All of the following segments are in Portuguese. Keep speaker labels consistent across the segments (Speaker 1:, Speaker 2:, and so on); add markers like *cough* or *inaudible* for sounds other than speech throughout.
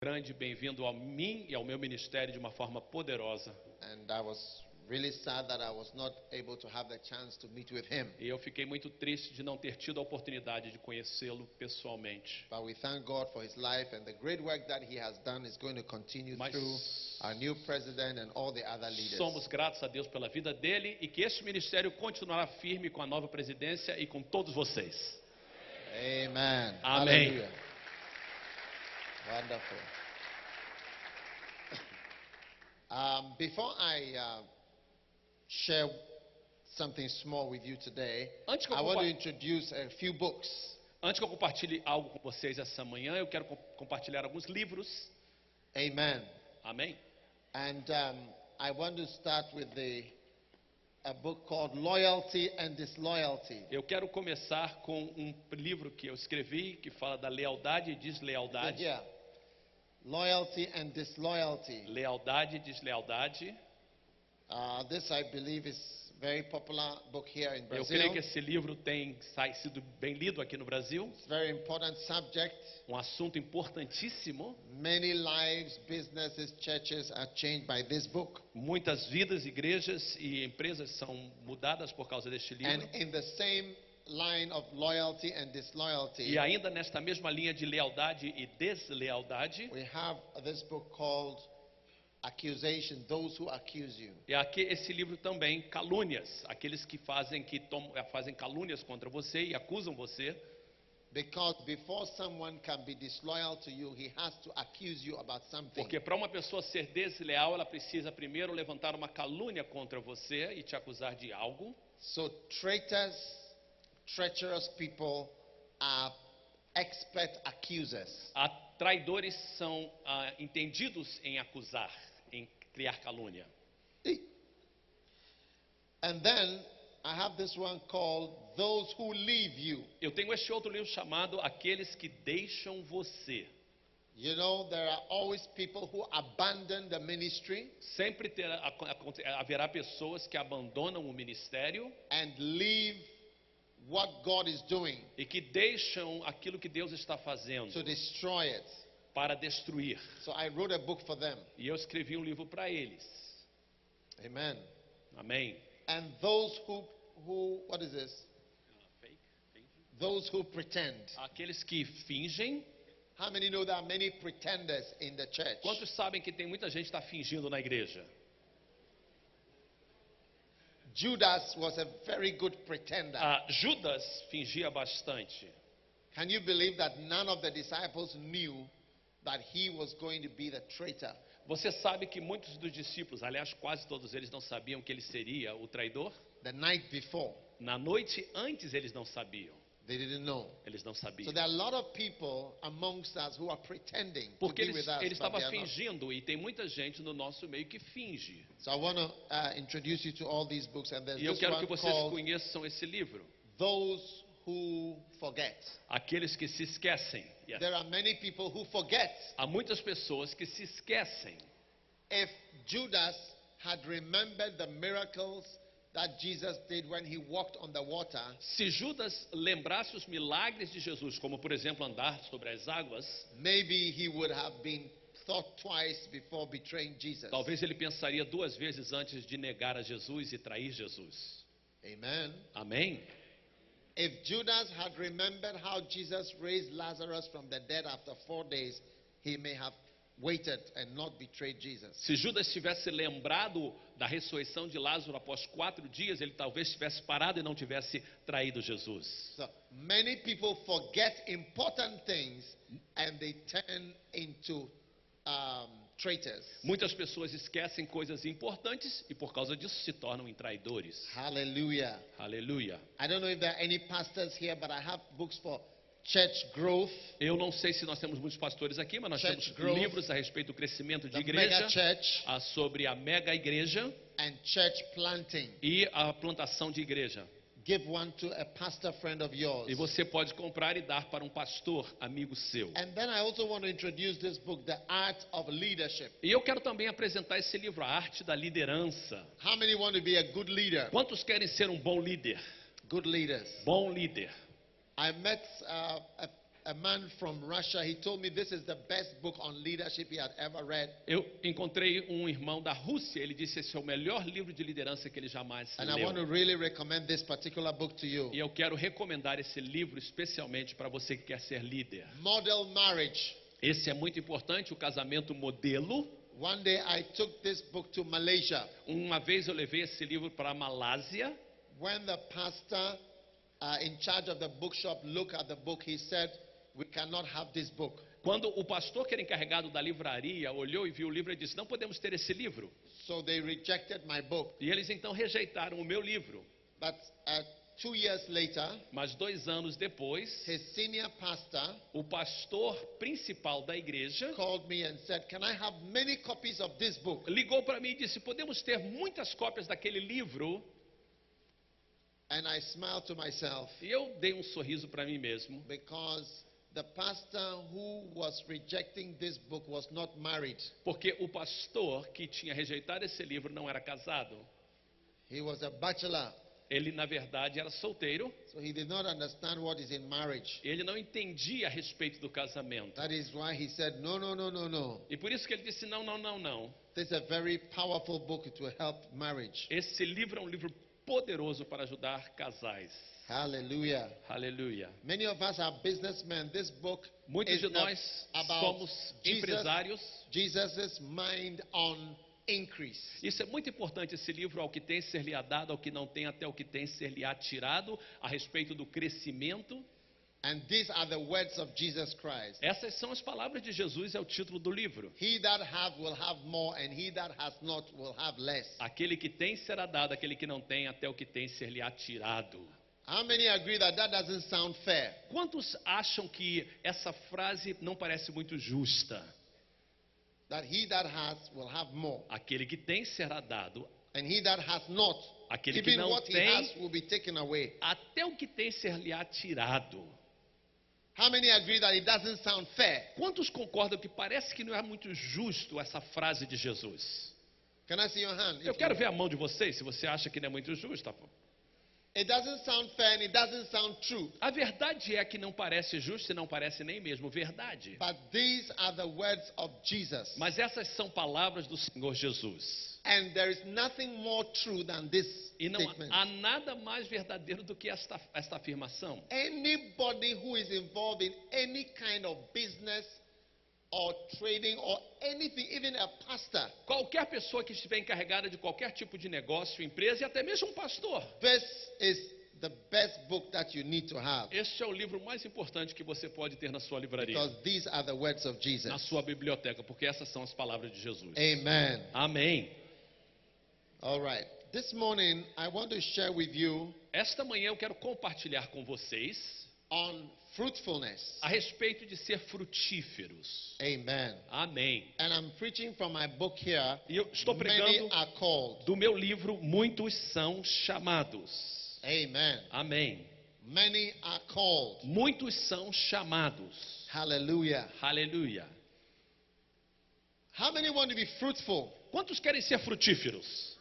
Speaker 1: grande bem-vindo a mim e ao meu ministério de uma forma poderosa.
Speaker 2: And I was really sad that I was not able to have the chance to meet with him.
Speaker 1: E eu fiquei muito triste de não ter tido a oportunidade de conhecê-lo pessoalmente.
Speaker 2: But we thank God for his life and the great work that he has done is going to continue
Speaker 1: Mas-
Speaker 2: through our new president and all the other leaders.
Speaker 1: Somos gratos a Deus pela vida dele e que este ministério continuará firme com a nova presidência e com todos vocês.
Speaker 2: Amen.
Speaker 1: Amém.
Speaker 2: Hallelujah. Wonderful. Um, before I uh, share something small with you today,
Speaker 1: Antes que eu
Speaker 2: I want
Speaker 1: compa-
Speaker 2: to introduce a few books.
Speaker 1: Antes que eu compartilhe algo com vocês essa manhã, eu quero com- compartilhar alguns livros.
Speaker 2: Amen.
Speaker 1: Amém?
Speaker 2: And um, I want to start with the, a book called Loyalty and Disloyalty.
Speaker 1: Eu quero começar com um livro que eu escrevi que fala da lealdade e
Speaker 2: But
Speaker 1: deslealdade.
Speaker 2: yeah, Loyalty and Disloyalty.
Speaker 1: Lealdade e deslealdade.
Speaker 2: Uh, this, I believe, is very popular book here in
Speaker 1: Eu
Speaker 2: Brazil.
Speaker 1: creio que esse livro tem sai- sido bem lido aqui no Brasil.
Speaker 2: It's very important subject.
Speaker 1: Um assunto importantíssimo.
Speaker 2: Many lives, businesses, churches are changed by this book.
Speaker 1: Muitas vidas, igrejas e empresas são mudadas por causa deste
Speaker 2: And
Speaker 1: livro.
Speaker 2: in the same line of loyalty and disloyalty,
Speaker 1: E ainda nesta mesma linha de lealdade e deslealdade,
Speaker 2: we have this book called Accusation, Those Who Accuse You.
Speaker 1: é aqui esse livro também calúnias, aqueles que fazem que tom- eh, fazem calúnias contra você e acusam você,
Speaker 2: Because before someone can be disloyal to you, he has to accuse you about something.
Speaker 1: porque para uma pessoa ser desleal, ela precisa primeiro levantar uma calúnia contra você e te acusar de algo.
Speaker 2: So traitors, treacherous people are expert accusers.
Speaker 1: A traidores são ah, entendidos em acusar, em criar calúnia.
Speaker 2: And then I have this one called Those Who Leave You.
Speaker 1: Eu tenho este outro livro chamado Aqueles que Deixam Você.
Speaker 2: You know, there are always people who abandon the ministry
Speaker 1: Sempre terá, aconte- haverá pessoas que abandonam o ministério
Speaker 2: and leave what God is doing
Speaker 1: e que deixam aquilo que Deus está fazendo
Speaker 2: to destroy it.
Speaker 1: para destruir.
Speaker 2: So I wrote a book for them.
Speaker 1: E eu escrevi um livro para eles.
Speaker 2: Amen.
Speaker 1: Amém?
Speaker 2: And those who, who what is this? Those who pretend.
Speaker 1: Aqueles que fingem.
Speaker 2: How many know there are many pretenders in the church?
Speaker 1: Quantos sabem que tem muita gente que está fingindo na igreja?
Speaker 2: Judas was a very good pretender.
Speaker 1: Ah, Judas fingia bastante.
Speaker 2: Can you believe that none of the disciples knew that he was going to be the traitor?
Speaker 1: Você sabe que muitos dos discípulos, aliás, quase todos eles não sabiam que ele seria o traidor?
Speaker 2: The night before,
Speaker 1: Na noite antes eles não sabiam.
Speaker 2: they didn't know.
Speaker 1: Eles não sabiam.
Speaker 2: So there are a lot of people amongst us who are pretending to
Speaker 1: Porque
Speaker 2: be
Speaker 1: ele,
Speaker 2: with us.
Speaker 1: ele
Speaker 2: but
Speaker 1: estava
Speaker 2: they are not.
Speaker 1: fingindo e tem muita gente no nosso meio que finge.
Speaker 2: So I want to uh, introduce you to all these books, and there's
Speaker 1: E eu
Speaker 2: this
Speaker 1: quero que
Speaker 2: one
Speaker 1: vocês
Speaker 2: called
Speaker 1: conheçam esse livro.
Speaker 2: "Those Who Forget."
Speaker 1: Aqueles que se esquecem. Yes.
Speaker 2: There are many people who forget.
Speaker 1: Há muitas pessoas que se esquecem.
Speaker 2: If Judas had remembered the miracles that Jesus did when he walked on the water,
Speaker 1: Se Judas lembrasse os milagres de Jesus, como por exemplo andar sobre as águas,
Speaker 2: Maybe he would have been thought twice before betraying Jesus.
Speaker 1: talvez ele pensaria duas vezes antes de negar a Jesus e trair Jesus.
Speaker 2: Amen.
Speaker 1: Amém?
Speaker 2: If Judas had remembered how Jesus raised Lazarus from the dead after four days, he may have waited and not betrayed Jesus.
Speaker 1: Se Judas tivesse lembrado da ressurreição de Lázaro após quatro dias, ele talvez tivesse parado e não tivesse traído Jesus.
Speaker 2: So many people forget important things and they turn into um, traitors.
Speaker 1: Muitas pessoas esquecem coisas importantes e por causa disso se tornam em traidores.
Speaker 2: Hallelujah.
Speaker 1: Aleluia.
Speaker 2: I don't know if there are any pastors here, but I have books for church growth,
Speaker 1: Eu não sei se nós temos muitos pastores aqui, mas nós
Speaker 2: Church
Speaker 1: temos
Speaker 2: growth,
Speaker 1: livros a respeito do crescimento de
Speaker 2: the mega
Speaker 1: igreja,
Speaker 2: church,
Speaker 1: a- sobre a mega igreja
Speaker 2: and church planting.
Speaker 1: e a plantação de igreja.
Speaker 2: Give one to a pastor friend of yours.
Speaker 1: E você pode comprar e dar para um pastor amigo seu.
Speaker 2: And then I also want to introduce this book, The Art of Leadership.
Speaker 1: E eu quero também apresentar esse livro, A Arte da Liderança.
Speaker 2: How many want to be a good leader?
Speaker 1: Quantos querem ser um bom líder?
Speaker 2: Good leaders.
Speaker 1: Bom líder.
Speaker 2: I met uh, a a man from Russia. He told me this is the best book on leadership he had ever read.
Speaker 1: Eu encontrei um irmão da Rússia, ele disse esse é o melhor livro de liderança que ele jamais
Speaker 2: And I want to
Speaker 1: leu.
Speaker 2: really recommend this particular book to you.
Speaker 1: E eu quero recomendar esse livro especialmente para você que quer ser líder.
Speaker 2: Model Marriage.
Speaker 1: Esse é muito importante, o casamento modelo.
Speaker 2: One day I took this book to Malaysia
Speaker 1: Uma vez eu levei esse livro para a Malásia
Speaker 2: when the pastor uh, in charge of the bookshop looked at the book. He said, "We cannot have this book."
Speaker 1: Quando o pastor que era encarregado da livraria olhou e viu o livro e disse: Não podemos ter esse livro.
Speaker 2: So they rejected my book.
Speaker 1: E eles então rejeitaram o meu livro.
Speaker 2: But uh, two years later,
Speaker 1: Mas dois anos depois,
Speaker 2: his senior pastor
Speaker 1: o pastor principal da igreja
Speaker 2: called me and said, Can I have many copies of this book?
Speaker 1: ligou para mim e disse: Podemos ter muitas cópias daquele livro?
Speaker 2: And I smiled to myself
Speaker 1: E eu dei um sorriso para mim mesmo,
Speaker 2: because the pastor who was rejecting this book was not married,
Speaker 1: porque o pastor que tinha rejeitado esse livro não era casado.
Speaker 2: he was a bachelor.
Speaker 1: Ele, na verdade, era solteiro.
Speaker 2: So he did not understand what is in marriage.
Speaker 1: Ele não entendia a respeito do casamento.
Speaker 2: That is why he said, No, no, no, no, no.
Speaker 1: E por isso que ele disse: Não, não, não, não.
Speaker 2: This is a very powerful book. It will help marriage.
Speaker 1: Esse livro é um livro poderoso para ajudar casais.
Speaker 2: Hallelujah.
Speaker 1: Aleluia.
Speaker 2: Many of us are businessmen. This book
Speaker 1: Muitos
Speaker 2: is
Speaker 1: de
Speaker 2: the-
Speaker 1: nós
Speaker 2: about
Speaker 1: somos
Speaker 2: Jesus,
Speaker 1: empresários.
Speaker 2: Jesus' mind on increase.
Speaker 1: Isso é muito importante, esse livro, ao que tem ser-lhe dado, ao que não tem, até o que tem ser-lhe tirado, a respeito do crescimento.
Speaker 2: And these are the words of Jesus Christ.
Speaker 1: Essas são as palavras de Jesus, é o título do livro.
Speaker 2: He that hath will have more, and he that hath not will have less.
Speaker 1: Aquele que tem será dado, aquele que não tem, até o que tem ser-lhe tirado.
Speaker 2: How many agree that that doesn't sound fair?
Speaker 1: Quantos acham que essa frase não parece muito justa?
Speaker 2: That he that hath will have more,
Speaker 1: Aquele que tem será dado,
Speaker 2: and he that hath not,
Speaker 1: Aquele que
Speaker 2: even
Speaker 1: não
Speaker 2: what he
Speaker 1: tem-
Speaker 2: has will be taken away.
Speaker 1: até o que tem ser-lhe tirado.
Speaker 2: How many agree that it doesn't sound fair?
Speaker 1: Quantos concordam que parece que não é muito justo essa frase de Jesus?
Speaker 2: Can I see your hand?
Speaker 1: Eu
Speaker 2: If
Speaker 1: quero
Speaker 2: you-
Speaker 1: ver a mão de vocês, se você acha que não é muito justa.
Speaker 2: It doesn't sound fair and it doesn't sound true.
Speaker 1: A verdade é que não parece justo e não parece nem mesmo verdade.
Speaker 2: But these are the words of Jesus.
Speaker 1: Mas essas são palavras do Senhor Jesus.
Speaker 2: And there is nothing more true than this
Speaker 1: E não
Speaker 2: statement.
Speaker 1: há nada mais verdadeiro do que esta, esta afirmação.
Speaker 2: Anybody who is involved in any kind of business or trading or anything, even a pastor,
Speaker 1: Qualquer pessoa que estiver encarregada de qualquer tipo de negócio, empresa e até mesmo um pastor.
Speaker 2: this is the best book that you need to have
Speaker 1: Este é o livro mais importante que você pode ter na sua livraria,
Speaker 2: because these are the words of
Speaker 1: na
Speaker 2: Jesus.
Speaker 1: sua biblioteca, porque essas são as palavras de Jesus.
Speaker 2: Amen.
Speaker 1: Amém.
Speaker 2: All right. This morning, I want to share with you
Speaker 1: Esta manhã eu quero compartilhar com vocês
Speaker 2: on fruitfulness.
Speaker 1: a respeito de ser frutíferos.
Speaker 2: Amen.
Speaker 1: Amém.
Speaker 2: And I'm preaching from my book here.
Speaker 1: E eu estou
Speaker 2: Many
Speaker 1: pregando
Speaker 2: are called.
Speaker 1: do meu livro Muitos são chamados.
Speaker 2: Amen.
Speaker 1: Amém.
Speaker 2: Many are called.
Speaker 1: Muitos são chamados.
Speaker 2: Hallelujah.
Speaker 1: Aleluia.
Speaker 2: How many want to be fruitful?
Speaker 1: Quantos querem ser frutíferos?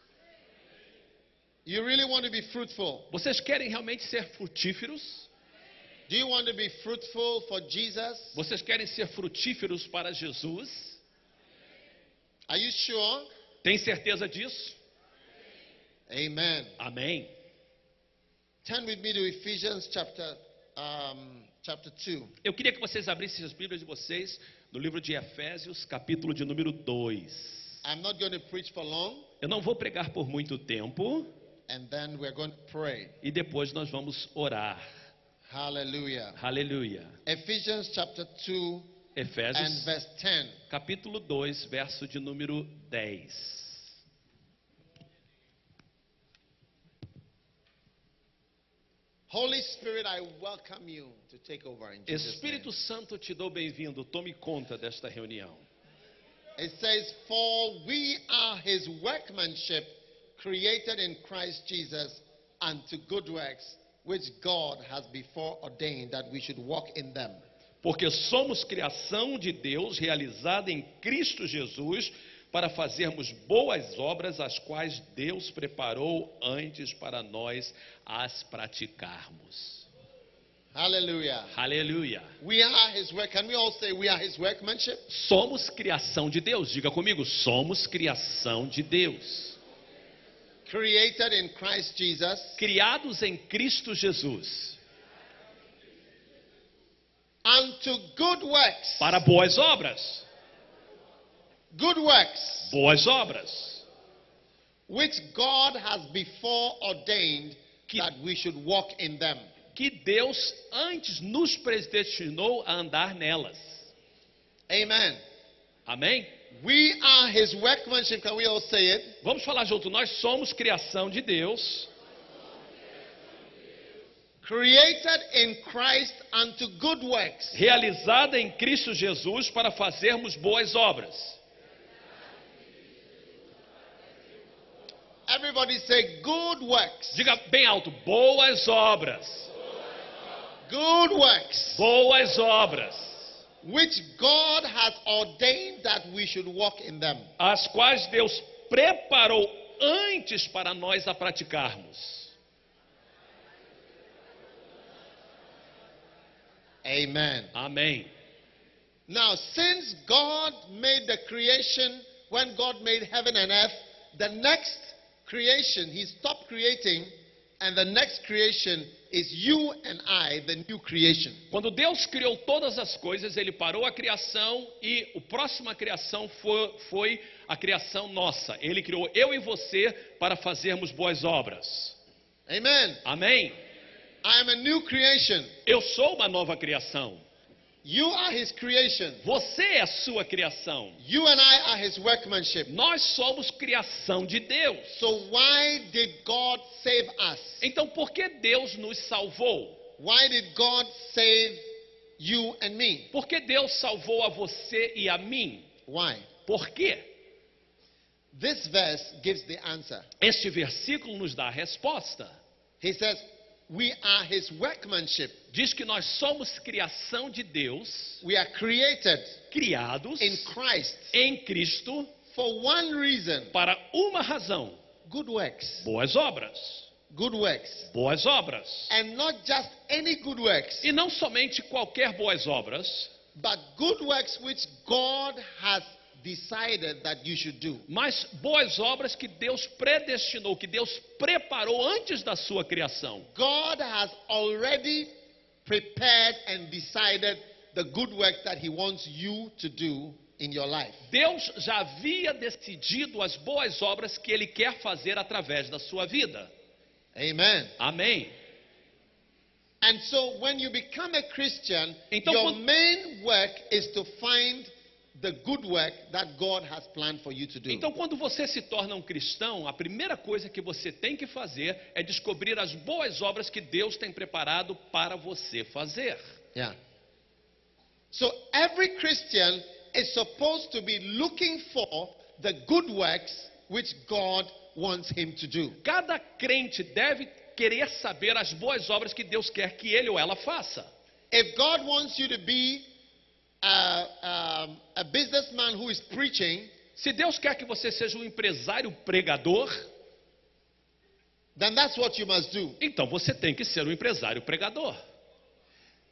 Speaker 2: You really want to be fruitful?
Speaker 1: Vocês querem realmente ser frutíferos?
Speaker 2: Do you want to be fruitful for Jesus?
Speaker 1: Vocês querem ser frutíferos para Jesus?
Speaker 2: Are you sure?
Speaker 1: Tem certeza disso?
Speaker 2: Amen.
Speaker 1: Amém.
Speaker 2: Turn with me to Ephesians chapter um, chapter two.
Speaker 1: Eu queria que vocês abrissem as Bíblias de vocês no livro de Efésios, capítulo de número 2.
Speaker 2: I'm not going to preach for long,
Speaker 1: Eu não vou pregar por muito tempo
Speaker 2: and then we're going to pray.
Speaker 1: e depois nós vamos orar.
Speaker 2: Hallelujah.
Speaker 1: Aleluia.
Speaker 2: Ephesians chapter two and
Speaker 1: Efésios,
Speaker 2: verse ten.
Speaker 1: capítulo 2, verso de número 10.
Speaker 2: Holy Spirit, I welcome you to take over in Jesus' name.
Speaker 1: Espírito Santo, te dou bem-vindo. Tome conta desta reunião.
Speaker 2: It says, For we are his workmanship, created in Christ Jesus unto good works, which God has before ordained that we should walk in them.
Speaker 1: Porque somos criação de Deus, realizada em Cristo Jesus, para fazermos boas obras, as quais Deus preparou antes para nós as praticarmos.
Speaker 2: Hallelujah.
Speaker 1: Aleluia.
Speaker 2: We are his work. Can we all say we are his workmanship?
Speaker 1: Somos criação de Deus. Diga comigo, somos criação de Deus.
Speaker 2: Created in Christ Jesus
Speaker 1: Criados em Cristo Jesus
Speaker 2: unto good works.
Speaker 1: para boas obras.
Speaker 2: Good works
Speaker 1: Boas obras.
Speaker 2: which God has before ordained
Speaker 1: Que-
Speaker 2: that we should walk in them.
Speaker 1: Que Deus antes nos predestinou a andar nelas.
Speaker 2: Amen.
Speaker 1: Amém?
Speaker 2: We are his workmanship. Can we all say it?
Speaker 1: Vamos falar junto. Nós somos criação de Deus.
Speaker 2: Created in Christ unto good works.
Speaker 1: realizada em Cristo Jesus para fazermos boas obras.
Speaker 2: Everybody say good works.
Speaker 1: Diga bem alto: boas obras.
Speaker 2: Good works
Speaker 1: Boas obras,
Speaker 2: which God has ordained that we should walk in them.
Speaker 1: as quais Deus preparou antes para nós a praticarmos.
Speaker 2: Amen.
Speaker 1: Amém.
Speaker 2: Now, since God made the creation when God made heaven and earth, the next creation, He stopped creating, and the next creation is you and I, the new creation.
Speaker 1: Quando Deus criou todas as coisas, ele parou a criação e a próxima criação foi, foi a criação nossa. Ele criou eu e você para fazermos boas obras.
Speaker 2: Amen.
Speaker 1: Amém.
Speaker 2: I am a new creation.
Speaker 1: Eu sou uma nova criação.
Speaker 2: You are His creation.
Speaker 1: Você é a sua criação.
Speaker 2: You and I are His workmanship.
Speaker 1: Nós somos criação de Deus.
Speaker 2: So, why did God save us?
Speaker 1: Então, por que Deus nos salvou?
Speaker 2: Why did God save you and me?
Speaker 1: Por que Deus salvou a você e a mim?
Speaker 2: Why?
Speaker 1: Por quê?
Speaker 2: This verse gives the answer.
Speaker 1: Este versículo nos dá a resposta.
Speaker 2: He says, We are His workmanship.
Speaker 1: Diz que nós somos criação de Deus,
Speaker 2: We are created
Speaker 1: criados
Speaker 2: in Christ
Speaker 1: em Cristo
Speaker 2: for one reason
Speaker 1: para uma razão:
Speaker 2: good works.
Speaker 1: boas obras.
Speaker 2: Good works.
Speaker 1: Boas obras.
Speaker 2: And not just any good works,
Speaker 1: E não somente qualquer boas obras,
Speaker 2: but good works which God has decided that you should do.
Speaker 1: mas boas obras que Deus predestinou, que Deus preparou antes da sua criação.
Speaker 2: God has already prepared and decided the good work that He wants you to do in your life.
Speaker 1: Deus já havia decidido as boas obras que ele quer fazer através da sua vida.
Speaker 2: Amen.
Speaker 1: Amém.
Speaker 2: And so when you become a Christian,
Speaker 1: Então,
Speaker 2: your
Speaker 1: quando-
Speaker 2: main work is to find the good work that God has planned for you to do.
Speaker 1: Então, quando você se torna um cristão, a primeira coisa que você tem que fazer é descobrir as boas obras que Deus tem preparado para você fazer.
Speaker 2: yeah. So every Christian is supposed to be looking for the good works which God wants him to do.
Speaker 1: Cada crente deve querer saber as boas obras que Deus quer que ele ou ela faça.
Speaker 2: If God wants you to be a, um, a businessman who is preaching,
Speaker 1: Se Deus quer que você seja um empresário pregador,
Speaker 2: then that's what you must do.
Speaker 1: então você tem que ser um empresário pregador.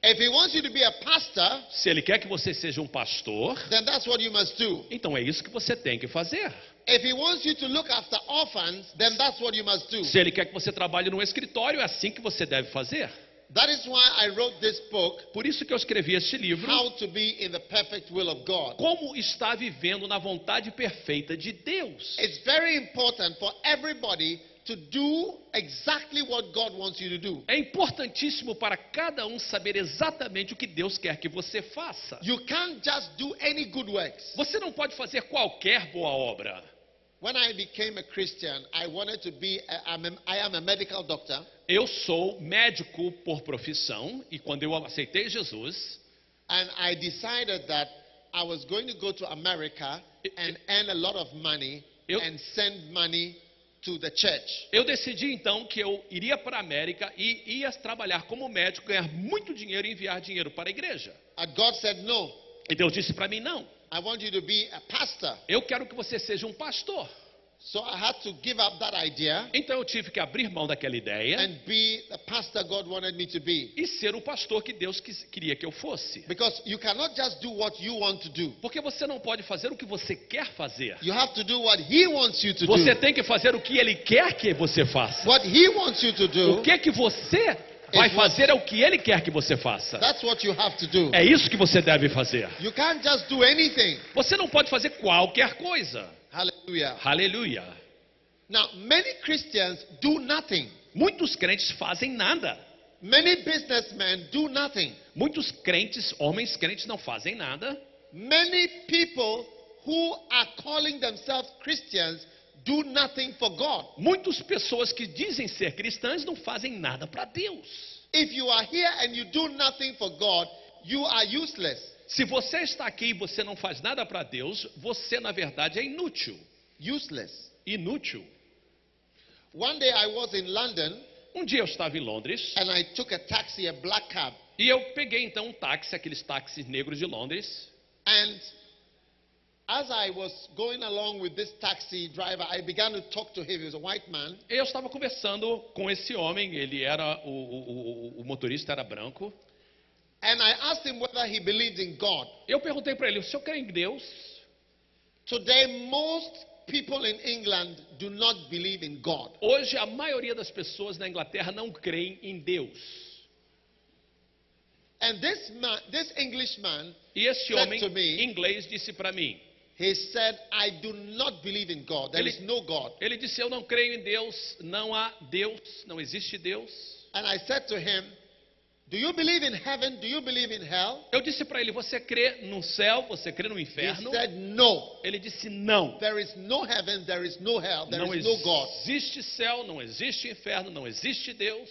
Speaker 2: If He wants you to be a pastor,
Speaker 1: Se ele quer que você seja um pastor,
Speaker 2: then that's what you must do.
Speaker 1: Então é isso que você tem que fazer.
Speaker 2: If he wants you to look after orphans, then that's what you must do.
Speaker 1: Se ele quer que você trabalhe num escritório, é assim que você deve fazer.
Speaker 2: That is why I wrote this book,
Speaker 1: Por isso que eu escrevi este livro,
Speaker 2: How to Be in the Perfect Will of God.
Speaker 1: Como está vivendo na vontade perfeita de Deus.
Speaker 2: It's very important for everybody to do exactly what God wants you to do.
Speaker 1: É importantíssimo para cada um saber exatamente o que Deus quer que você faça.
Speaker 2: You can't just do any good works.
Speaker 1: Você não pode fazer qualquer boa obra.
Speaker 2: When I became a Christian, I wanted to be, a, I'm a, I am a medical doctor,
Speaker 1: Eu sou médico por profissão e quando eu aceitei Jesus,
Speaker 2: and I decided that I was going to go to America and earn a lot of money
Speaker 1: Eu-
Speaker 2: and send money to the church.
Speaker 1: eu decidi então que eu iria para a América e ia trabalhar como médico, ganhar muito dinheiro e enviar dinheiro para a igreja.
Speaker 2: And God said, No,
Speaker 1: E Deus disse para mim: não,
Speaker 2: I want you to be a pastor.
Speaker 1: eu quero que você seja um pastor.
Speaker 2: So I had to give up that idea
Speaker 1: Então eu tive que abrir mão daquela ideia
Speaker 2: and be the pastor God wanted me to be.
Speaker 1: e ser o pastor que Deus quis- queria que eu fosse.
Speaker 2: Because you cannot just do what you want to do.
Speaker 1: Porque você não pode fazer o que você quer fazer.
Speaker 2: You have to do what He wants you to
Speaker 1: Você
Speaker 2: do.
Speaker 1: tem que fazer o que ele quer que você faça.
Speaker 2: What He wants you to
Speaker 1: O
Speaker 2: do,
Speaker 1: que é que você vai fazer é o que ele quer que você faça.
Speaker 2: that's what you have to do.
Speaker 1: É isso que você deve fazer.
Speaker 2: You can't just do anything.
Speaker 1: Você não pode fazer qualquer coisa.
Speaker 2: Hallelujah.
Speaker 1: Aleluia.
Speaker 2: Now, many Christians do nothing.
Speaker 1: Muitos crentes fazem nada.
Speaker 2: Many businessmen do nothing.
Speaker 1: Muitos crentes, homens crentes, não fazem nada.
Speaker 2: Many people who are calling themselves Christians do nothing for God.
Speaker 1: Muitas pessoas que dizem ser cristãs não fazem nada para Deus.
Speaker 2: If you are here and you do nothing for God, you are useless.
Speaker 1: Se você está aqui e você não faz nada para Deus, você na verdade é inútil.
Speaker 2: Useless.
Speaker 1: Inútil.
Speaker 2: One day I was in London
Speaker 1: Um dia eu estava em Londres
Speaker 2: and I took a taxi, a black cab,
Speaker 1: e eu peguei então um táxi, aqueles táxis negros de Londres.
Speaker 2: and as I was going along with this taxi driver, I began to talk to him. He was a white man.
Speaker 1: E eu estava conversando com esse homem, ele era, o, o- o- o motorista era branco.
Speaker 2: And I asked him whether he believed in God.
Speaker 1: Eu perguntei para ele, o senhor crê em Deus?
Speaker 2: Today, most people in England do not believe in God.
Speaker 1: Hoje a maioria das pessoas na Inglaterra não creem em Deus.
Speaker 2: And this man, this Englishman,
Speaker 1: E esse
Speaker 2: Said
Speaker 1: homem
Speaker 2: to me-
Speaker 1: inglês disse para mim,
Speaker 2: he said, I do not believe in God. There
Speaker 1: Ele-
Speaker 2: is no God.
Speaker 1: Ele disse: Eu não creio em Deus, não há Deus, não existe Deus.
Speaker 2: And I said to him, Do you believe in heaven? Do you believe in hell?
Speaker 1: Eu disse para ele: Você crê no céu, você crê no inferno?
Speaker 2: He said, No.
Speaker 1: Ele disse: Não.
Speaker 2: There is no heaven, there is no hell, there
Speaker 1: Não
Speaker 2: is no God.
Speaker 1: existe céu, não existe inferno, não existe Deus.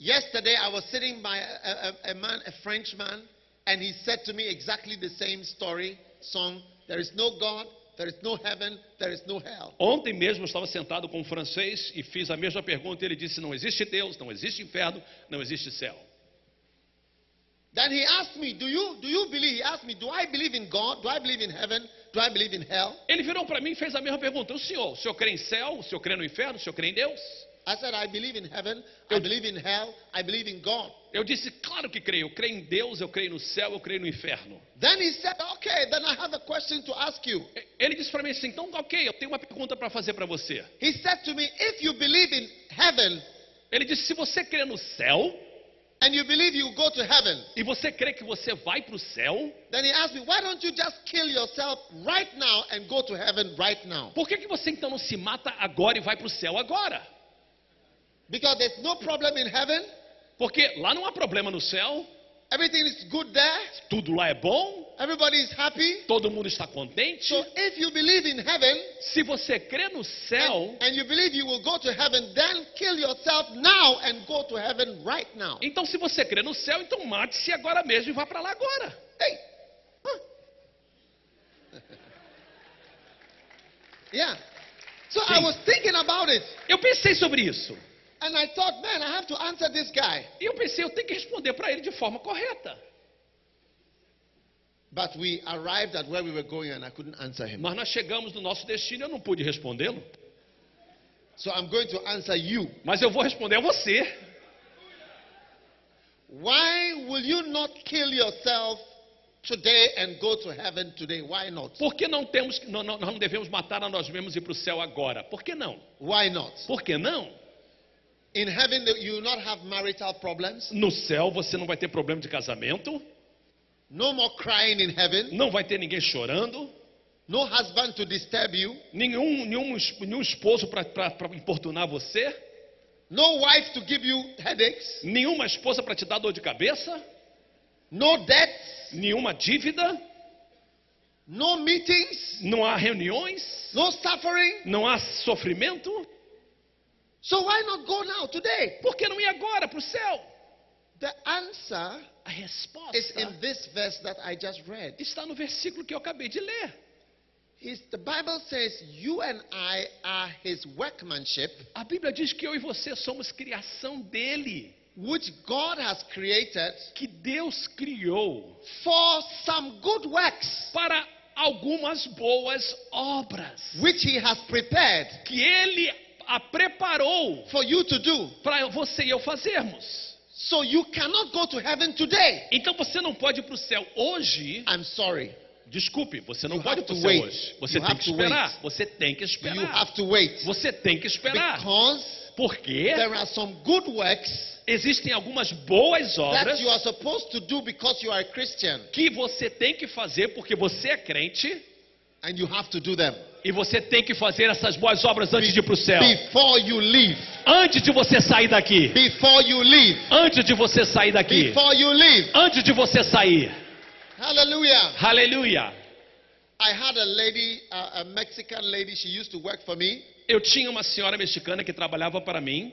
Speaker 2: Yesterday, I was sitting by a, a- a man, a Frenchman, and he said to me exactly the same story, song. There is no God, there is no heaven, there is no hell.
Speaker 1: Ontem mesmo eu estava sentado com um francês e fiz a mesma pergunta. Ele disse: Não existe Deus, não existe inferno, não existe céu.
Speaker 2: Then he asked me, Do you do you believe? He asked me, Do I believe in God? Do I believe in heaven? Do I believe in hell?
Speaker 1: Ele virou para mim e fez a mesma pergunta: O senhor, o senhor crê em céu? O senhor crê no inferno? O senhor crê em Deus?
Speaker 2: I said, I believe in heaven, I believe in hell, I believe in God.
Speaker 1: Eu disse: Claro que creio. Eu creio em Deus, eu creio no céu, eu creio no inferno.
Speaker 2: Then he said, Okay, then I have a question to ask you.
Speaker 1: Ele disse para mim assim: então, ok, eu tenho uma pergunta para fazer para você.
Speaker 2: He said to me, If you believe in heaven
Speaker 1: Ele disse: se você crê no céu
Speaker 2: and you believe you go to heaven,
Speaker 1: e você crê que você vai para o céu,
Speaker 2: then he asked me, Why don't you just kill yourself right now and go to heaven right now?
Speaker 1: por que, que você então não se mata agora e vai para o céu agora?
Speaker 2: Because there's no problem in heaven,
Speaker 1: Porque lá não há problema no céu,
Speaker 2: everything is good there,
Speaker 1: tudo lá é bom,
Speaker 2: everybody is happy.
Speaker 1: todo mundo está contente.
Speaker 2: So if you believe in heaven,
Speaker 1: Se você crê no céu,
Speaker 2: And, and you believe you will go to heaven, then kill yourself now and go to heaven right now.
Speaker 1: então se você crê no céu, então mate-se agora mesmo e vá para lá agora.
Speaker 2: Hey. *laughs* Huh. yeah. So I
Speaker 1: Think.
Speaker 2: was thinking about it
Speaker 1: Eu pensei sobre isso.
Speaker 2: and I thought, man, I have to answer this guy.
Speaker 1: E eu pensei, eu tenho que responder para ele de forma correta.
Speaker 2: But we arrived at where we were going and I couldn't answer him.
Speaker 1: Mas nós chegamos no nosso destino e eu não pude respondê-lo.
Speaker 2: So I'm going to answer you.
Speaker 1: Mas eu vou responder a você.
Speaker 2: Why will you not kill yourself today and go to heaven today? Why not?
Speaker 1: Por que não temos, não, não- nós não devemos matar a nós mesmos e ir para o céu agora? Por que não?
Speaker 2: Why not?
Speaker 1: Por que não?
Speaker 2: In heaven, you will not have marital problems.
Speaker 1: No céu você não vai ter problema de casamento,
Speaker 2: No more crying in heaven.
Speaker 1: não vai ter ninguém chorando,
Speaker 2: No husband to disturb you.
Speaker 1: nenhum, nenhum, es- nenhum esposo para importunar você,
Speaker 2: No wife to give you headaches.
Speaker 1: nenhuma esposa para te dar dor de cabeça,
Speaker 2: No debts.
Speaker 1: nenhuma dívida,
Speaker 2: No meetings.
Speaker 1: não há reuniões,
Speaker 2: No suffering.
Speaker 1: não há sofrimento.
Speaker 2: So why not go now, today?
Speaker 1: Por que não ir agora para o céu?
Speaker 2: The answer
Speaker 1: A resposta
Speaker 2: is in this verse that I just read.
Speaker 1: está no versículo que eu acabei de ler.
Speaker 2: It's, the Bible says, You and I are his workmanship,
Speaker 1: A Bíblia diz que eu e você somos criação dele.
Speaker 2: which God has created
Speaker 1: que Deus criou
Speaker 2: for some good works.
Speaker 1: para algumas boas obras
Speaker 2: which he has prepared
Speaker 1: que ele a preparou
Speaker 2: for you to do.
Speaker 1: para você e eu fazermos.
Speaker 2: So you cannot go to heaven today.
Speaker 1: Então você não pode ir para o céu hoje.
Speaker 2: I'm sorry.
Speaker 1: Desculpe, você não
Speaker 2: You
Speaker 1: pode ir
Speaker 2: have
Speaker 1: para o
Speaker 2: to
Speaker 1: céu
Speaker 2: wait.
Speaker 1: hoje. Você
Speaker 2: You
Speaker 1: tem
Speaker 2: have
Speaker 1: que
Speaker 2: to
Speaker 1: esperar.
Speaker 2: wait.
Speaker 1: Você tem que
Speaker 2: You
Speaker 1: esperar.
Speaker 2: have to wait.
Speaker 1: Você tem que esperar.
Speaker 2: Because
Speaker 1: Porque
Speaker 2: there are some good works
Speaker 1: existem algumas boas
Speaker 2: that
Speaker 1: obras
Speaker 2: you are supposed to do because you are a Christian.
Speaker 1: que você tem que fazer porque você é crente
Speaker 2: And you have to do them
Speaker 1: e você tem que fazer essas boas obras antes de ir para o céu.
Speaker 2: before you leave.
Speaker 1: Antes de você sair daqui.
Speaker 2: Before you leave.
Speaker 1: Antes de você sair daqui.
Speaker 2: Before you leave.
Speaker 1: Antes de você sair.
Speaker 2: Hallelujah.
Speaker 1: Aleluia.
Speaker 2: I had a lady, uh, a, a Mexican lady, she used to work for me.
Speaker 1: Eu tinha uma senhora mexicana que trabalhava para mim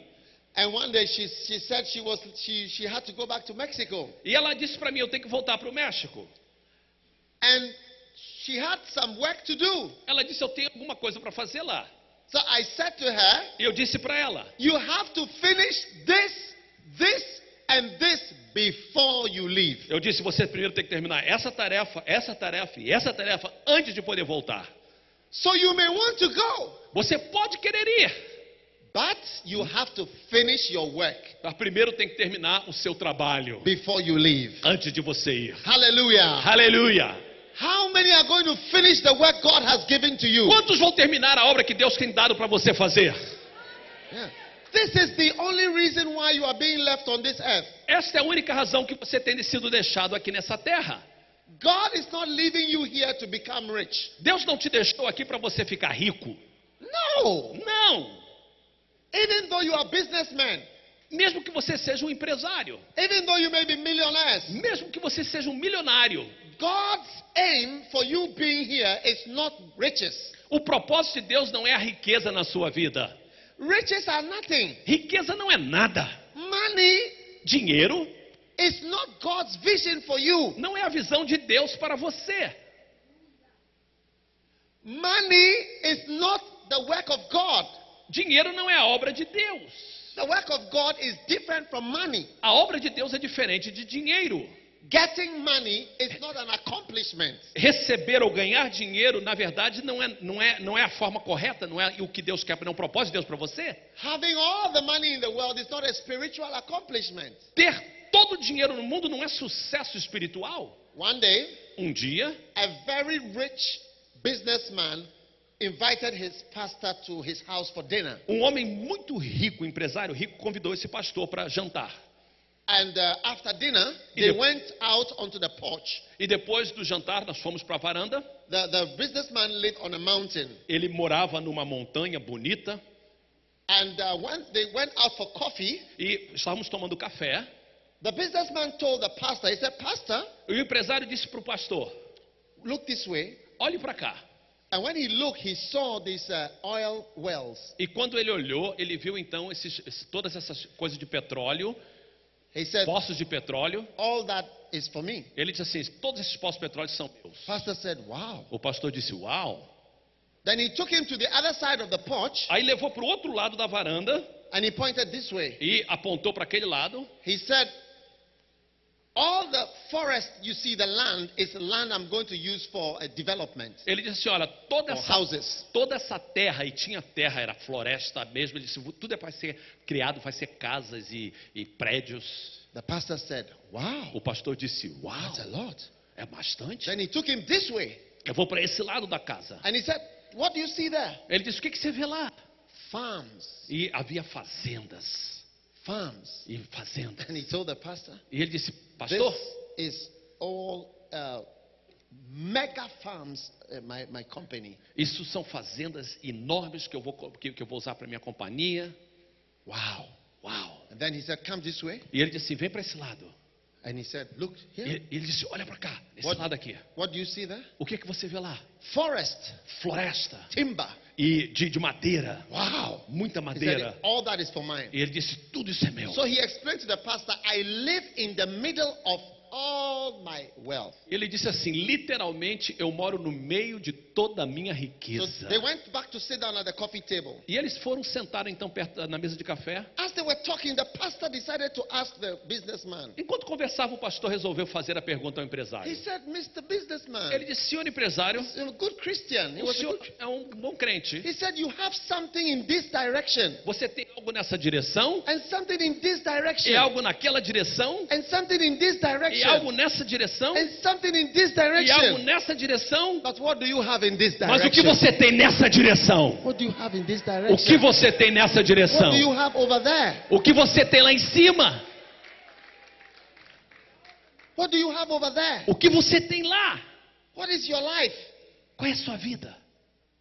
Speaker 2: And one day she, she said she, was, she, she had to go back to Mexico.
Speaker 1: e ela disse para mim: eu tenho que voltar para o México.
Speaker 2: And she had some work to do.
Speaker 1: Ela disse: eu tenho alguma coisa para fazer lá.
Speaker 2: So I said to her,
Speaker 1: E eu disse para ela:
Speaker 2: You have to finish this, this, and this before you leave.
Speaker 1: eu disse, você primeiro tem que terminar essa tarefa, essa tarefa e essa tarefa antes de poder voltar.
Speaker 2: So you may want to go,
Speaker 1: Você pode querer ir,
Speaker 2: but you have to finish your work
Speaker 1: mas primeiro tem que terminar o seu trabalho
Speaker 2: before you leave.
Speaker 1: antes de você ir.
Speaker 2: Hallelujah.
Speaker 1: Aleluia!
Speaker 2: How many are going to finish the work God has given to you?
Speaker 1: Quantos vão terminar a obra que Deus tem dado para você fazer?
Speaker 2: Yeah. This is the only reason why you are being left on this earth.
Speaker 1: Esta é a única razão que você tem sido deixado aqui nessa terra.
Speaker 2: God is not leaving you here to become rich.
Speaker 1: Deus não te deixou aqui para você ficar rico.
Speaker 2: No.
Speaker 1: Não!
Speaker 2: Even though you are businessmen,
Speaker 1: Mesmo que você seja um empresário,
Speaker 2: even though you may be millionaires,
Speaker 1: mesmo que você seja um milionário,
Speaker 2: God's aim for you being here is not riches.
Speaker 1: o propósito de Deus não é a riqueza na sua vida.
Speaker 2: Riches are nothing.
Speaker 1: Riqueza não é nada.
Speaker 2: Money
Speaker 1: Dinheiro
Speaker 2: is not God's vision for you.
Speaker 1: não é a visão de Deus para você.
Speaker 2: Money is not the work of God.
Speaker 1: Dinheiro não é a obra de Deus.
Speaker 2: The work of God is different from money.
Speaker 1: A obra de Deus é diferente de dinheiro.
Speaker 2: Getting money is not an accomplishment.
Speaker 1: Receber ou ganhar dinheiro, na verdade, não é, não é, não é a forma correta, não é o que Deus quer, não é o propósito de Deus para você.
Speaker 2: Having all the money in the world is not a spiritual accomplishment.
Speaker 1: Ter todo o dinheiro no mundo não é sucesso espiritual.
Speaker 2: One day,
Speaker 1: Um dia,
Speaker 2: a very rich businessman invited his pastor to his house for dinner.
Speaker 1: um homem muito rico, empresário rico, convidou esse pastor para jantar.
Speaker 2: And uh, after dinner,
Speaker 1: Yeah.
Speaker 2: they went out onto the porch.
Speaker 1: E depois do jantar, nós fomos para a varanda.
Speaker 2: The, the businessman lived on a mountain.
Speaker 1: Ele morava numa montanha bonita
Speaker 2: And uh, when they went out for coffee,
Speaker 1: e estávamos tomando café.
Speaker 2: the businessman told the pastor, he said, Pastor,
Speaker 1: E o empresário disse para o pastor:
Speaker 2: look this way.
Speaker 1: Olhe para cá.
Speaker 2: And when he looked, he saw these uh, oil wells.
Speaker 1: E quando ele olhou, ele viu então esses- esses- todas essas coisas de petróleo,
Speaker 2: He said,
Speaker 1: poços de petróleo.
Speaker 2: All that is for me.
Speaker 1: Ele disse assim: Todos esses poços de petróleo são meus.
Speaker 2: Pastor said, Wow.
Speaker 1: O pastor disse: Uau.
Speaker 2: Then he took him to the other side of the porch
Speaker 1: Aí levou para o outro lado da varanda
Speaker 2: and he pointed this way.
Speaker 1: e apontou para aquele lado.
Speaker 2: He said, All the forest you see, the land, is the land I'm going to use for a development
Speaker 1: Ele disse assim: Olha, toda
Speaker 2: or
Speaker 1: essa,
Speaker 2: houses.
Speaker 1: toda essa terra, e tinha terra, era floresta mesmo. Ele disse: Tudo é para ser criado, vai ser casas e, e prédios.
Speaker 2: The pastor said, Wow,
Speaker 1: O pastor disse: Uau,
Speaker 2: that's a lot.
Speaker 1: é bastante.
Speaker 2: Then he took him this way
Speaker 1: Eu vou para esse lado da casa.
Speaker 2: and he said, What do you see there?
Speaker 1: Ele disse: O que, que você vê lá?
Speaker 2: Farms.
Speaker 1: E havia fazendas.
Speaker 2: Farms.
Speaker 1: E fazendas.
Speaker 2: And he told the pastor,
Speaker 1: E ele disse: Pastor,
Speaker 2: This is all uh, mega farms, uh, my, my company.
Speaker 1: isso são fazendas enormes que eu vou, co- que, que eu vou usar para minha companhia. Uau, uau.
Speaker 2: And then he said, Come this way.
Speaker 1: E ele disse: Vem para esse lado.
Speaker 2: And he said, Look
Speaker 1: E
Speaker 2: here.
Speaker 1: ele ele disse: Olha para cá, esse
Speaker 2: What-
Speaker 1: lado aqui.
Speaker 2: What do you see there?
Speaker 1: O que é que você vê lá?
Speaker 2: Forest,
Speaker 1: Floresta
Speaker 2: timber.
Speaker 1: e de, de madeira.
Speaker 2: Wow.
Speaker 1: Muita
Speaker 2: He said,
Speaker 1: madeira.
Speaker 2: All that is for mine.
Speaker 1: E ele disse: Tudo isso é meu.
Speaker 2: So he explained to the pastor, I live in the middle of all all my wealth.
Speaker 1: Ele disse assim: literalmente, eu moro no meio de toda a minha
Speaker 2: So
Speaker 1: riqueza.
Speaker 2: they went back to sit down at the coffee table.
Speaker 1: E eles foram sentar então perto da- na mesa de café.
Speaker 2: As they were talking, the pastor decided to ask the businessman.
Speaker 1: Enquanto conversavam, o pastor resolveu fazer a pergunta ao
Speaker 2: He
Speaker 1: empresário.
Speaker 2: said, Mr.
Speaker 1: Ele
Speaker 2: Businessman,
Speaker 1: disse: senhor empresário,
Speaker 2: you're a good Christian. He,
Speaker 1: o
Speaker 2: was a
Speaker 1: senhor
Speaker 2: good-
Speaker 1: é um bom crente.
Speaker 2: he said, You have something in this direction,
Speaker 1: Você tem algo nessa direção,
Speaker 2: and something in this
Speaker 1: e
Speaker 2: direction,
Speaker 1: algo naquela direção,
Speaker 2: and something in this
Speaker 1: e algo
Speaker 2: direction,
Speaker 1: nessa direção,
Speaker 2: and something in this
Speaker 1: e algo
Speaker 2: direction.
Speaker 1: nessa direção.
Speaker 2: But what do you have in this
Speaker 1: Mas o que
Speaker 2: direction?
Speaker 1: você tem nessa direção?
Speaker 2: What do you have in this
Speaker 1: O que
Speaker 2: direction?
Speaker 1: você tem nessa
Speaker 2: What
Speaker 1: direção?
Speaker 2: do you have over there?
Speaker 1: O que você tem lá em cima?
Speaker 2: What do you have over there?
Speaker 1: O que você tem lá?
Speaker 2: What is your life?
Speaker 1: Qual é a sua vida?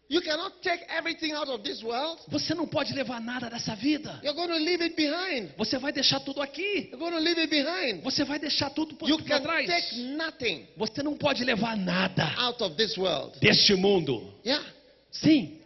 Speaker 2: You cannot take everything out of this world.
Speaker 1: Você não pode levar nada dessa vida.
Speaker 2: You're going to leave it behind.
Speaker 1: Você vai deixar tudo aqui.
Speaker 2: You're going to leave it behind.
Speaker 1: Você vai deixar tudo por
Speaker 2: You
Speaker 1: pra
Speaker 2: can
Speaker 1: trás.
Speaker 2: take nothing
Speaker 1: Você não pode levar nada
Speaker 2: out of this world.
Speaker 1: deste mundo.
Speaker 2: Yeah.
Speaker 1: Sim.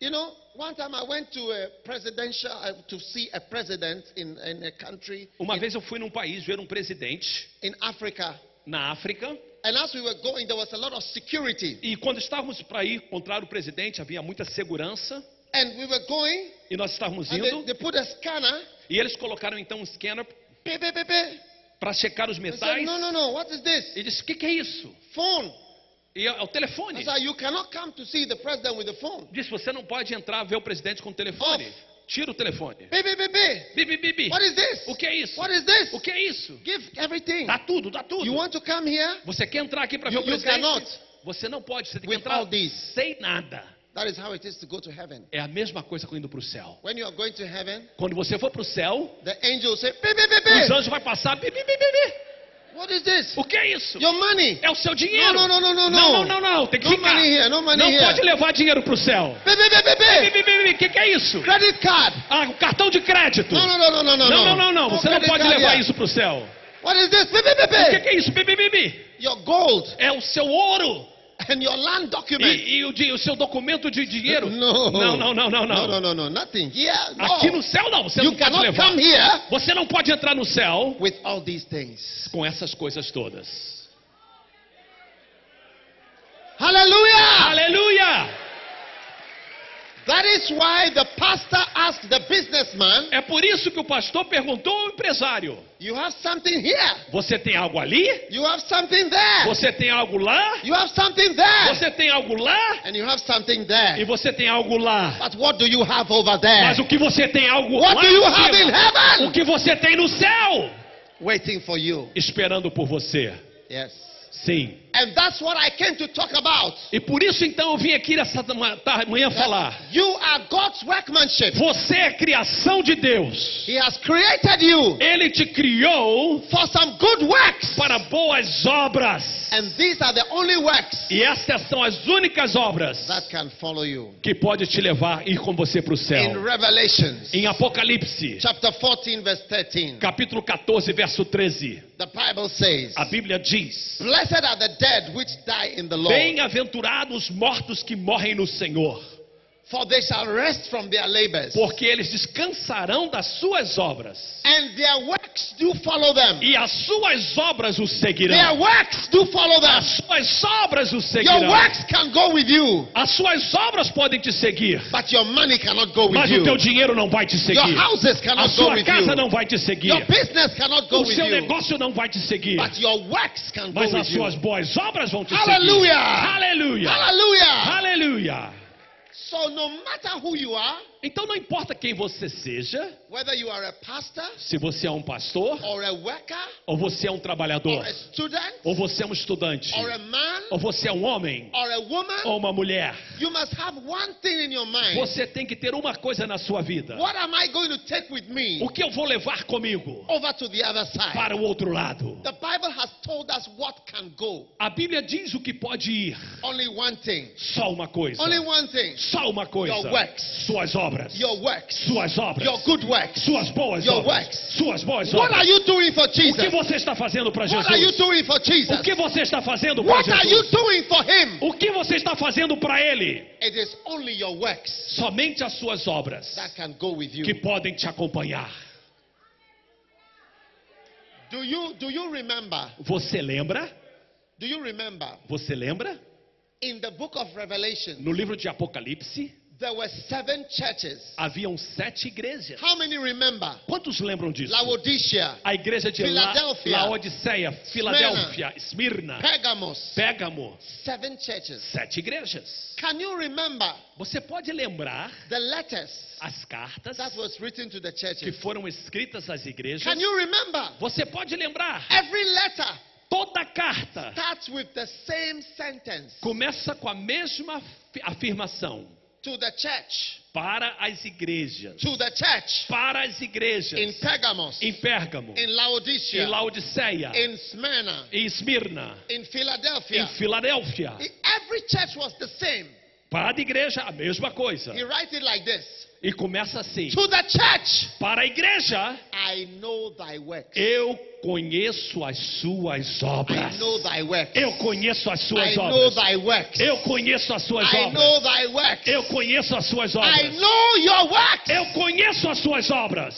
Speaker 2: You know, one time I went to a presidential uh, to see a president in, in a country
Speaker 1: Uma vez eu fui num país ver um presidente
Speaker 2: in Africa.
Speaker 1: na África.
Speaker 2: And as we were going, there was a lot of security.
Speaker 1: E quando estávamos para ir encontrar o presidente, havia muita segurança.
Speaker 2: And we were going,
Speaker 1: E nós estávamos
Speaker 2: and
Speaker 1: indo.
Speaker 2: they, they put a scanner.
Speaker 1: E eles colocaram então um scanner
Speaker 2: Beep, beep, beep, beep.
Speaker 1: para checar os
Speaker 2: They said,
Speaker 1: metais.
Speaker 2: no, no, no, what is this?
Speaker 1: E disse: O que, que é isso?
Speaker 2: Phone.
Speaker 1: E é é o
Speaker 2: I
Speaker 1: telefone.
Speaker 2: said, you cannot come to see the president with the phone.
Speaker 1: Disse: Você não pode entrar ver o presidente com o telefone.
Speaker 2: Off.
Speaker 1: Tira o telefone.
Speaker 2: Beep, beep, beep, beep.
Speaker 1: Bibi, bibi.
Speaker 2: What is this?
Speaker 1: O que é isso?
Speaker 2: What is this?
Speaker 1: O que é isso?
Speaker 2: Give everything.
Speaker 1: Dá tudo, dá
Speaker 2: You
Speaker 1: tudo.
Speaker 2: want to come here?
Speaker 1: Você quer entrar aqui para ver
Speaker 2: You-
Speaker 1: o
Speaker 2: you
Speaker 1: presidente?
Speaker 2: cannot.
Speaker 1: Você não pode, você tem que
Speaker 2: With
Speaker 1: entrar
Speaker 2: all this.
Speaker 1: sem nada.
Speaker 2: That is how it is to go to heaven.
Speaker 1: É a mesma coisa com indo para o céu.
Speaker 2: When you are going to heaven,
Speaker 1: Quando você for para o céu,
Speaker 2: the angels say, beep, beep, beep,
Speaker 1: os
Speaker 2: beep.
Speaker 1: anjos vão passar. Bibi, bibi, bibi.
Speaker 2: What is this?
Speaker 1: O que é isso?
Speaker 2: Your money.
Speaker 1: É o seu dinheiro.
Speaker 2: No, no, no, no, no,
Speaker 1: não, não,
Speaker 2: no.
Speaker 1: não, não. Tem que
Speaker 2: No
Speaker 1: ficar.
Speaker 2: money here, no money
Speaker 1: não
Speaker 2: here.
Speaker 1: pode levar dinheiro para o céu.
Speaker 2: Beep, beep, beep, beep, beep.
Speaker 1: Bibi, bibi, o que, que é isso?
Speaker 2: Credit card.
Speaker 1: Ah, o cartão de crédito.
Speaker 2: No, no, no, no, no, no.
Speaker 1: não, não, não, não. Você não
Speaker 2: credit
Speaker 1: pode
Speaker 2: card
Speaker 1: levar
Speaker 2: here.
Speaker 1: isso para o céu.
Speaker 2: What is this? Beep, beep, beep,
Speaker 1: O que,
Speaker 2: beep.
Speaker 1: que é isso? Bibi, bibi.
Speaker 2: Your gold *laughs*
Speaker 1: É o seu ouro.
Speaker 2: and your land document.
Speaker 1: E, e o, di- o seu documento de dinheiro?
Speaker 2: No.
Speaker 1: Não, não, não, não, não.
Speaker 2: No, no, no, no. Nothing. Yeah, no.
Speaker 1: Aqui no céu não, você
Speaker 2: you
Speaker 1: não pode
Speaker 2: cannot
Speaker 1: levar.
Speaker 2: come here
Speaker 1: Você não pode entrar no céu
Speaker 2: with all these things.
Speaker 1: com essas coisas todas.
Speaker 2: Hallelujah.
Speaker 1: Aleluia!
Speaker 2: That is why the pastor asked the businessman,
Speaker 1: É por isso que o pastor perguntou ao empresário:
Speaker 2: You have something here.
Speaker 1: Você tem algo ali?
Speaker 2: You have something there.
Speaker 1: Você tem algo lá?
Speaker 2: You have something there.
Speaker 1: Você tem algo lá?
Speaker 2: And you have something
Speaker 1: E
Speaker 2: there.
Speaker 1: você tem algo lá?
Speaker 2: But what do you have over there?
Speaker 1: Mas o que você tem algo
Speaker 2: What
Speaker 1: lá?
Speaker 2: do you
Speaker 1: em
Speaker 2: have in
Speaker 1: cima? O
Speaker 2: heaven?
Speaker 1: que você tem no céu?
Speaker 2: Waiting for you.
Speaker 1: Esperando por você.
Speaker 2: Yes.
Speaker 1: Sim.
Speaker 2: And that's what I came to talk about.
Speaker 1: E por isso então eu vim aqui nessa ma- ta- manhã falar.
Speaker 2: You are God's workmanship.
Speaker 1: Você é criação de Deus.
Speaker 2: He has created you
Speaker 1: Ele te criou
Speaker 2: for some good works.
Speaker 1: para boas obras.
Speaker 2: And these are the only works
Speaker 1: E essas são as únicas obras
Speaker 2: that can follow you.
Speaker 1: que pode te levar ir com você para o
Speaker 2: In
Speaker 1: céu.
Speaker 2: Revelations
Speaker 1: Em Apocalipse,
Speaker 2: chapter 14, verse 13,
Speaker 1: capítulo 14, verso 13,
Speaker 2: the Bible says,
Speaker 1: a Bíblia diz:
Speaker 2: Blessed are the dead which die in the Lord,
Speaker 1: Bem-aventurados os mortos que morrem no Senhor,
Speaker 2: for they shall rest from their labors,
Speaker 1: porque eles descansarão das suas obras,
Speaker 2: and their works do follow them.
Speaker 1: e as suas obras os
Speaker 2: Their
Speaker 1: seguirão.
Speaker 2: works do follow them.
Speaker 1: As suas obras os
Speaker 2: Your
Speaker 1: seguirão.
Speaker 2: works can go with you,
Speaker 1: As suas obras podem te seguir,
Speaker 2: but your money cannot go with
Speaker 1: mas o
Speaker 2: you.
Speaker 1: teu dinheiro não vai te
Speaker 2: Your
Speaker 1: seguir.
Speaker 2: houses
Speaker 1: A
Speaker 2: cannot go
Speaker 1: sua
Speaker 2: with
Speaker 1: casa
Speaker 2: you.
Speaker 1: não vai te seguir.
Speaker 2: Your business cannot go
Speaker 1: O
Speaker 2: with
Speaker 1: seu
Speaker 2: you,
Speaker 1: negócio não vai te seguir.
Speaker 2: but your works can go
Speaker 1: Mas
Speaker 2: with
Speaker 1: as
Speaker 2: you.
Speaker 1: suas boas obras vão te seguir.
Speaker 2: Hallelujah!
Speaker 1: Aleluia!
Speaker 2: Hallelujah!
Speaker 1: Aleluia!
Speaker 2: So no matter who you are,
Speaker 1: Então não importa quem você seja,
Speaker 2: whether you are a pastor
Speaker 1: se você é um pastor,
Speaker 2: or a worker
Speaker 1: ou você é um
Speaker 2: or
Speaker 1: trabalhador,
Speaker 2: a student
Speaker 1: ou você é um estudante,
Speaker 2: or a man
Speaker 1: ou você é um homem,
Speaker 2: or a woman,
Speaker 1: ou uma mulher.
Speaker 2: you must have one thing in your mind.
Speaker 1: Você tem que ter uma coisa na sua vida.
Speaker 2: What am I going to take with me
Speaker 1: O que eu vou levar comigo
Speaker 2: over to the other side?
Speaker 1: para o outro lado?
Speaker 2: The Bible has told us what can go.
Speaker 1: A Bíblia diz o que pode ir.
Speaker 2: Only one thing.
Speaker 1: Só uma coisa.
Speaker 2: Only one thing.
Speaker 1: Só uma coisa.
Speaker 2: Your works.
Speaker 1: Suas obras.
Speaker 2: Your works.
Speaker 1: Suas obras.
Speaker 2: Your good works.
Speaker 1: Suas boas
Speaker 2: Your
Speaker 1: obras.
Speaker 2: works.
Speaker 1: Suas boas
Speaker 2: What
Speaker 1: obras.
Speaker 2: are you doing for
Speaker 1: O que
Speaker 2: Jesus?
Speaker 1: você está fazendo para
Speaker 2: What are you
Speaker 1: Jesus?
Speaker 2: doing for
Speaker 1: O
Speaker 2: Jesus?
Speaker 1: que você está fazendo para
Speaker 2: What are you
Speaker 1: Jesus?
Speaker 2: doing for Him?
Speaker 1: O que você está fazendo para Ele?
Speaker 2: It is only your works
Speaker 1: Somente as suas obras
Speaker 2: that can go with you.
Speaker 1: que podem te acompanhar.
Speaker 2: Do you do you remember?
Speaker 1: Você lembra?
Speaker 2: Do you remember?
Speaker 1: Você lembra?
Speaker 2: In the book of Revelation,
Speaker 1: No livro de Apocalipse,
Speaker 2: there were seven churches.
Speaker 1: haviam sete igrejas.
Speaker 2: How many remember?
Speaker 1: Quantos lembram disso?
Speaker 2: Laodicea,
Speaker 1: A igreja de La-
Speaker 2: Filadélfia.
Speaker 1: Laodiceia, Filadélfia, Esmirna,
Speaker 2: Pergamos.
Speaker 1: Pégamo.
Speaker 2: Seven churches.
Speaker 1: Sete igrejas.
Speaker 2: Can you remember
Speaker 1: Você pode lembrar
Speaker 2: the letters
Speaker 1: as cartas
Speaker 2: that was written to the
Speaker 1: que
Speaker 2: churches?
Speaker 1: foram escritas às igrejas?
Speaker 2: Can you remember?
Speaker 1: Você pode lembrar
Speaker 2: Every letter
Speaker 1: toda carta
Speaker 2: starts with the same sentence
Speaker 1: começa com a mesma afi- afirmação
Speaker 2: to the church,
Speaker 1: para as igrejas,
Speaker 2: to the church
Speaker 1: para as
Speaker 2: in
Speaker 1: igrejas
Speaker 2: Pergamos,
Speaker 1: em Pérgamo,
Speaker 2: in
Speaker 1: em
Speaker 2: Laodicea,
Speaker 1: Laodiceia,
Speaker 2: in Smyrna,
Speaker 1: em Esmirna,
Speaker 2: in
Speaker 1: em
Speaker 2: Philadelphia.
Speaker 1: Filadélfia.
Speaker 2: Every church was the same.
Speaker 1: Para a igreja a mesma coisa.
Speaker 2: He writes it like this
Speaker 1: E começa assim:
Speaker 2: To the church,
Speaker 1: Para a igreja
Speaker 2: I know thy works.
Speaker 1: eu conheço as suas
Speaker 2: I
Speaker 1: obras.
Speaker 2: know thy works.
Speaker 1: Eu conheço as
Speaker 2: I
Speaker 1: suas
Speaker 2: know
Speaker 1: obras.
Speaker 2: thy works.
Speaker 1: Eu conheço as suas
Speaker 2: I
Speaker 1: obras.
Speaker 2: know thy works.
Speaker 1: Eu conheço as suas
Speaker 2: I
Speaker 1: obras.
Speaker 2: know your works.
Speaker 1: Eu conheço as suas obras.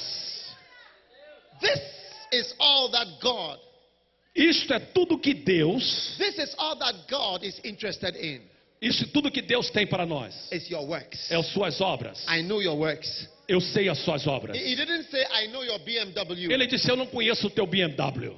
Speaker 2: This is all that God,
Speaker 1: Isto é tudo que Deus,
Speaker 2: this is all that God is interested in.
Speaker 1: isso é tudo que Deus tem para nós.
Speaker 2: It's your works.
Speaker 1: É as suas obras.
Speaker 2: I know your works.
Speaker 1: Eu sei as suas obras.
Speaker 2: He he didn't say, I know your BMW.
Speaker 1: Ele disse: Eu não conheço o teu BMW.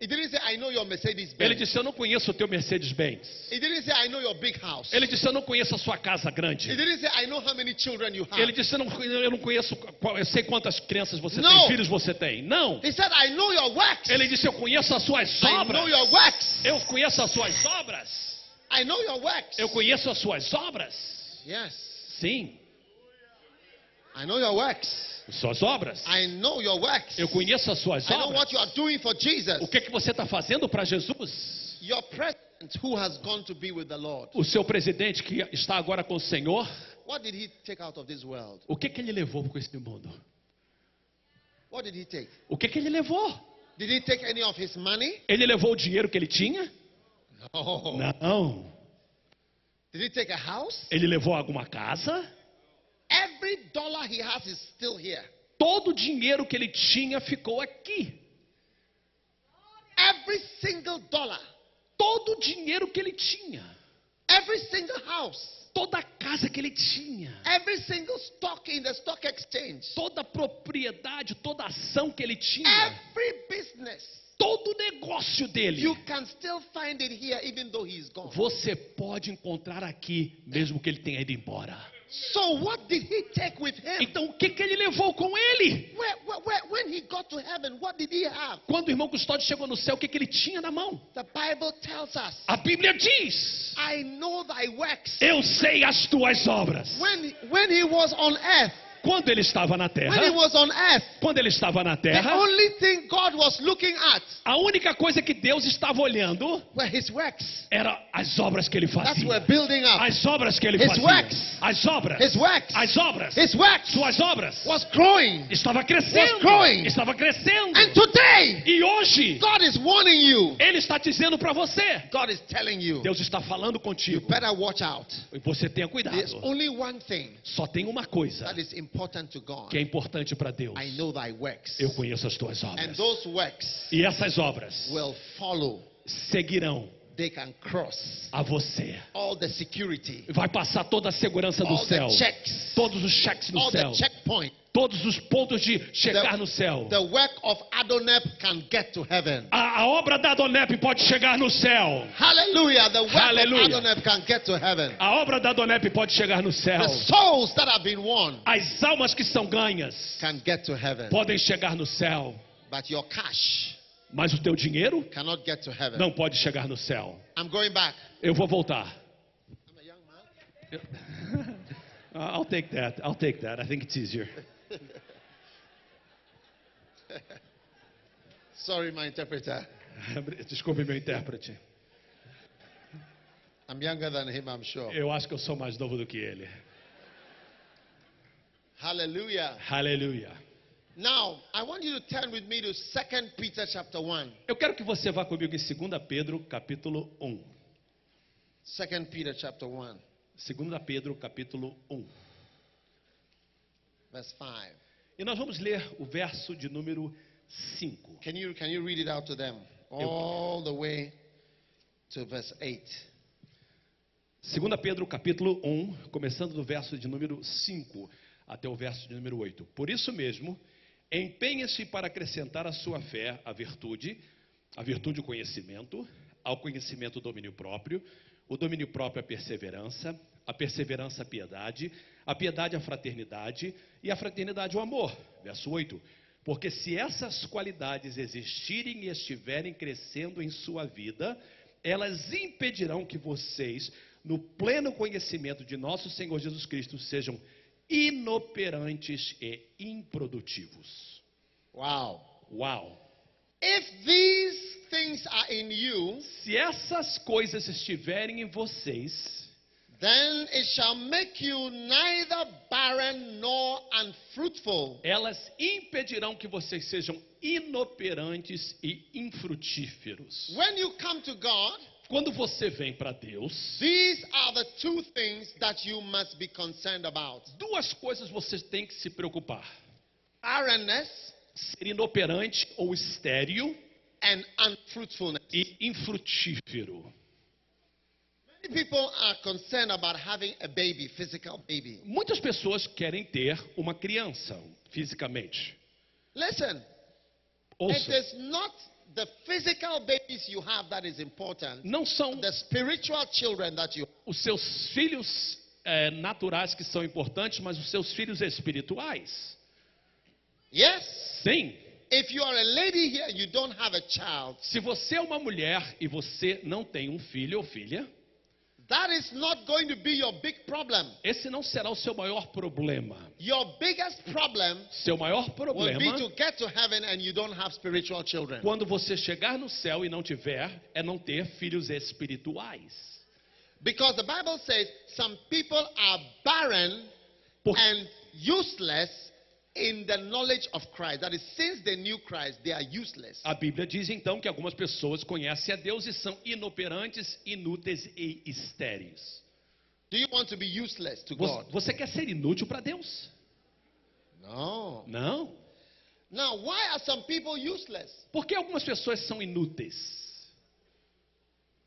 Speaker 2: He didn't say, I know your Mercedes
Speaker 1: Ele
Speaker 2: Benz.
Speaker 1: disse: Eu não conheço o teu Mercedes-Benz.
Speaker 2: He didn't say, I know your big house.
Speaker 1: Ele disse: Eu não conheço a sua casa
Speaker 2: He
Speaker 1: grande.
Speaker 2: didn't say, I know how many children you have.
Speaker 1: Ele disse: Eu não, eu não conheço, qual- eu sei quantas crianças você
Speaker 2: Não.
Speaker 1: tem, filhos você tem. Não.
Speaker 2: He said, I know your works.
Speaker 1: Ele disse: Eu conheço as suas
Speaker 2: I know
Speaker 1: obras.
Speaker 2: your works.
Speaker 1: Eu conheço as suas obras.
Speaker 2: I know your works.
Speaker 1: Eu conheço as suas obras.
Speaker 2: Yes.
Speaker 1: Sim,
Speaker 2: I know your works.
Speaker 1: as suas obras.
Speaker 2: I know your works.
Speaker 1: Eu conheço as suas
Speaker 2: I know
Speaker 1: obras.
Speaker 2: what you are doing for Jesus.
Speaker 1: O que, que você está fazendo para Jesus?
Speaker 2: Your president who has gone to be with the Lord.
Speaker 1: O seu presidente que está agora com o Senhor,
Speaker 2: What did he take out of this world?
Speaker 1: o que, que ele levou com esse mundo?
Speaker 2: What did he take?
Speaker 1: O que, que ele levou?
Speaker 2: Did he take any of his money?
Speaker 1: Ele levou o dinheiro que ele tinha?
Speaker 2: No.
Speaker 1: Não.
Speaker 2: Did he take a house?
Speaker 1: Ele levou alguma casa?
Speaker 2: Every dollar he has is still here.
Speaker 1: Todo o dinheiro que ele tinha ficou aqui.
Speaker 2: Every single dollar.
Speaker 1: Todo o dinheiro que ele tinha.
Speaker 2: Every single house.
Speaker 1: Toda a casa que ele tinha.
Speaker 2: Every single stock in the stock exchange.
Speaker 1: Toda a propriedade, toda a ação que ele tinha.
Speaker 2: Every business.
Speaker 1: Todo o negócio dele.
Speaker 2: You can still find it here even though he is gone.
Speaker 1: Você pode encontrar aqui, mesmo que ele tenha ido embora.
Speaker 2: So what did he take with him?
Speaker 1: Então o que, que ele levou com ele?
Speaker 2: Where, where, where, when he got to heaven, what did he have?
Speaker 1: Quando o irmão Custódio chegou no céu, o que, que ele tinha na mão?
Speaker 2: The Bible tells us,
Speaker 1: A Bíblia diz:
Speaker 2: I know thy works.
Speaker 1: Eu sei as tuas obras.
Speaker 2: When, when he was on earth,
Speaker 1: Quando ele estava na
Speaker 2: when he
Speaker 1: terra,
Speaker 2: was on earth,
Speaker 1: quando ele estava na
Speaker 2: the
Speaker 1: terra,
Speaker 2: only thing God was looking at
Speaker 1: a única coisa que Deus estava olhando
Speaker 2: were his works.
Speaker 1: era as obras que ele
Speaker 2: That's
Speaker 1: fazia.
Speaker 2: were building up.
Speaker 1: As obras que ele
Speaker 2: His
Speaker 1: fazia.
Speaker 2: works.
Speaker 1: As obras.
Speaker 2: His works.
Speaker 1: As obras.
Speaker 2: His works
Speaker 1: Suas obras.
Speaker 2: was growing.
Speaker 1: Estava crescendo.
Speaker 2: was growing.
Speaker 1: Estava crescendo.
Speaker 2: And today,
Speaker 1: E hoje,
Speaker 2: God is warning you.
Speaker 1: Ele está dizendo para você.
Speaker 2: God is telling you,
Speaker 1: Deus está falando
Speaker 2: you
Speaker 1: contigo.
Speaker 2: better watch out.
Speaker 1: E você tenha
Speaker 2: There's
Speaker 1: cuidado.
Speaker 2: only one thing
Speaker 1: Só tem uma coisa
Speaker 2: that is important to God.
Speaker 1: que é importante para Deus.
Speaker 2: I know thy works.
Speaker 1: Eu conheço as tuas
Speaker 2: And
Speaker 1: obras.
Speaker 2: those works
Speaker 1: E essas obras
Speaker 2: will follow.
Speaker 1: seguirão
Speaker 2: They can cross
Speaker 1: a você.
Speaker 2: all the security,
Speaker 1: Vai passar toda a segurança do
Speaker 2: all
Speaker 1: céu.
Speaker 2: the checks,
Speaker 1: Todos os cheques no
Speaker 2: all
Speaker 1: céu.
Speaker 2: the checkpoint.
Speaker 1: Todos os pontos de chegar no céu.
Speaker 2: The work of Adonep can get to heaven.
Speaker 1: A, a obra da Donep pode chegar no céu.
Speaker 2: Hallelujah. The work
Speaker 1: Hallelujah.
Speaker 2: of Adonep can get to heaven.
Speaker 1: A obra da Donep pode chegar no céu.
Speaker 2: The souls that have been won
Speaker 1: As almas que são ganhas
Speaker 2: can get to heaven.
Speaker 1: podem chegar no céu.
Speaker 2: But your cash
Speaker 1: Mas o teu dinheiro
Speaker 2: cannot get to heaven.
Speaker 1: não pode chegar no céu.
Speaker 2: I'm going back.
Speaker 1: Eu vou voltar.
Speaker 2: I'm a young man.
Speaker 1: *laughs* I'll take that. I'll take that. I think it's easier.
Speaker 2: Sorry, my interpreter.
Speaker 1: Desculpe meu intérprete.
Speaker 2: I'm younger than him, I'm sure.
Speaker 1: Eu acho que eu sou mais novo do que ele.
Speaker 2: Hallelujah.
Speaker 1: Aleluia.
Speaker 2: Now, I want you to turn with me to 2 Peter chapter 1.
Speaker 1: Eu quero que você vá comigo em 2 Pedro, capítulo 1.
Speaker 2: 2 Peter chapter 1,
Speaker 1: 2 Pedro, capítulo 1.
Speaker 2: verse 5.
Speaker 1: E nós vamos ler o verso de número 5.
Speaker 2: Can you, can you read it out to them? All the way to verse 8.
Speaker 1: 2 Pedro capítulo 1, começando do verso de número 5 até o verso de número 8. Por isso mesmo, empenha-se para acrescentar à sua fé a virtude, a virtude o conhecimento, ao conhecimento o domínio próprio, o domínio próprio a perseverança, a perseverança a piedade, a piedade a fraternidade e a fraternidade o amor. Verso 8. Porque se essas qualidades existirem e estiverem crescendo em sua vida, elas impedirão que vocês, no pleno conhecimento de nosso Senhor Jesus Cristo, sejam inoperantes e improdutivos.
Speaker 2: Wow.
Speaker 1: Uau!
Speaker 2: If these things are in you,
Speaker 1: Se essas coisas estiverem em vocês,
Speaker 2: then it shall make you neither barren nor unfruitful.
Speaker 1: elas impedirão que vocês sejam inoperantes e infrutíferos.
Speaker 2: When you come to God,
Speaker 1: Quando você vem para Deus,
Speaker 2: these are the two things that you must be concerned about
Speaker 1: duas coisas você tem que se preocupar:
Speaker 2: barrenness
Speaker 1: ser inoperante ou estéril
Speaker 2: and unfruitfulness.
Speaker 1: e infrutífero.
Speaker 2: Many people are concerned about having a baby, physical baby.
Speaker 1: Muitas pessoas querem ter uma criança fisicamente.
Speaker 2: Listen, it
Speaker 1: Ouça,
Speaker 2: is not the physical babies you have that is important,
Speaker 1: não são
Speaker 2: the spiritual children that you
Speaker 1: os seus filhos eh, naturais que são importantes, mas os seus filhos espirituais.
Speaker 2: Yes,
Speaker 1: Sim.
Speaker 2: if you are a lady here and you don't have a child,
Speaker 1: Se você é uma mulher e você não tem um filho ou filha,
Speaker 2: that is not going to be your big problem.
Speaker 1: esse não será o seu maior problema.
Speaker 2: Your biggest problem
Speaker 1: Seu maior
Speaker 2: will be
Speaker 1: problema
Speaker 2: to get to heaven and you don't have spiritual children.
Speaker 1: quando você chegar no céu e não tiver é não ter filhos espirituais.
Speaker 2: Because the Bible says some people are barren
Speaker 1: Por-
Speaker 2: and useless in the knowledge of Christ. That is, since they knew Christ, they are useless.
Speaker 1: A Bíblia diz então que algumas pessoas conhecem a Deus e são inoperantes, inúteis e estéreis.
Speaker 2: Do you want to be useless
Speaker 1: Você,
Speaker 2: to God?
Speaker 1: você quer ser inútil para Deus?
Speaker 2: No.
Speaker 1: Não.
Speaker 2: Now, why are some people useless?
Speaker 1: Por que algumas pessoas são inúteis?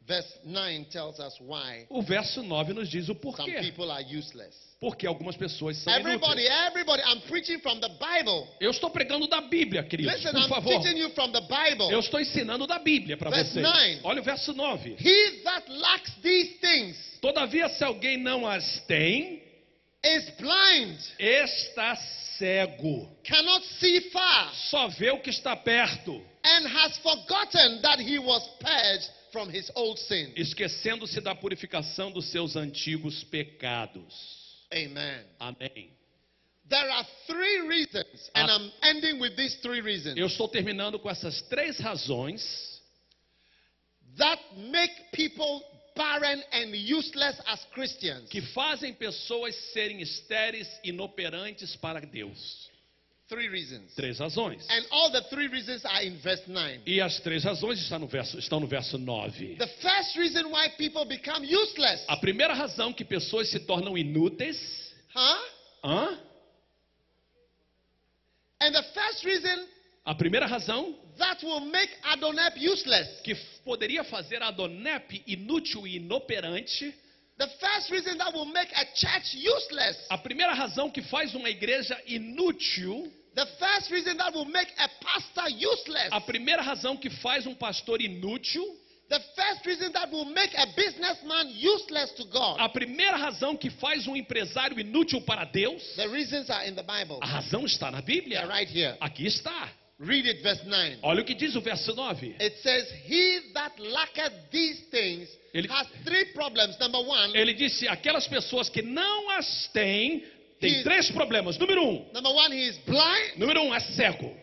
Speaker 2: Verse 9 tells us why
Speaker 1: O verso 9 nos diz o
Speaker 2: some
Speaker 1: porquê.
Speaker 2: people are useless.
Speaker 1: Porque algumas pessoas são
Speaker 2: Everybody,
Speaker 1: inúteis.
Speaker 2: everybody, I'm preaching from the Bible.
Speaker 1: Eu estou pregando da Bíblia, queridos,
Speaker 2: Listen,
Speaker 1: por
Speaker 2: I'm
Speaker 1: favor.
Speaker 2: teaching you from the
Speaker 1: Eu
Speaker 2: Bible.
Speaker 1: estou ensinando da Bíblia para
Speaker 2: Verse
Speaker 1: vocês.
Speaker 2: nine.
Speaker 1: Olha o verso 9.
Speaker 2: He that lacks these things
Speaker 1: Todavia, se alguém não as tem,
Speaker 2: is blind,
Speaker 1: está cego.
Speaker 2: cannot see far,
Speaker 1: Só vê o que está perto.
Speaker 2: and has forgotten that he was purged from his old sin.
Speaker 1: esquecendo-se da purificação dos seus antigos pecados.
Speaker 2: Amen.
Speaker 1: Amém.
Speaker 2: There are three reasons, and
Speaker 1: Ah.
Speaker 2: I'm ending with these three reasons
Speaker 1: Eu estou terminando com essas três razões
Speaker 2: that make people barren and useless as Christians.
Speaker 1: que fazem pessoas serem estéreis, inoperantes para Deus.
Speaker 2: Three reasons.
Speaker 1: Três razões.
Speaker 2: And all the three reasons are in verse 9.
Speaker 1: E as três razões estão no verso, estão no verso 9.
Speaker 2: The first reason why people become useless,
Speaker 1: A primeira razão que pessoas se tornam inúteis,
Speaker 2: huh?
Speaker 1: hã?
Speaker 2: And the first reason
Speaker 1: A primeira razão
Speaker 2: that will make Adonep useless.
Speaker 1: que f- poderia fazer Adonep inútil e inoperante,
Speaker 2: The first reason that will make a church useless.
Speaker 1: a primeira razão que faz uma igreja inútil
Speaker 2: The first reason that will make a pastor useless.
Speaker 1: A primeira razão que faz um pastor inútil,
Speaker 2: The first reason that will make a businessman useless to God.
Speaker 1: a primeira razão que faz um empresário inútil para Deus,
Speaker 2: The reasons are in the Bible.
Speaker 1: a razão está na
Speaker 2: They're
Speaker 1: Bíblia.
Speaker 2: right here.
Speaker 1: Aqui está.
Speaker 2: Read it, verse 9.
Speaker 1: Olha o que diz o verso 9.
Speaker 2: It says, He that lacketh these things
Speaker 1: Ele-
Speaker 2: has three problems. Number one,
Speaker 1: Ele disse: aquelas pessoas que não as têm, têm
Speaker 2: He-
Speaker 1: três problemas. Número um,
Speaker 2: number one, he is blind.
Speaker 1: número um é cego.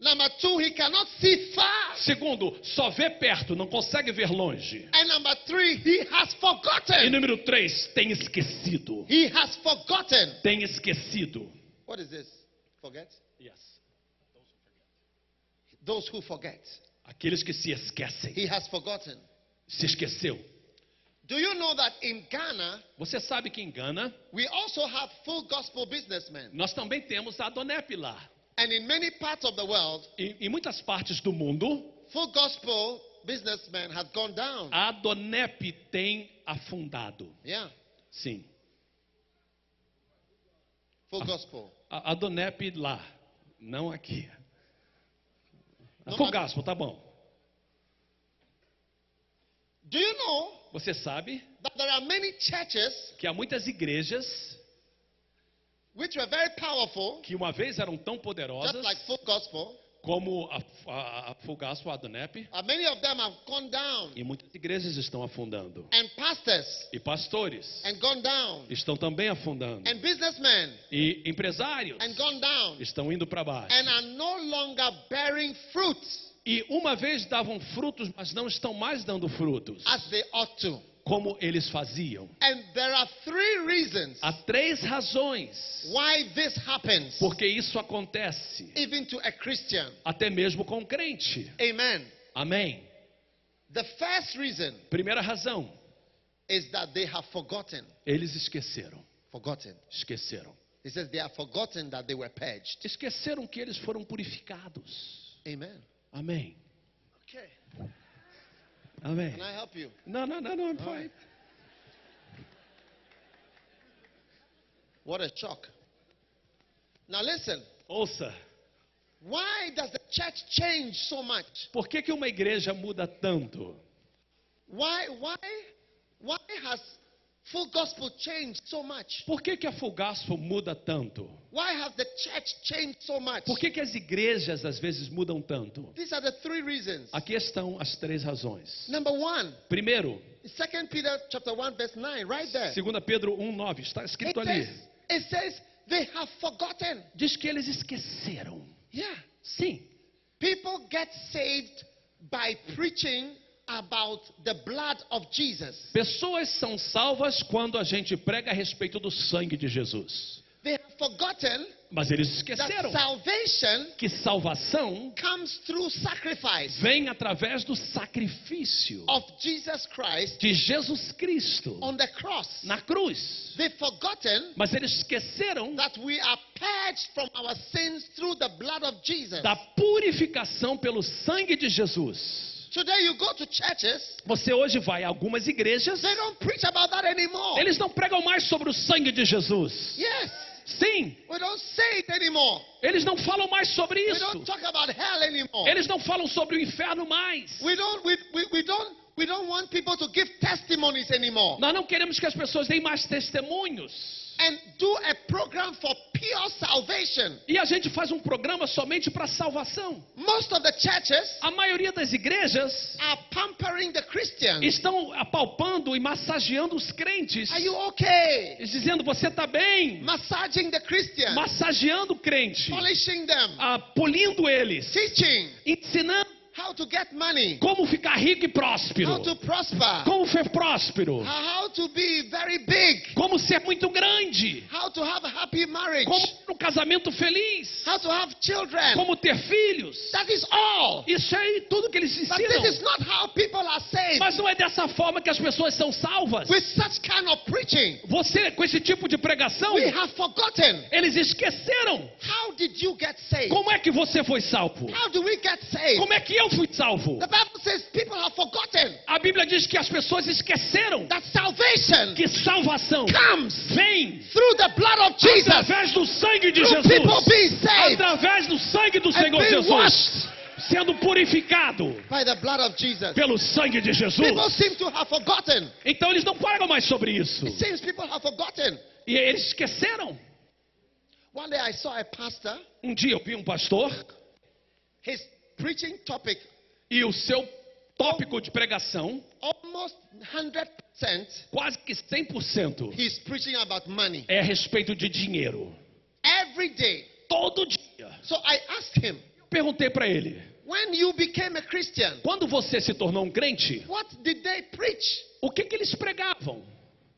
Speaker 2: Number two, he cannot see far.
Speaker 1: Segundo, só vê perto, não consegue ver longe.
Speaker 2: And number three, he has
Speaker 1: E
Speaker 2: forgotten.
Speaker 1: número três, tem esquecido.
Speaker 2: He has forgotten.
Speaker 1: Tem esquecido.
Speaker 2: What is this? Forget? Those who forget.
Speaker 1: Aqueles que se esquecem.
Speaker 2: He has forgotten.
Speaker 1: Se esqueceu.
Speaker 2: Do you know that in Ghana,
Speaker 1: Você sabe que engana?
Speaker 2: we also have full gospel businessmen?
Speaker 1: Nós também temos a Donep lá.
Speaker 2: And in many parts of the world,
Speaker 1: Em, em muitas partes do mundo,
Speaker 2: full gospel businessmen have gone down.
Speaker 1: a Donep tem afundado.
Speaker 2: Yeah,
Speaker 1: Sim.
Speaker 2: full gospel.
Speaker 1: A, a Donep lá, não aqui.
Speaker 2: Não,
Speaker 1: Com
Speaker 2: mas-
Speaker 1: gospel, tá bom.
Speaker 2: Do you know
Speaker 1: Você sabe
Speaker 2: that there are many churches
Speaker 1: que há muitas igrejas
Speaker 2: which were very powerful,
Speaker 1: que uma vez eram tão
Speaker 2: just
Speaker 1: poderosas
Speaker 2: like full gospel,
Speaker 1: como a, a, a Full Gospel, a Donep,
Speaker 2: and many of them have gone down,
Speaker 1: e muitas igrejas estão afundando.
Speaker 2: and pastors
Speaker 1: E pastores
Speaker 2: and gone down,
Speaker 1: estão também afundando.
Speaker 2: and businessmen
Speaker 1: E empresários
Speaker 2: and gone down,
Speaker 1: estão indo para baixo.
Speaker 2: and are no longer bearing fruit
Speaker 1: E uma vez davam frutos, mas não estão mais dando frutos
Speaker 2: as they ought to.
Speaker 1: como eles faziam.
Speaker 2: And there are three reasons
Speaker 1: Há três razões
Speaker 2: why this happens,
Speaker 1: porque isso acontece,
Speaker 2: even to a Christian.
Speaker 1: até mesmo com o crente.
Speaker 2: Amen.
Speaker 1: Amém.
Speaker 2: The first reason
Speaker 1: Primeira razão,
Speaker 2: is that they have forgotten.
Speaker 1: eles esqueceram.
Speaker 2: Forgotten.
Speaker 1: Esqueceram.
Speaker 2: He says they have forgotten that they were purged.
Speaker 1: Esqueceram que eles foram purificados.
Speaker 2: Amen.
Speaker 1: Amém.
Speaker 2: Okay.
Speaker 1: Amém.
Speaker 2: Can I help you?
Speaker 1: Não, não, não, não. Foi.
Speaker 2: What a shock. Now listen.
Speaker 1: Ouça,
Speaker 2: Why does the church change so much?
Speaker 1: por que, que uma igreja muda tanto?
Speaker 2: Why why why has full gospel changed so much?
Speaker 1: Por que, que a Fulgasfo muda tanto?
Speaker 2: Why has the church changed so much?
Speaker 1: Por que, que as igrejas às vezes mudam tanto?
Speaker 2: These are the three reasons.
Speaker 1: Aqui estão as três razões.
Speaker 2: Number one,
Speaker 1: Primeiro,
Speaker 2: Second Peter chapter one verse nine, right there.
Speaker 1: 2 Pedro 1,9, está
Speaker 2: It
Speaker 1: escrito ali.
Speaker 2: says, it says they have forgotten.
Speaker 1: Diz que eles esqueceram.
Speaker 2: Yeah.
Speaker 1: Sim,
Speaker 2: People get saved by preaching about the blood of Jesus.
Speaker 1: pessoas são salvas quando a gente prega a respeito do sangue de Jesus.
Speaker 2: They have forgotten
Speaker 1: Mas eles
Speaker 2: that
Speaker 1: esqueceram
Speaker 2: salvation
Speaker 1: que salvação
Speaker 2: comes through sacrifice
Speaker 1: vem através do sacrifício
Speaker 2: of Jesus Christ
Speaker 1: de Jesus Cristo
Speaker 2: on the cross.
Speaker 1: na cruz.
Speaker 2: They've forgotten
Speaker 1: Mas eles esqueceram
Speaker 2: that we are purged from our sins through the blood of Jesus.
Speaker 1: da purificação pelo sangue de Jesus.
Speaker 2: Today you go to churches,
Speaker 1: Você hoje vai a algumas igrejas,
Speaker 2: they don't preach about that anymore.
Speaker 1: eles não pregam mais sobre o sangue de Jesus.
Speaker 2: Yes,
Speaker 1: Sim,
Speaker 2: we don't say it anymore.
Speaker 1: eles não falam mais sobre
Speaker 2: We don't
Speaker 1: isso.
Speaker 2: talk about hell anymore.
Speaker 1: Eles não falam sobre o inferno mais.
Speaker 2: We don't we, we, we don't we don't want people to give testimonies anymore
Speaker 1: Nós não queremos que as pessoas deem mais testemunhos.
Speaker 2: and do a program for pure salvation.
Speaker 1: E a gente faz um programa somente para salvação.
Speaker 2: Most of the churches
Speaker 1: A maioria das igrejas
Speaker 2: are pampering the Christians.
Speaker 1: estão apalpando e massageando os crentes,
Speaker 2: Are you okay?
Speaker 1: dizendo: você está bem?
Speaker 2: Massaging the Christians,
Speaker 1: Massageando o crente,
Speaker 2: polishing them,
Speaker 1: ah, polindo eles.
Speaker 2: teaching
Speaker 1: ensinando
Speaker 2: how to get money,
Speaker 1: como ficar rico e próspero,
Speaker 2: how to prosper,
Speaker 1: como ser próspero,
Speaker 2: how to be very big,
Speaker 1: como ser muito grande,
Speaker 2: how to have a happy marriage,
Speaker 1: como ter um casamento feliz,
Speaker 2: how to have children.
Speaker 1: como ter filhos.
Speaker 2: That is all.
Speaker 1: Isso é tudo que eles
Speaker 2: But this is
Speaker 1: ensinam.
Speaker 2: not how people are saved.
Speaker 1: Mas não é dessa forma que as pessoas são salvas.
Speaker 2: With such kind of preaching,
Speaker 1: Você, com esse tipo de pregação,
Speaker 2: we have forgotten.
Speaker 1: eles esqueceram
Speaker 2: How did you get saved?
Speaker 1: como é que você foi salvo.
Speaker 2: How do we get saved?
Speaker 1: Como é que eu fui salvo?
Speaker 2: The Bible says people have forgotten
Speaker 1: A Bíblia diz que as pessoas esqueceram
Speaker 2: that salvation
Speaker 1: que salvação
Speaker 2: comes
Speaker 1: vem
Speaker 2: through the blood of Jesus,
Speaker 1: através do sangue de
Speaker 2: through people
Speaker 1: Jesus.
Speaker 2: being saved
Speaker 1: através do sangue do
Speaker 2: and
Speaker 1: Senhor
Speaker 2: being
Speaker 1: Jesus,
Speaker 2: washed
Speaker 1: sendo purificado
Speaker 2: by the blood of Jesus.
Speaker 1: pelo sangue de
Speaker 2: People
Speaker 1: Jesus.
Speaker 2: seem to have forgotten.
Speaker 1: Então eles não pregam mais sobre isso.
Speaker 2: It seems people have forgotten.
Speaker 1: E eles esqueceram.
Speaker 2: One day I saw a pastor,
Speaker 1: Um dia eu vi um pastor
Speaker 2: his preaching topic
Speaker 1: e o seu tópico de pregação,
Speaker 2: almost 100%
Speaker 1: quase que 100%,
Speaker 2: he's preaching about money
Speaker 1: é a respeito de dinheiro.
Speaker 2: every day.
Speaker 1: Todo dia.
Speaker 2: So I asked him,
Speaker 1: Perguntei para ele:
Speaker 2: When you became a Christian,
Speaker 1: quando você se tornou um crente,
Speaker 2: what did they preach
Speaker 1: o que, que eles pregavam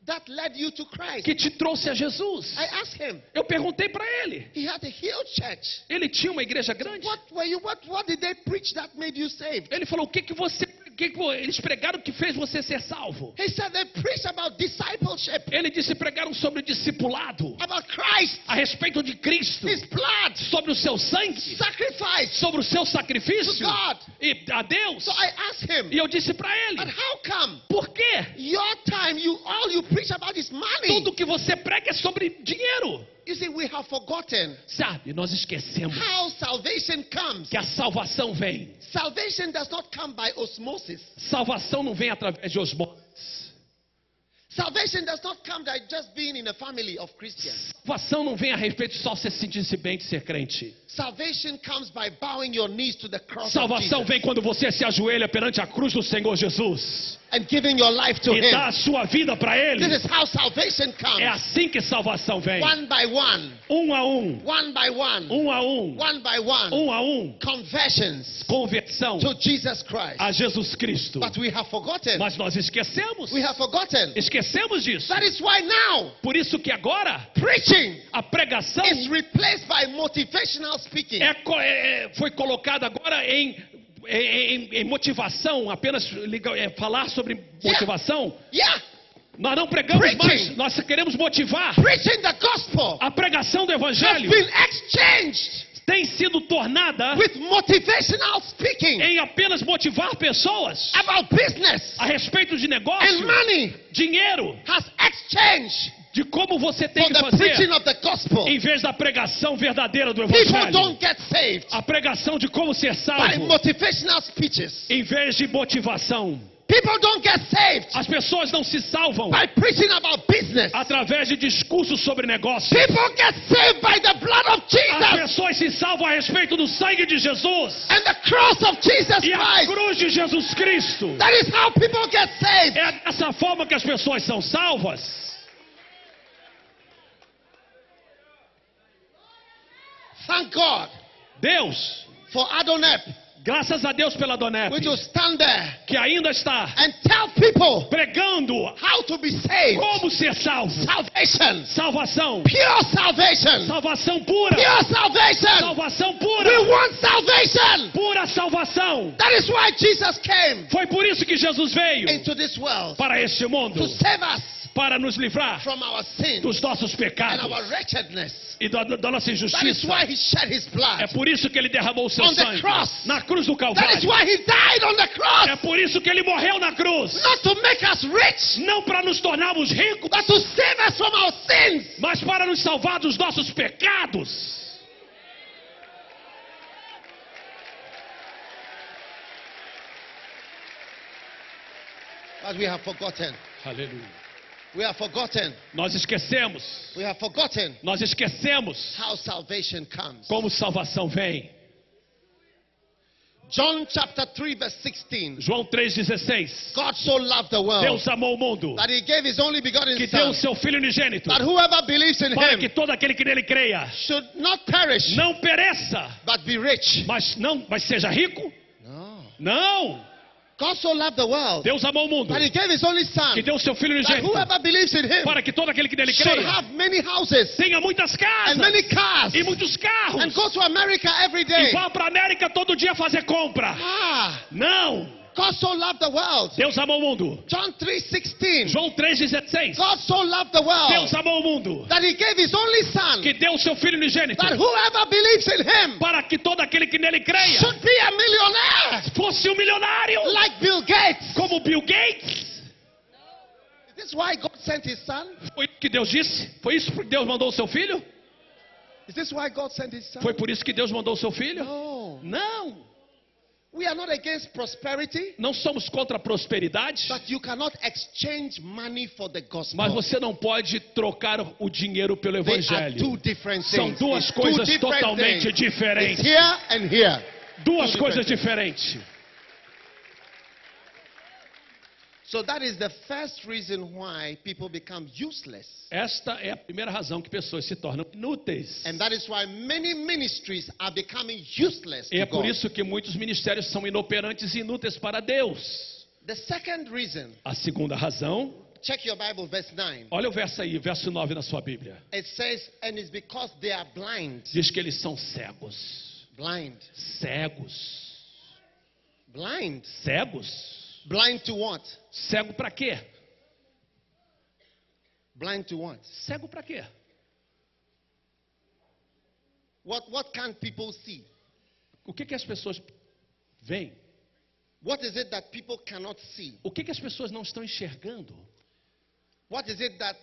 Speaker 2: that led you to Christ?
Speaker 1: que te trouxe a Jesus?
Speaker 2: I asked him.
Speaker 1: Eu perguntei para ele.
Speaker 2: He had a huge church.
Speaker 1: Ele tinha uma igreja grande?
Speaker 2: What were you? What, what did they preach that made you saved?
Speaker 1: Ele falou: o que, que você pregou? que que eles pregaram que fez você ser salvo?
Speaker 2: He said they preach about discipleship,
Speaker 1: Ele disse pregaram sobre o discipulado,
Speaker 2: about Christ,
Speaker 1: a respeito de Cristo,
Speaker 2: His blood,
Speaker 1: sobre o seu sangue,
Speaker 2: sacrifice.
Speaker 1: sobre o seu sacrifício
Speaker 2: God.
Speaker 1: e a Deus.
Speaker 2: So I asked him,
Speaker 1: E eu disse para
Speaker 2: but
Speaker 1: ele,
Speaker 2: how come
Speaker 1: por quê?
Speaker 2: your time, you all you preach about is money?
Speaker 1: Tudo que você prega é sobre dinheiro.
Speaker 2: You see, we have forgotten
Speaker 1: Sabe, nós esquecemos
Speaker 2: how salvation comes.
Speaker 1: que a salvação vem.
Speaker 2: Salvation does not come by osmosis.
Speaker 1: Salvação não vem através de osmose.
Speaker 2: Salvation does not come by just being in a family of Christians.
Speaker 1: Salvação não vem a respeito de só você se sentir-se bem de ser crente.
Speaker 2: Salvation comes by bowing your knees to the cross of
Speaker 1: Salvação
Speaker 2: Jesus
Speaker 1: vem quando você se ajoelha perante a cruz do Senhor Jesus
Speaker 2: and giving your life to
Speaker 1: e dá
Speaker 2: Him.
Speaker 1: a sua vida para Ele.
Speaker 2: This is how salvation
Speaker 1: É
Speaker 2: comes.
Speaker 1: assim que salvação vem.
Speaker 2: One by one,
Speaker 1: Um a um,
Speaker 2: one by one,
Speaker 1: um a um,
Speaker 2: one by one.
Speaker 1: um a um.
Speaker 2: Conversions
Speaker 1: Conversão
Speaker 2: to Jesus Christ.
Speaker 1: a Jesus Cristo.
Speaker 2: But we have forgotten.
Speaker 1: Mas nós esquecemos.
Speaker 2: We have forgotten.
Speaker 1: Esquecemos disso.
Speaker 2: That is why now
Speaker 1: Por isso que agora
Speaker 2: preaching
Speaker 1: a pregação
Speaker 2: is replaced by motivational speaking.
Speaker 1: é co- é- é- foi colocada agora em, é, em- em- em motivação, apenas liga- é, falar sobre motivação.
Speaker 2: Yeah,
Speaker 1: Nós não pregamos
Speaker 2: Preaching.
Speaker 1: mais, nós queremos motivar.
Speaker 2: preaching the gospel
Speaker 1: A pregação do
Speaker 2: has
Speaker 1: evangelho
Speaker 2: been exchanged
Speaker 1: tem sido tornada
Speaker 2: with motivational speaking
Speaker 1: em apenas motivar pessoas
Speaker 2: about business
Speaker 1: a respeito de
Speaker 2: and
Speaker 1: negócio,
Speaker 2: money
Speaker 1: dinheiro,
Speaker 2: has exchanged
Speaker 1: de como você tem que
Speaker 2: for the preaching
Speaker 1: fazer
Speaker 2: of the gospel.
Speaker 1: em vez da pregação verdadeira do
Speaker 2: People
Speaker 1: evangelho.
Speaker 2: don't get saved
Speaker 1: A pregação de como ser
Speaker 2: by
Speaker 1: salvo
Speaker 2: motivational speeches.
Speaker 1: em vez de motivação.
Speaker 2: People don't get saved
Speaker 1: As pessoas não se salvam
Speaker 2: by preaching about business.
Speaker 1: através de discursos sobre negócio.
Speaker 2: People get saved by the blood of
Speaker 1: As
Speaker 2: Jesus
Speaker 1: pessoas se salvam a respeito do sangue de Jesus
Speaker 2: and the cross of Jesus
Speaker 1: e a
Speaker 2: Christ.
Speaker 1: cruz de Jesus Cristo.
Speaker 2: That is how people get saved.
Speaker 1: É dessa forma que as pessoas são salvas.
Speaker 2: Thank God
Speaker 1: Deus,
Speaker 2: for Adonep,
Speaker 1: graças a Deus pela Donep,
Speaker 2: which will stand there
Speaker 1: que ainda está
Speaker 2: and tell people
Speaker 1: pregando
Speaker 2: how to be saved.
Speaker 1: como ser salvo.
Speaker 2: Salvation,
Speaker 1: Salvação,
Speaker 2: pure salvation,
Speaker 1: salvação pura,
Speaker 2: pure salvation.
Speaker 1: salvação
Speaker 2: We
Speaker 1: pura,
Speaker 2: want salvation.
Speaker 1: pura salvação.
Speaker 2: That is why Jesus came
Speaker 1: Foi por isso que Jesus veio
Speaker 2: into this world
Speaker 1: para este mundo,
Speaker 2: to save us
Speaker 1: para nos livrar
Speaker 2: from our sins
Speaker 1: dos nossos
Speaker 2: and
Speaker 1: pecados
Speaker 2: our wretchedness.
Speaker 1: e da, da nossa
Speaker 2: That is
Speaker 1: injustiça.
Speaker 2: why he shed his blood.
Speaker 1: É por isso que ele derramou o seu
Speaker 2: On the
Speaker 1: sangue
Speaker 2: cross.
Speaker 1: na cruz do
Speaker 2: That is
Speaker 1: Calvário.
Speaker 2: why he died on the
Speaker 1: É
Speaker 2: cross.
Speaker 1: por isso que ele morreu na cruz.
Speaker 2: Not to make us rich,
Speaker 1: Não para nos tornarmos ricos,
Speaker 2: but to save us from our sins.
Speaker 1: mas para nos salvar dos nossos pecados.
Speaker 2: But we have forgotten.
Speaker 1: Aleluia.
Speaker 2: We have forgotten.
Speaker 1: Nós esquecemos,
Speaker 2: We have forgotten
Speaker 1: nós esquecemos
Speaker 2: how salvation comes.
Speaker 1: como salvação vem.
Speaker 2: John chapter 3, verse 16.
Speaker 1: João 3,16.
Speaker 2: God so loved the world
Speaker 1: Deus amou o mundo,
Speaker 2: that he gave his only begotten
Speaker 1: que deu
Speaker 2: Son,
Speaker 1: o seu Filho unigênito,
Speaker 2: that whoever believes in
Speaker 1: para que
Speaker 2: him
Speaker 1: todo aquele que nele creia
Speaker 2: should not perish,
Speaker 1: não pereça,
Speaker 2: but be rich.
Speaker 1: mas não, mas seja rico.
Speaker 2: No.
Speaker 1: Não!
Speaker 2: God so loved the world
Speaker 1: Deus amou o mundo,
Speaker 2: that he gave his only Son,
Speaker 1: que deu o seu Filho
Speaker 2: that
Speaker 1: unigênito,
Speaker 2: whoever believes in him
Speaker 1: para que todo aquele que nele
Speaker 2: should
Speaker 1: creia
Speaker 2: have many houses
Speaker 1: tenha muitas
Speaker 2: and
Speaker 1: casas
Speaker 2: many cars
Speaker 1: e muitos carros
Speaker 2: and go to America every
Speaker 1: e
Speaker 2: day.
Speaker 1: vá para a América todo dia fazer compra.
Speaker 2: Ah,
Speaker 1: Não!
Speaker 2: God so loved the world.
Speaker 1: Deus amou o mundo.
Speaker 2: John 3:16.
Speaker 1: João 3,16.
Speaker 2: God so loved the world
Speaker 1: Deus amou o mundo,
Speaker 2: that he gave his only son
Speaker 1: que deu o seu Filho unigênito,
Speaker 2: that whoever believes in him
Speaker 1: para que todo aquele que nele creia
Speaker 2: should be a millionaire
Speaker 1: fosse um milionário,
Speaker 2: like Bill Gates.
Speaker 1: como Bill Gates.
Speaker 2: Is this why God sent his son?
Speaker 1: Foi o que Deus disse? Foi isso que Deus mandou o seu filho?
Speaker 2: Is this why God sent his son?
Speaker 1: Foi por isso que Deus mandou o seu filho?
Speaker 2: No.
Speaker 1: Não!
Speaker 2: We are not against prosperity,
Speaker 1: Não somos contra a prosperidade,
Speaker 2: but you cannot exchange money for the
Speaker 1: mas
Speaker 2: gospel.
Speaker 1: você não pode trocar o dinheiro pelo
Speaker 2: They are two
Speaker 1: evangelho.
Speaker 2: different things.
Speaker 1: São duas
Speaker 2: It's two
Speaker 1: coisas
Speaker 2: different
Speaker 1: totalmente
Speaker 2: things. It's
Speaker 1: diferentes.
Speaker 2: here and here.
Speaker 1: Duas
Speaker 2: two
Speaker 1: coisas
Speaker 2: different
Speaker 1: diferentes.
Speaker 2: So that is the first reason why people become useless.
Speaker 1: Esta é a primeira razão que pessoas se tornam inúteis.
Speaker 2: And that is why many ministries are becoming useless
Speaker 1: E
Speaker 2: to
Speaker 1: é por
Speaker 2: God.
Speaker 1: isso que muitos ministérios são inoperantes e inúteis para Deus.
Speaker 2: The second reason,
Speaker 1: A segunda razão,
Speaker 2: check your Bible, verse 9.
Speaker 1: olha o verso aí, verso 9 na sua Bíblia.
Speaker 2: It says, and it's because they are blind.
Speaker 1: Diz que eles são cegos.
Speaker 2: Blind.
Speaker 1: Cegos.
Speaker 2: Blind.
Speaker 1: Cegos.
Speaker 2: Blind to what?
Speaker 1: Cego para quê?
Speaker 2: Blind to what?
Speaker 1: Cego para quê?
Speaker 2: What, what can people see?
Speaker 1: O que, que as pessoas veem?
Speaker 2: What is it that people cannot see?
Speaker 1: O que, que as pessoas não estão enxergando?
Speaker 2: What is it that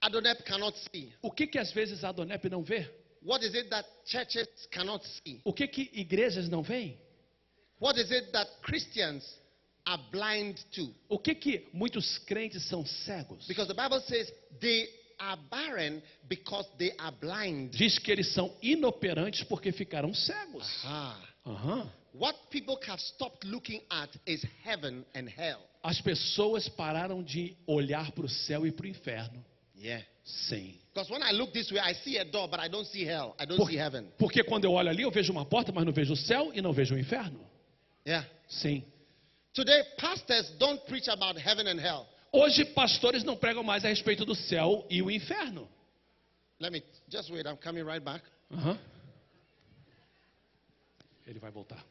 Speaker 2: Adonep cannot see?
Speaker 1: O que, que às vezes a Donep não vê?
Speaker 2: What is it that churches cannot see?
Speaker 1: O que, que igrejas não veem?
Speaker 2: What is it that Christians are blind to?
Speaker 1: O que, que muitos crentes são cegos?
Speaker 2: Because the Bible says they are barren because they are blind.
Speaker 1: Diz que eles são inoperantes porque ficaram cegos.
Speaker 2: Ah.
Speaker 1: Aham.
Speaker 2: What people have stopped looking at is heaven and hell.
Speaker 1: As pessoas pararam de olhar para o céu e para o inferno.
Speaker 2: Yeah.
Speaker 1: Sim.
Speaker 2: Because when I look this way, I see a door, but I don't see hell. I don't
Speaker 1: Por-
Speaker 2: see heaven.
Speaker 1: porque quando eu olho ali, eu vejo uma porta, mas não vejo o céu e não vejo o inferno.
Speaker 2: Yeah.
Speaker 1: Sim.
Speaker 2: Today, pastors don't preach about heaven and hell.
Speaker 1: Hoje, pastores não pregam mais a respeito do céu e o inferno.
Speaker 2: Let me just wait. I'm coming right back.
Speaker 1: Aham. Ele vai voltar.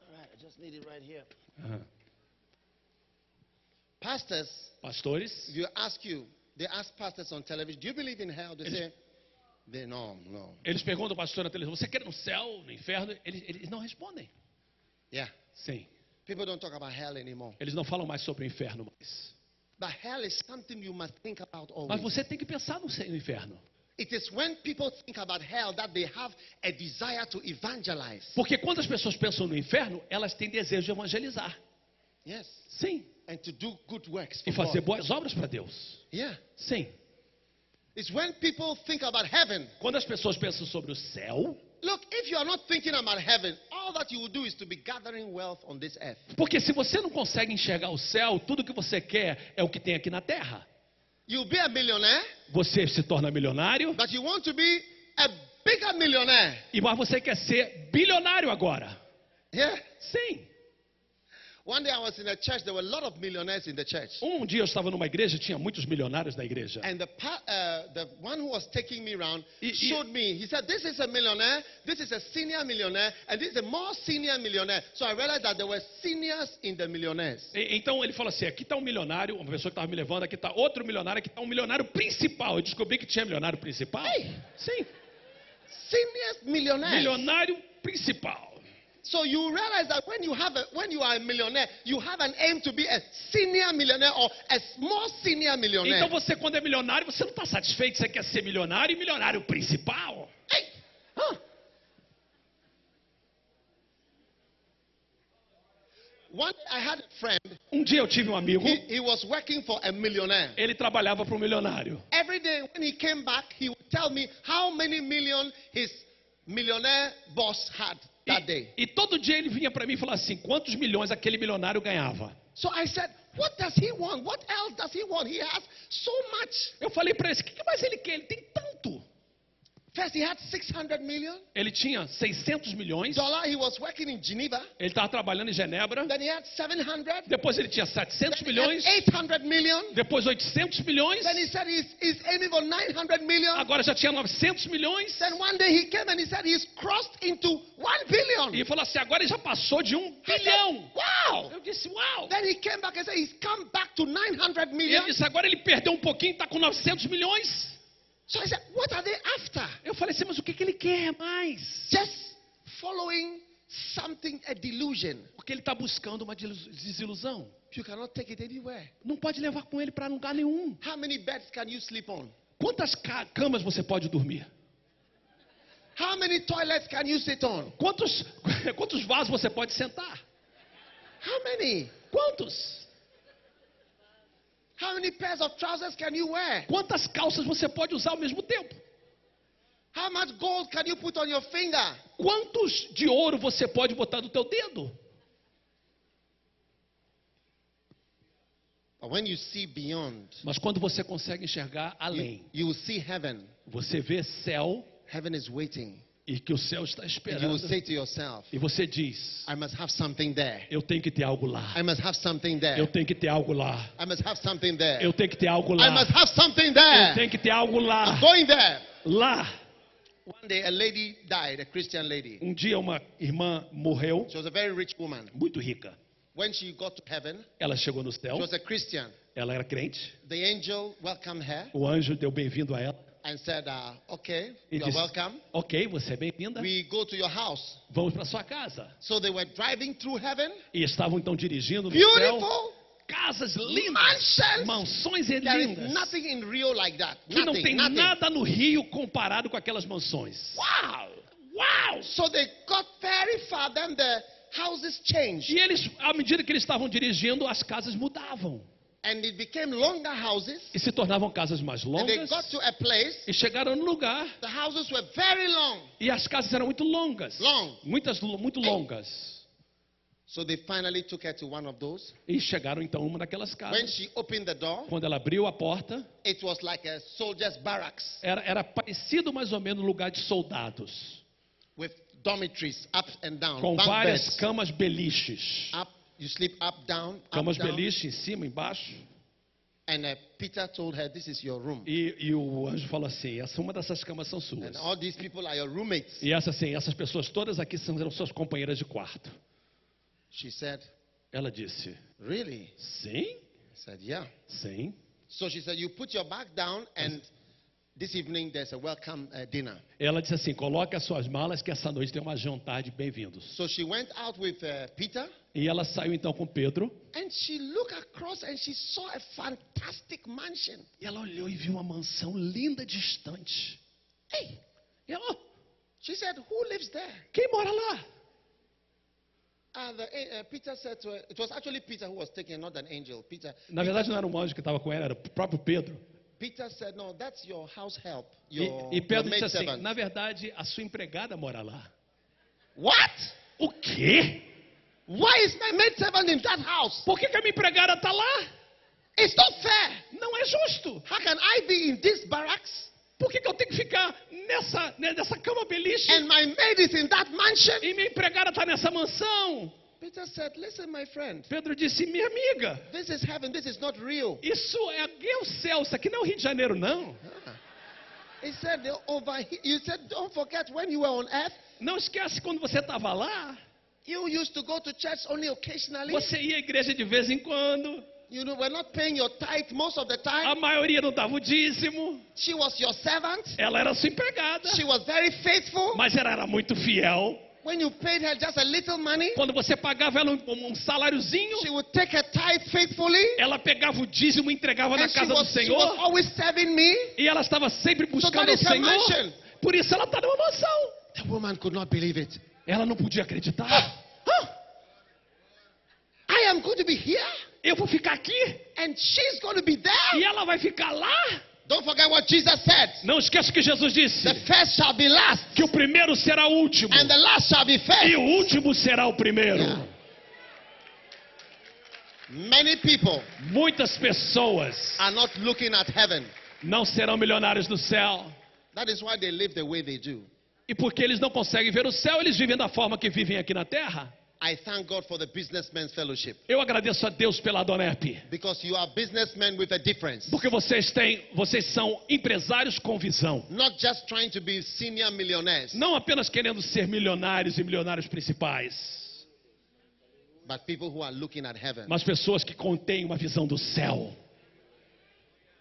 Speaker 2: All right. I just need it right here.
Speaker 1: Aham.
Speaker 2: Pastors,
Speaker 1: Pastores,
Speaker 2: you ask you, they ask pastors on television, do you believe in hell? They say, they no, no.
Speaker 1: eles perguntam ao pastor na televisão: você crê no céu, no inferno? Eles, eles não respondem.
Speaker 2: Yeah.
Speaker 1: Sim.
Speaker 2: People don't talk about hell anymore.
Speaker 1: Eles não falam mais sobre o inferno mais.
Speaker 2: But hell is something you must think about
Speaker 1: Mas
Speaker 2: always.
Speaker 1: você tem que pensar no céu e no inferno.
Speaker 2: It is when people think about hell that they have a desire to evangelize.
Speaker 1: Porque quando as pessoas pensam no inferno, elas têm desejo de evangelizar.
Speaker 2: Yes.
Speaker 1: Sim.
Speaker 2: And to do good works.
Speaker 1: E
Speaker 2: For
Speaker 1: fazer
Speaker 2: God.
Speaker 1: boas obras para Deus.
Speaker 2: Yeah.
Speaker 1: Sim.
Speaker 2: It's when people think about heaven.
Speaker 1: Quando as pessoas pensam sobre o céu,
Speaker 2: Look, if you are not thinking about heaven, all that you will do is to be gathering wealth on this earth.
Speaker 1: porque se você não consegue enxergar o céu, tudo que você quer é o que tem aqui na terra.
Speaker 2: You'll be a millionaire,
Speaker 1: Você se torna milionário,
Speaker 2: but you want to be a bigger millionaire.
Speaker 1: e mas você quer ser bilionário agora.
Speaker 2: Yeah.
Speaker 1: Sim.
Speaker 2: One day I was in a church, there were a lot of millionaires in the church.
Speaker 1: Um dia eu estava numa igreja, tinha muitos milionários na igreja.
Speaker 2: And the, pa- uh, the one who was taking me around
Speaker 1: Y- y-
Speaker 2: showed me. He said, This is a millionaire, this is a senior millionaire, and this is a more senior millionaire. So I realized that there were seniors in the millionaires.
Speaker 1: E- Então ele falou assim: aqui está um milionário, uma pessoa que estava me levando, aqui está outro milionário, aqui está um milionário principal. Eu descobri que tinha milionário principal.
Speaker 2: Ei!
Speaker 1: Sim,
Speaker 2: Seniors millionaires.
Speaker 1: milionário principal.
Speaker 2: So you realize that when you, have a, when you are a millionaire, you have an aim to be a senior millionaire or a small senior millionaire.
Speaker 1: Então você, quando é milionário, você não está satisfeito, você quer ser milionário e milionário principal.
Speaker 2: Hey! Huh? One, I had a friend.
Speaker 1: Um dia eu tive um amigo,
Speaker 2: He, he was working for a millionaire.
Speaker 1: ele trabalhava para um milionário.
Speaker 2: Every day when he came back, he would tell me how many million his millionaire boss had that day.
Speaker 1: E, e todo dia ele vinha para mim e falava assim: quantos milhões aquele milionário ganhava?
Speaker 2: So I said, What does he want? What else does he want? He has so much.
Speaker 1: Eu falei para ele: assim, o que que mais ele quer? Ele tem tanto.
Speaker 2: First, he had 600 million
Speaker 1: Ele tinha 600 milhões,
Speaker 2: dollar. He was working in Geneva.
Speaker 1: ele estava trabalhando em Genebra.
Speaker 2: Then he had 700.
Speaker 1: Depois ele tinha 700
Speaker 2: Then he had
Speaker 1: milhões,
Speaker 2: 800 million.
Speaker 1: depois 800 milhões,
Speaker 2: Then he said he's, he's aiming for 900 million.
Speaker 1: agora já tinha 900 milhões.
Speaker 2: Then one day he came and he said he's crossed into 1 billion.
Speaker 1: E falou assim: agora ele já passou de um
Speaker 2: I
Speaker 1: bilhão.
Speaker 2: said, wow.
Speaker 1: Eu disse: uau!
Speaker 2: Then he came back and said he's come back to 900
Speaker 1: E
Speaker 2: million.
Speaker 1: ele disse: agora ele perdeu um pouquinho, está com 900 milhões.
Speaker 2: So I said, What are they after?
Speaker 1: Eu falei assim: mas o que, que ele quer mais?
Speaker 2: Just following something, a delusion.
Speaker 1: Porque ele está buscando uma desilu- desilusão.
Speaker 2: You cannot take it anywhere.
Speaker 1: Não pode levar com ele para lugar nenhum.
Speaker 2: How many beds can you sleep on?
Speaker 1: Quantas ca- camas você pode dormir?
Speaker 2: How many toilets can you sit on?
Speaker 1: Quantos, *laughs* quantos vasos você pode sentar?
Speaker 2: How many?
Speaker 1: Quantos?
Speaker 2: How many pairs of trousers can you wear?
Speaker 1: Quantas calças você pode usar ao mesmo tempo?
Speaker 2: How much gold can you put on your finger?
Speaker 1: Quantos de ouro você pode botar no teu dedo?
Speaker 2: But when you see beyond,
Speaker 1: Mas quando você consegue enxergar
Speaker 2: you,
Speaker 1: além,
Speaker 2: you will see heaven.
Speaker 1: você vê céu
Speaker 2: Heaven is waiting.
Speaker 1: e que o céu está
Speaker 2: And you will
Speaker 1: esperando.
Speaker 2: say to yourself,
Speaker 1: E você diz:
Speaker 2: I must have something there.
Speaker 1: Eu tenho que ter algo lá.
Speaker 2: I must have something
Speaker 1: Eu
Speaker 2: there.
Speaker 1: tenho que ter algo lá.
Speaker 2: I must have something there.
Speaker 1: Eu tenho que ter algo
Speaker 2: I must
Speaker 1: lá.
Speaker 2: have something
Speaker 1: Eu
Speaker 2: there.
Speaker 1: tenho que ter algo lá.
Speaker 2: I'm going there.
Speaker 1: Lá.
Speaker 2: One day a lady died, a Christian lady.
Speaker 1: Um dia uma irmã morreu,
Speaker 2: She was a very rich woman.
Speaker 1: muito rica.
Speaker 2: When she got to heaven,
Speaker 1: Ela chegou no céu,
Speaker 2: she was a Christian.
Speaker 1: ela era crente.
Speaker 2: The angel welcomed her
Speaker 1: O anjo deu bem-vindo a ela
Speaker 2: and said, uh, Okay,
Speaker 1: e
Speaker 2: you're
Speaker 1: disse:
Speaker 2: welcome.
Speaker 1: Ok, você é bem-vinda.
Speaker 2: We go to your house.
Speaker 1: Vamos para sua casa.
Speaker 2: So they were driving through heaven.
Speaker 1: E estavam então dirigindo no céu.
Speaker 2: Beautiful.
Speaker 1: Casas lindas,
Speaker 2: Mansions.
Speaker 1: mansões e
Speaker 2: There is
Speaker 1: lindas.
Speaker 2: nothing in Rio like that.
Speaker 1: Que não tem
Speaker 2: Nothing, nothing.
Speaker 1: nada no Rio comparado com aquelas mansões.
Speaker 2: Wow.
Speaker 1: Uau!
Speaker 2: So they got very far, then the houses changed.
Speaker 1: E eles, à medida que eles estavam dirigindo, as casas mudavam
Speaker 2: And it became longer houses.
Speaker 1: e se tornavam casas mais
Speaker 2: And they
Speaker 1: longas.
Speaker 2: got to a place,
Speaker 1: E chegaram no lugar
Speaker 2: the houses were very long.
Speaker 1: e as casas eram muito longas,
Speaker 2: Long.
Speaker 1: muitas lo- muito longas.
Speaker 2: So they finally took her to one of those.
Speaker 1: E chegaram então a uma daquelas
Speaker 2: When
Speaker 1: casas.
Speaker 2: she opened the door,
Speaker 1: Quando ela abriu a porta,
Speaker 2: it was like a soldier's barracks
Speaker 1: era, era parecido mais ou menos um lugar de soldados,
Speaker 2: with dormitories up and down.
Speaker 1: com
Speaker 2: bunk
Speaker 1: várias
Speaker 2: beds.
Speaker 1: camas beliches,
Speaker 2: Up, you sleep up, down, up,
Speaker 1: camas
Speaker 2: down.
Speaker 1: beliche em cima, embaixo.
Speaker 2: And uh, Peter told her, this is your room.
Speaker 1: E, e o anjo falou assim: essa uma dessas camas são suas.
Speaker 2: And all these people are your roommates.
Speaker 1: E essa sim, essas pessoas todas aqui são eram suas companheiras de quarto.
Speaker 2: She said,
Speaker 1: Ela disse:
Speaker 2: really?
Speaker 1: sim,
Speaker 2: I said, yeah.
Speaker 1: sim.
Speaker 2: So she said, You put your back down, and this evening there's a welcome uh, dinner.
Speaker 1: Ela disse assim: coloque as suas malas que essa noite tem uma jantar de bem-vindos.
Speaker 2: So she went out with uh, Peter,
Speaker 1: E ela saiu então com Pedro.
Speaker 2: and she looked across and she saw a fantastic mansion.
Speaker 1: E ela olhou e viu uma mansão linda distante.
Speaker 2: Hey,
Speaker 1: E ela, "Oh,
Speaker 2: she said, Who lives there?
Speaker 1: quem mora lá?
Speaker 2: And the, a- uh, Peter said to her, It was actually Peter who was taken, not an angel. Peter,
Speaker 1: Na verdade, não era um anjo que estava com ela, era o próprio Pedro.
Speaker 2: Peter said, No, that's your house help,
Speaker 1: E,
Speaker 2: your,
Speaker 1: e Pedro
Speaker 2: your
Speaker 1: disse assim:
Speaker 2: maidservant."
Speaker 1: na verdade, a sua empregada mora lá.
Speaker 2: What?
Speaker 1: O quê?
Speaker 2: Why is my maidservant in that house?
Speaker 1: Por que, que a minha empregada está lá?
Speaker 2: It's not fair.
Speaker 1: Não é justo.
Speaker 2: How can I be in this barracks
Speaker 1: Por que, que eu tenho que ficar nessa, né, nessa cama beliche?
Speaker 2: and my maid is in that mansion?
Speaker 1: E minha empregada está nessa mansão?
Speaker 2: Peter said, Listen, my friend,
Speaker 1: Pedro disse: minha amiga,
Speaker 2: this is heaven, this is not real.
Speaker 1: Isso é, é o céu, isso aqui não é o Rio de Janeiro, não.
Speaker 2: He said, "They're over here. You said, Don't forget, when you were on earth,
Speaker 1: Não esquece quando você estava lá,
Speaker 2: you used to go to church only occasionally.
Speaker 1: você ia à igreja de vez em quando,
Speaker 2: You know, were not paying your tithe most of the
Speaker 1: a
Speaker 2: time.
Speaker 1: maioria não dava o dízimo,
Speaker 2: She was your servant.
Speaker 1: ela era sua empregada,
Speaker 2: She was very faithful.
Speaker 1: mas ela era muito fiel.
Speaker 2: When you paid her just a little money,
Speaker 1: Quando você pagava ela um, um
Speaker 2: she
Speaker 1: saláriozinho,
Speaker 2: would take her tithe faithfully.
Speaker 1: ela pegava o dízimo e entregava na
Speaker 2: And she
Speaker 1: casa do
Speaker 2: was, she was
Speaker 1: Senhor,
Speaker 2: always serving me.
Speaker 1: e ela estava sempre buscando
Speaker 2: that
Speaker 1: o
Speaker 2: is her
Speaker 1: Senhor,
Speaker 2: mansion.
Speaker 1: por isso ela está numa mansão.
Speaker 2: The woman could not believe it.
Speaker 1: Ela não podia acreditar.
Speaker 2: Huh? Hmm. I am going to be here,
Speaker 1: Eu vou ficar aqui
Speaker 2: and she's going to be
Speaker 1: e
Speaker 2: there.
Speaker 1: ela vai ficar lá.
Speaker 2: Don't forget what Jesus said.
Speaker 1: Não esqueça o que Jesus disse.
Speaker 2: The first shall be last,
Speaker 1: que o primeiro será o último
Speaker 2: and the last shall be
Speaker 1: e
Speaker 2: first.
Speaker 1: o último será o primeiro.
Speaker 2: Many people
Speaker 1: Muitas pessoas
Speaker 2: are not looking at heaven.
Speaker 1: não serão milionários do céu.
Speaker 2: That is why they live the way they do.
Speaker 1: E porque eles não conseguem ver o céu, eles vivem da forma que vivem aqui na terra.
Speaker 2: I thank God for the businessmen's fellowship
Speaker 1: Eu agradeço a Deus pela Donep,
Speaker 2: because you are businessmen with a difference.
Speaker 1: porque vocês têm, vocês são empresários com visão.
Speaker 2: Not just trying to be senior millionaires,
Speaker 1: Não apenas querendo ser milionários e milionários principais,
Speaker 2: but people who are looking at heaven.
Speaker 1: mas pessoas que contêm uma visão do céu.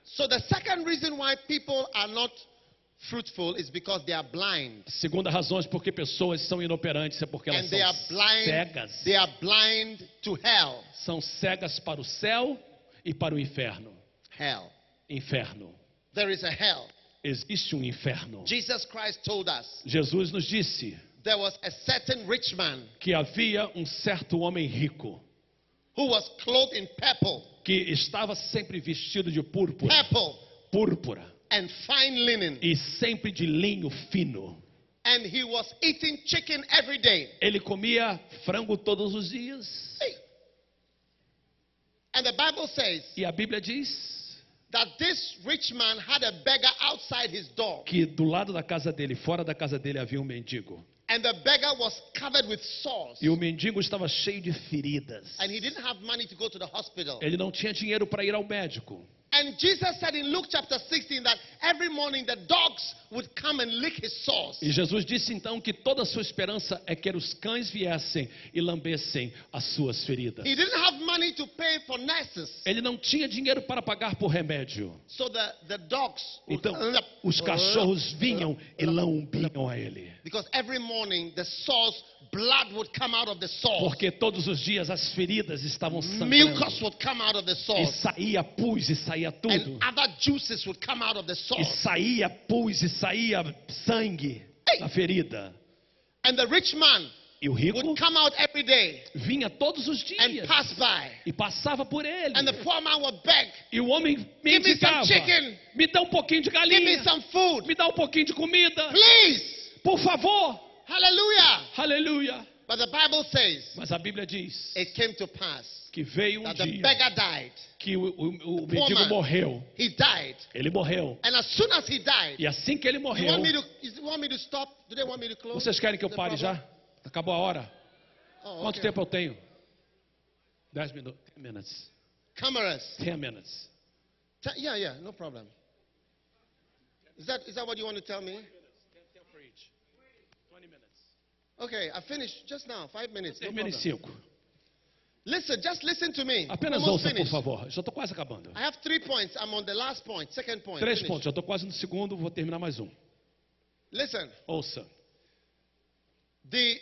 Speaker 2: So, the second reason why people are not fruitful is because they are blind.
Speaker 1: Segunda razão é porque pessoas são inoperantes, é porque elas
Speaker 2: And they are
Speaker 1: são
Speaker 2: blind.
Speaker 1: cegas.
Speaker 2: They are blind to hell.
Speaker 1: são cegas para o céu e para o inferno.
Speaker 2: Hell.
Speaker 1: Inferno.
Speaker 2: There is a hell.
Speaker 1: Existe um inferno.
Speaker 2: Jesus Christ told us
Speaker 1: Jesus nos disse
Speaker 2: there was a certain rich man
Speaker 1: que havia um certo homem rico
Speaker 2: who was clothed in purple,
Speaker 1: que estava sempre vestido de púrpura,
Speaker 2: purple
Speaker 1: púrpura
Speaker 2: and fine linen,
Speaker 1: e sempre de linho fino.
Speaker 2: and he was eating chicken every day.
Speaker 1: Ele comia frango todos os dias.
Speaker 2: Hey. And the Bible says
Speaker 1: E a Bíblia diz
Speaker 2: that this rich man had a beggar outside his door,
Speaker 1: que do lado da casa dele, fora da casa dele, havia um mendigo.
Speaker 2: and the beggar was covered with sores,
Speaker 1: E o mendigo estava cheio de feridas.
Speaker 2: and he didn't have money to go to the hospital.
Speaker 1: Ele não tinha dinheiro para ir ao médico.
Speaker 2: And Jesus said in Luke chapter 16 that every morning the dogs would come and lick his sores.
Speaker 1: E Jesus disse então que toda a sua esperança é que os cães viessem e lambessem as suas feridas.
Speaker 2: He didn't have money to pay for nurses,
Speaker 1: Ele não tinha dinheiro para pagar por remédio.
Speaker 2: so the, the dogs would
Speaker 1: Então,
Speaker 2: lap,
Speaker 1: os
Speaker 2: lap,
Speaker 1: cachorros vinham e
Speaker 2: lap.
Speaker 1: lambiam a ele.
Speaker 2: Because every morning the sores, blood would come out of the sores,
Speaker 1: Porque todos os dias as feridas estavam
Speaker 2: mucus
Speaker 1: sangrando.
Speaker 2: would come out of the
Speaker 1: E
Speaker 2: sores,
Speaker 1: saía pus e saía tudo.
Speaker 2: and other juices would come out of the
Speaker 1: E
Speaker 2: sores.
Speaker 1: saía pus e saía sangue
Speaker 2: Ei!
Speaker 1: da ferida.
Speaker 2: And the rich man
Speaker 1: E o rico
Speaker 2: would come out every day
Speaker 1: vinha todos os
Speaker 2: and
Speaker 1: dias
Speaker 2: pass by.
Speaker 1: e passava por ele.
Speaker 2: And the poor man would beg,
Speaker 1: E o homem
Speaker 2: Give me some
Speaker 1: mendigava.
Speaker 2: chicken.
Speaker 1: Me dá um pouquinho de
Speaker 2: Give me
Speaker 1: galinha.
Speaker 2: some food,
Speaker 1: Me dá um pouquinho de comida.
Speaker 2: please.
Speaker 1: Por favor.
Speaker 2: Hallelujah.
Speaker 1: Aleluia.
Speaker 2: But the Bible says
Speaker 1: Mas a Bíblia diz
Speaker 2: it came to pass
Speaker 1: que veio um
Speaker 2: that the
Speaker 1: dia
Speaker 2: beggar died.
Speaker 1: que o, o, o
Speaker 2: Poor
Speaker 1: mendigo
Speaker 2: man.
Speaker 1: morreu.
Speaker 2: He died.
Speaker 1: Ele morreu.
Speaker 2: And as soon as he died,
Speaker 1: E assim que ele
Speaker 2: you
Speaker 1: morreu,
Speaker 2: want me to you want me to stop? Do they want me to close?
Speaker 1: vocês querem que eu
Speaker 2: The
Speaker 1: pare
Speaker 2: problem?
Speaker 1: já? Acabou a hora.
Speaker 2: Oh,
Speaker 1: Quanto
Speaker 2: okay.
Speaker 1: tempo eu tenho? Dez minutos. Ten minutes.
Speaker 2: Cameras.
Speaker 1: Ten minutes.
Speaker 2: Te- Yeah, yeah, no problem. Is that is that what you want to tell me? Okay, I finished just now, five minutes. No
Speaker 1: Termina em
Speaker 2: problem.
Speaker 1: cinco.
Speaker 2: Listen, just listen to me.
Speaker 1: Apenas
Speaker 2: Almost
Speaker 1: ouça, por
Speaker 2: finished.
Speaker 1: favor. Já estou quase acabando.
Speaker 2: I have three points. I'm on the last point, second point.
Speaker 1: Três
Speaker 2: Finished.
Speaker 1: pontos. Já estou quase no segundo. Vou terminar mais um.
Speaker 2: Listen,
Speaker 1: Ouça.
Speaker 2: the,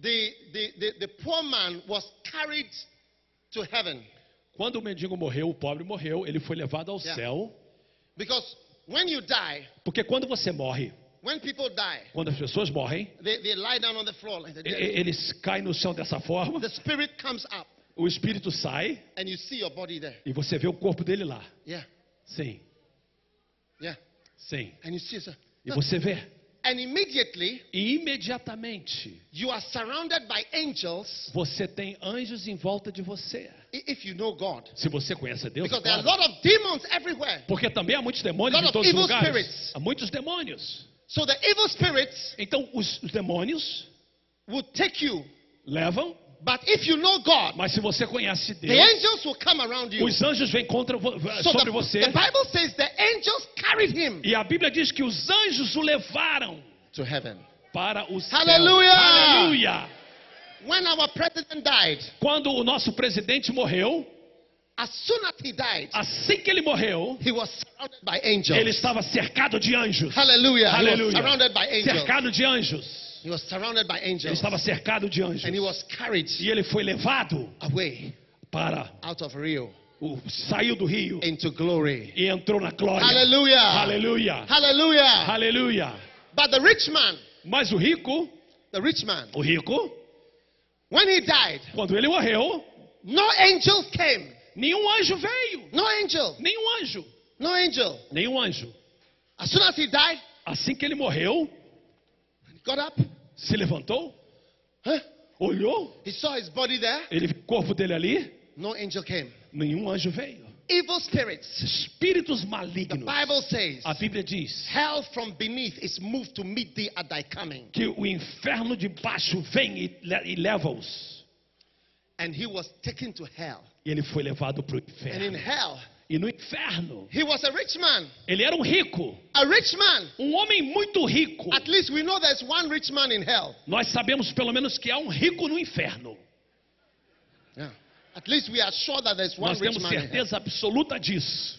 Speaker 2: the, the, the, the poor man was carried to heaven
Speaker 1: Quando o mendigo morreu, o pobre morreu, ele foi levado ao
Speaker 2: Yeah.
Speaker 1: céu.
Speaker 2: because when you die,
Speaker 1: Porque quando você morre,
Speaker 2: when people die,
Speaker 1: quando as pessoas morrem,
Speaker 2: they, they lie down on the floor like
Speaker 1: e-
Speaker 2: they
Speaker 1: e- eles caem no chão dessa forma,
Speaker 2: The spirit comes up
Speaker 1: o espírito sai
Speaker 2: and you see your body there.
Speaker 1: e você vê o corpo dele lá.
Speaker 2: Yeah,
Speaker 1: Sim,
Speaker 2: yeah.
Speaker 1: sim.
Speaker 2: And you see yourself.
Speaker 1: E você vê.
Speaker 2: And immediately
Speaker 1: E imediatamente
Speaker 2: you are surrounded by angels
Speaker 1: você tem anjos em volta de você.
Speaker 2: i- if you know God.
Speaker 1: Se você conhece a Deus,
Speaker 2: Because there are a
Speaker 1: claro.
Speaker 2: lot of demons everywhere.
Speaker 1: porque também há muitos demônios
Speaker 2: lot
Speaker 1: em
Speaker 2: of
Speaker 1: todos os
Speaker 2: evil
Speaker 1: lugares.
Speaker 2: spirits.
Speaker 1: Há muitos demônios.
Speaker 2: So the evil spirits
Speaker 1: Então os, os demônios
Speaker 2: will take you.
Speaker 1: levam,
Speaker 2: But if you know God,
Speaker 1: mas se você conhece
Speaker 2: the
Speaker 1: Deus,
Speaker 2: angels will come around you.
Speaker 1: os anjos vêm contra vo-
Speaker 2: So
Speaker 1: sobre
Speaker 2: the,
Speaker 1: você.
Speaker 2: the Bible says the angels carried him
Speaker 1: E a Bíblia diz que os anjos o levaram
Speaker 2: to heaven.
Speaker 1: para o céu.
Speaker 2: Aleluia!
Speaker 1: Aleluia!
Speaker 2: When our president died,
Speaker 1: Quando o nosso presidente morreu,
Speaker 2: as soon as he died,
Speaker 1: assim que ele morreu,
Speaker 2: he was surrounded by angels.
Speaker 1: ele estava cercado de anjos.
Speaker 2: Hallelujah. He was
Speaker 1: Aleluia.
Speaker 2: surrounded by angels.
Speaker 1: Cercado de anjos.
Speaker 2: He was surrounded by
Speaker 1: Ele
Speaker 2: angels.
Speaker 1: estava cercado de anjos.
Speaker 2: And he was carried
Speaker 1: E ele foi levado
Speaker 2: away
Speaker 1: para
Speaker 2: out of Rio
Speaker 1: o saiu do rio
Speaker 2: into glory.
Speaker 1: e entrou na glória.
Speaker 2: Hallelujah.
Speaker 1: Aleluia.
Speaker 2: Hallelujah.
Speaker 1: Aleluia.
Speaker 2: But the rich man,
Speaker 1: Mas o rico,
Speaker 2: the rich man,
Speaker 1: o rico,
Speaker 2: when he died,
Speaker 1: quando ele morreu,
Speaker 2: no angels came.
Speaker 1: nenhum anjo veio.
Speaker 2: No angel.
Speaker 1: Nenhum anjo.
Speaker 2: No angel.
Speaker 1: Nenhum anjo.
Speaker 2: As soon as he died,
Speaker 1: Assim que ele morreu,
Speaker 2: he got up.
Speaker 1: se levantou,
Speaker 2: Huh?
Speaker 1: olhou,
Speaker 2: He saw his body there.
Speaker 1: ele viu o corpo dele ali,
Speaker 2: No angel came.
Speaker 1: nenhum anjo veio.
Speaker 2: Evil spirits.
Speaker 1: Espíritos
Speaker 2: The
Speaker 1: malignos.
Speaker 2: Bible says,
Speaker 1: A Bíblia diz
Speaker 2: hell from beneath is moved to meet thee at thy coming.
Speaker 1: que o inferno de baixo vem e, le- e leva-os.
Speaker 2: And he was taken to hell.
Speaker 1: E ele foi levado para o
Speaker 2: And in
Speaker 1: inferno.
Speaker 2: hell,
Speaker 1: E no inferno,
Speaker 2: he was a rich man.
Speaker 1: ele era um rico,
Speaker 2: A rich man.
Speaker 1: um homem muito rico.
Speaker 2: At least we know there's one rich man in hell.
Speaker 1: Nós sabemos pelo menos que há um rico no inferno.
Speaker 2: Yeah. At least we are sure that there's one
Speaker 1: Nós
Speaker 2: rich
Speaker 1: temos
Speaker 2: man in hell.
Speaker 1: certeza absoluta disso.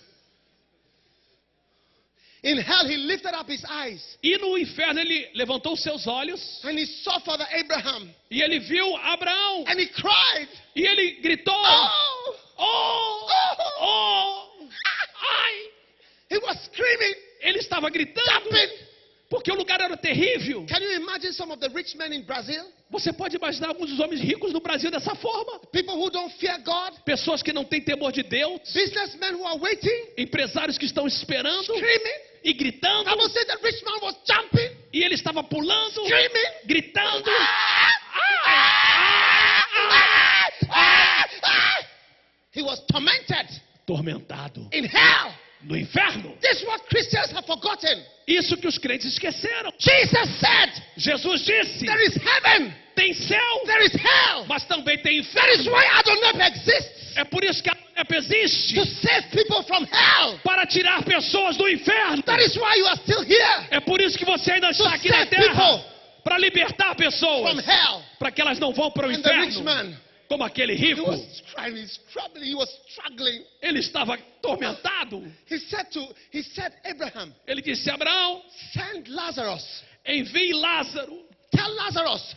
Speaker 2: In hell, he lifted up his eyes
Speaker 1: E no inferno ele levantou os seus olhos
Speaker 2: and he saw Father Abraham
Speaker 1: e ele viu Abraão
Speaker 2: and he cried,
Speaker 1: e ele gritou:
Speaker 2: Oh!
Speaker 1: Oh!
Speaker 2: *laughs*
Speaker 1: Oh! Ai!
Speaker 2: He was screaming,
Speaker 1: Ele estava gritando
Speaker 2: jumping.
Speaker 1: porque o lugar era terrível.
Speaker 2: Can you imagine some of the rich men in Brazil?
Speaker 1: Você pode imaginar alguns dos homens ricos no Brasil dessa forma?
Speaker 2: People who don't fear God,
Speaker 1: Pessoas que não têm temor de Deus,
Speaker 2: businessmen who are waiting,
Speaker 1: empresários que estão esperando
Speaker 2: screaming.
Speaker 1: e gritando,
Speaker 2: I will say the rich man was jumping,
Speaker 1: e ele estava pulando,
Speaker 2: screaming.
Speaker 1: gritando.
Speaker 2: Ah! Ah! Ah! Ah! Ah! He was tormented
Speaker 1: tormentado
Speaker 2: in hell.
Speaker 1: no inferno.
Speaker 2: This is what Christians have forgotten.
Speaker 1: Isso que os crentes esqueceram.
Speaker 2: Jesus said,
Speaker 1: Jesus disse:
Speaker 2: There is heaven,
Speaker 1: tem céu,
Speaker 2: there is hell.
Speaker 1: mas também tem
Speaker 2: That is
Speaker 1: inferno.
Speaker 2: why Adonai exists.
Speaker 1: É por isso que a NEP existe
Speaker 2: to save people from hell.
Speaker 1: para tirar pessoas do inferno.
Speaker 2: That is why you are still here.
Speaker 1: É por isso que você ainda está aqui na
Speaker 2: save
Speaker 1: terra
Speaker 2: people
Speaker 1: para libertar
Speaker 2: From
Speaker 1: pessoas,
Speaker 2: hell.
Speaker 1: para que elas não vão para o
Speaker 2: And the rich
Speaker 1: inferno.
Speaker 2: man,
Speaker 1: Como aquele
Speaker 2: he
Speaker 1: rico,
Speaker 2: was struggling, he was struggling, he was struggling.
Speaker 1: ele estava atormentado.
Speaker 2: He said to, he said, Abraham,
Speaker 1: Ele disse: Abraão,
Speaker 2: send Lazarus.
Speaker 1: envie Lázaro.
Speaker 2: Tell Lazarus.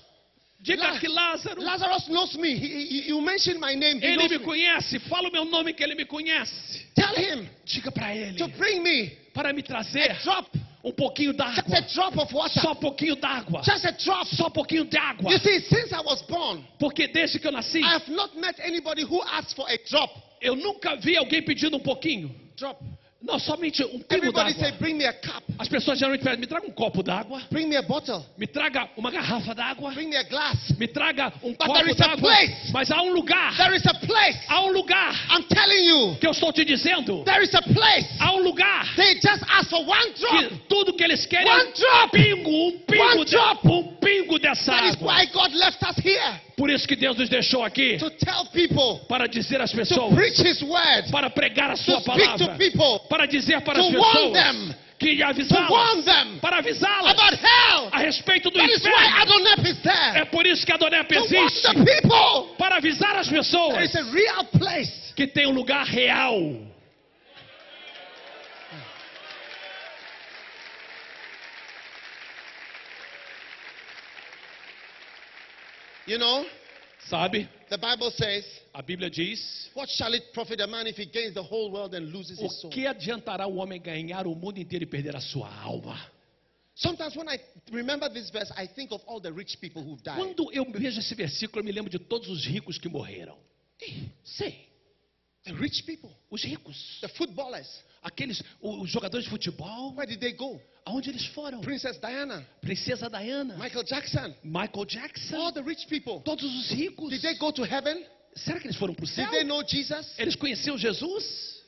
Speaker 1: Diga
Speaker 2: Lá-
Speaker 1: que Lázaro,
Speaker 2: Lazarus knows me. He, he- you mentioned my name. He
Speaker 1: ele
Speaker 2: knows
Speaker 1: me
Speaker 2: me.
Speaker 1: conhece. Fala o meu nome que ele me conhece.
Speaker 2: Tell him
Speaker 1: Diga para ele
Speaker 2: to bring me
Speaker 1: para me trazer
Speaker 2: drop,
Speaker 1: um pouquinho
Speaker 2: just
Speaker 1: d'água.
Speaker 2: a drop of water.
Speaker 1: Só um pouquinho d'água.
Speaker 2: Just a drop.
Speaker 1: Só um pouquinho d'água.
Speaker 2: You see, since I was born,
Speaker 1: Porque desde que eu nasci,
Speaker 2: I have not met anybody who asked for a drop.
Speaker 1: eu nunca vi alguém pedindo um pouquinho.
Speaker 2: Drop.
Speaker 1: Não, somente um pingo
Speaker 2: Everybody
Speaker 1: d'água.
Speaker 2: say, bring me a cup.
Speaker 1: As pessoas geralmente pedem, me traga um copo d'água,
Speaker 2: Bring me a bottle.
Speaker 1: me traga uma garrafa d'água,
Speaker 2: Bring me a glass.
Speaker 1: me traga um
Speaker 2: there
Speaker 1: copo
Speaker 2: is a
Speaker 1: d'água.
Speaker 2: place.
Speaker 1: Mas há um lugar,
Speaker 2: There is a place.
Speaker 1: há um lugar
Speaker 2: I'm telling you.
Speaker 1: que eu estou te dizendo,
Speaker 2: There is a place.
Speaker 1: há um lugar
Speaker 2: They just asked for one drop.
Speaker 1: que tudo que eles querem é
Speaker 2: One
Speaker 1: um
Speaker 2: drop.
Speaker 1: pingo, um pingo,
Speaker 2: One
Speaker 1: de,
Speaker 2: drop.
Speaker 1: um pingo dessa
Speaker 2: That is
Speaker 1: água.
Speaker 2: why God left us here
Speaker 1: Por isso que Deus nos deixou aqui
Speaker 2: to tell people,
Speaker 1: para dizer às
Speaker 2: to
Speaker 1: pessoas,
Speaker 2: preach His word,
Speaker 1: para pregar a
Speaker 2: to
Speaker 1: sua
Speaker 2: speak to
Speaker 1: palavra,
Speaker 2: people,
Speaker 1: para dizer para as
Speaker 2: to warn
Speaker 1: pessoas
Speaker 2: them,
Speaker 1: que
Speaker 2: to
Speaker 1: avisá-las,
Speaker 2: warn them
Speaker 1: para avisá-las
Speaker 2: about hell.
Speaker 1: a respeito do
Speaker 2: That is why
Speaker 1: inferno.
Speaker 2: Adonai is
Speaker 1: É
Speaker 2: there.
Speaker 1: por isso que a Donep
Speaker 2: To
Speaker 1: existe.
Speaker 2: warn the people.
Speaker 1: Para avisar as
Speaker 2: There
Speaker 1: pessoas
Speaker 2: is a real place.
Speaker 1: que tem um lugar real.
Speaker 2: You know,
Speaker 1: Sabe?
Speaker 2: the Bible says,
Speaker 1: A Bíblia diz:
Speaker 2: What shall it profit a man if he gains the whole world and loses his
Speaker 1: O
Speaker 2: soul?
Speaker 1: que adiantará o homem ganhar o mundo inteiro e perder a sua alma?
Speaker 2: Sometimes when I remember this verse, I think of all the rich people who've died.
Speaker 1: Quando eu vejo esse versículo, eu me lembro de todos os ricos que morreram. Sim,
Speaker 2: The rich people,
Speaker 1: os ricos.
Speaker 2: the footballers.
Speaker 1: Aqueles, o- os jogadores de futebol,
Speaker 2: Where did they go?
Speaker 1: aonde eles foram?
Speaker 2: Princess Diana,
Speaker 1: Princesa Diana,
Speaker 2: Michael Jackson,
Speaker 1: Michael Jackson,
Speaker 2: all the rich people.
Speaker 1: todos os ricos.
Speaker 2: Did they go to heaven?
Speaker 1: Será que eles foram para o
Speaker 2: Did
Speaker 1: céu?
Speaker 2: they know Jesus?
Speaker 1: Eles conheciam Jesus?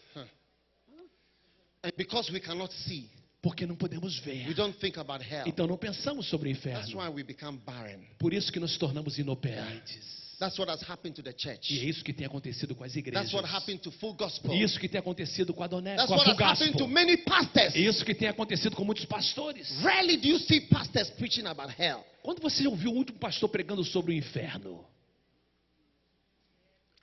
Speaker 2: And because we cannot see,
Speaker 1: Porque não podemos
Speaker 2: we
Speaker 1: ver.
Speaker 2: don't think about hell.
Speaker 1: Então não pensamos sobre o
Speaker 2: That's
Speaker 1: inferno.
Speaker 2: why we become barren.
Speaker 1: Por isso que nos tornamos inoperantes.
Speaker 2: That's what has happened to the church.
Speaker 1: E é isso que tem acontecido com as igrejas.
Speaker 2: That's what happened to full gospel.
Speaker 1: E Isso que tem acontecido com a Doné,
Speaker 2: That's
Speaker 1: com a
Speaker 2: what has happened to
Speaker 1: Fugaspo.
Speaker 2: many pastors.
Speaker 1: E Isso que tem acontecido com muitos pastores.
Speaker 2: Rarely do you see pastors preaching about hell.
Speaker 1: Quando você ouviu o último pastor pregando sobre o inferno,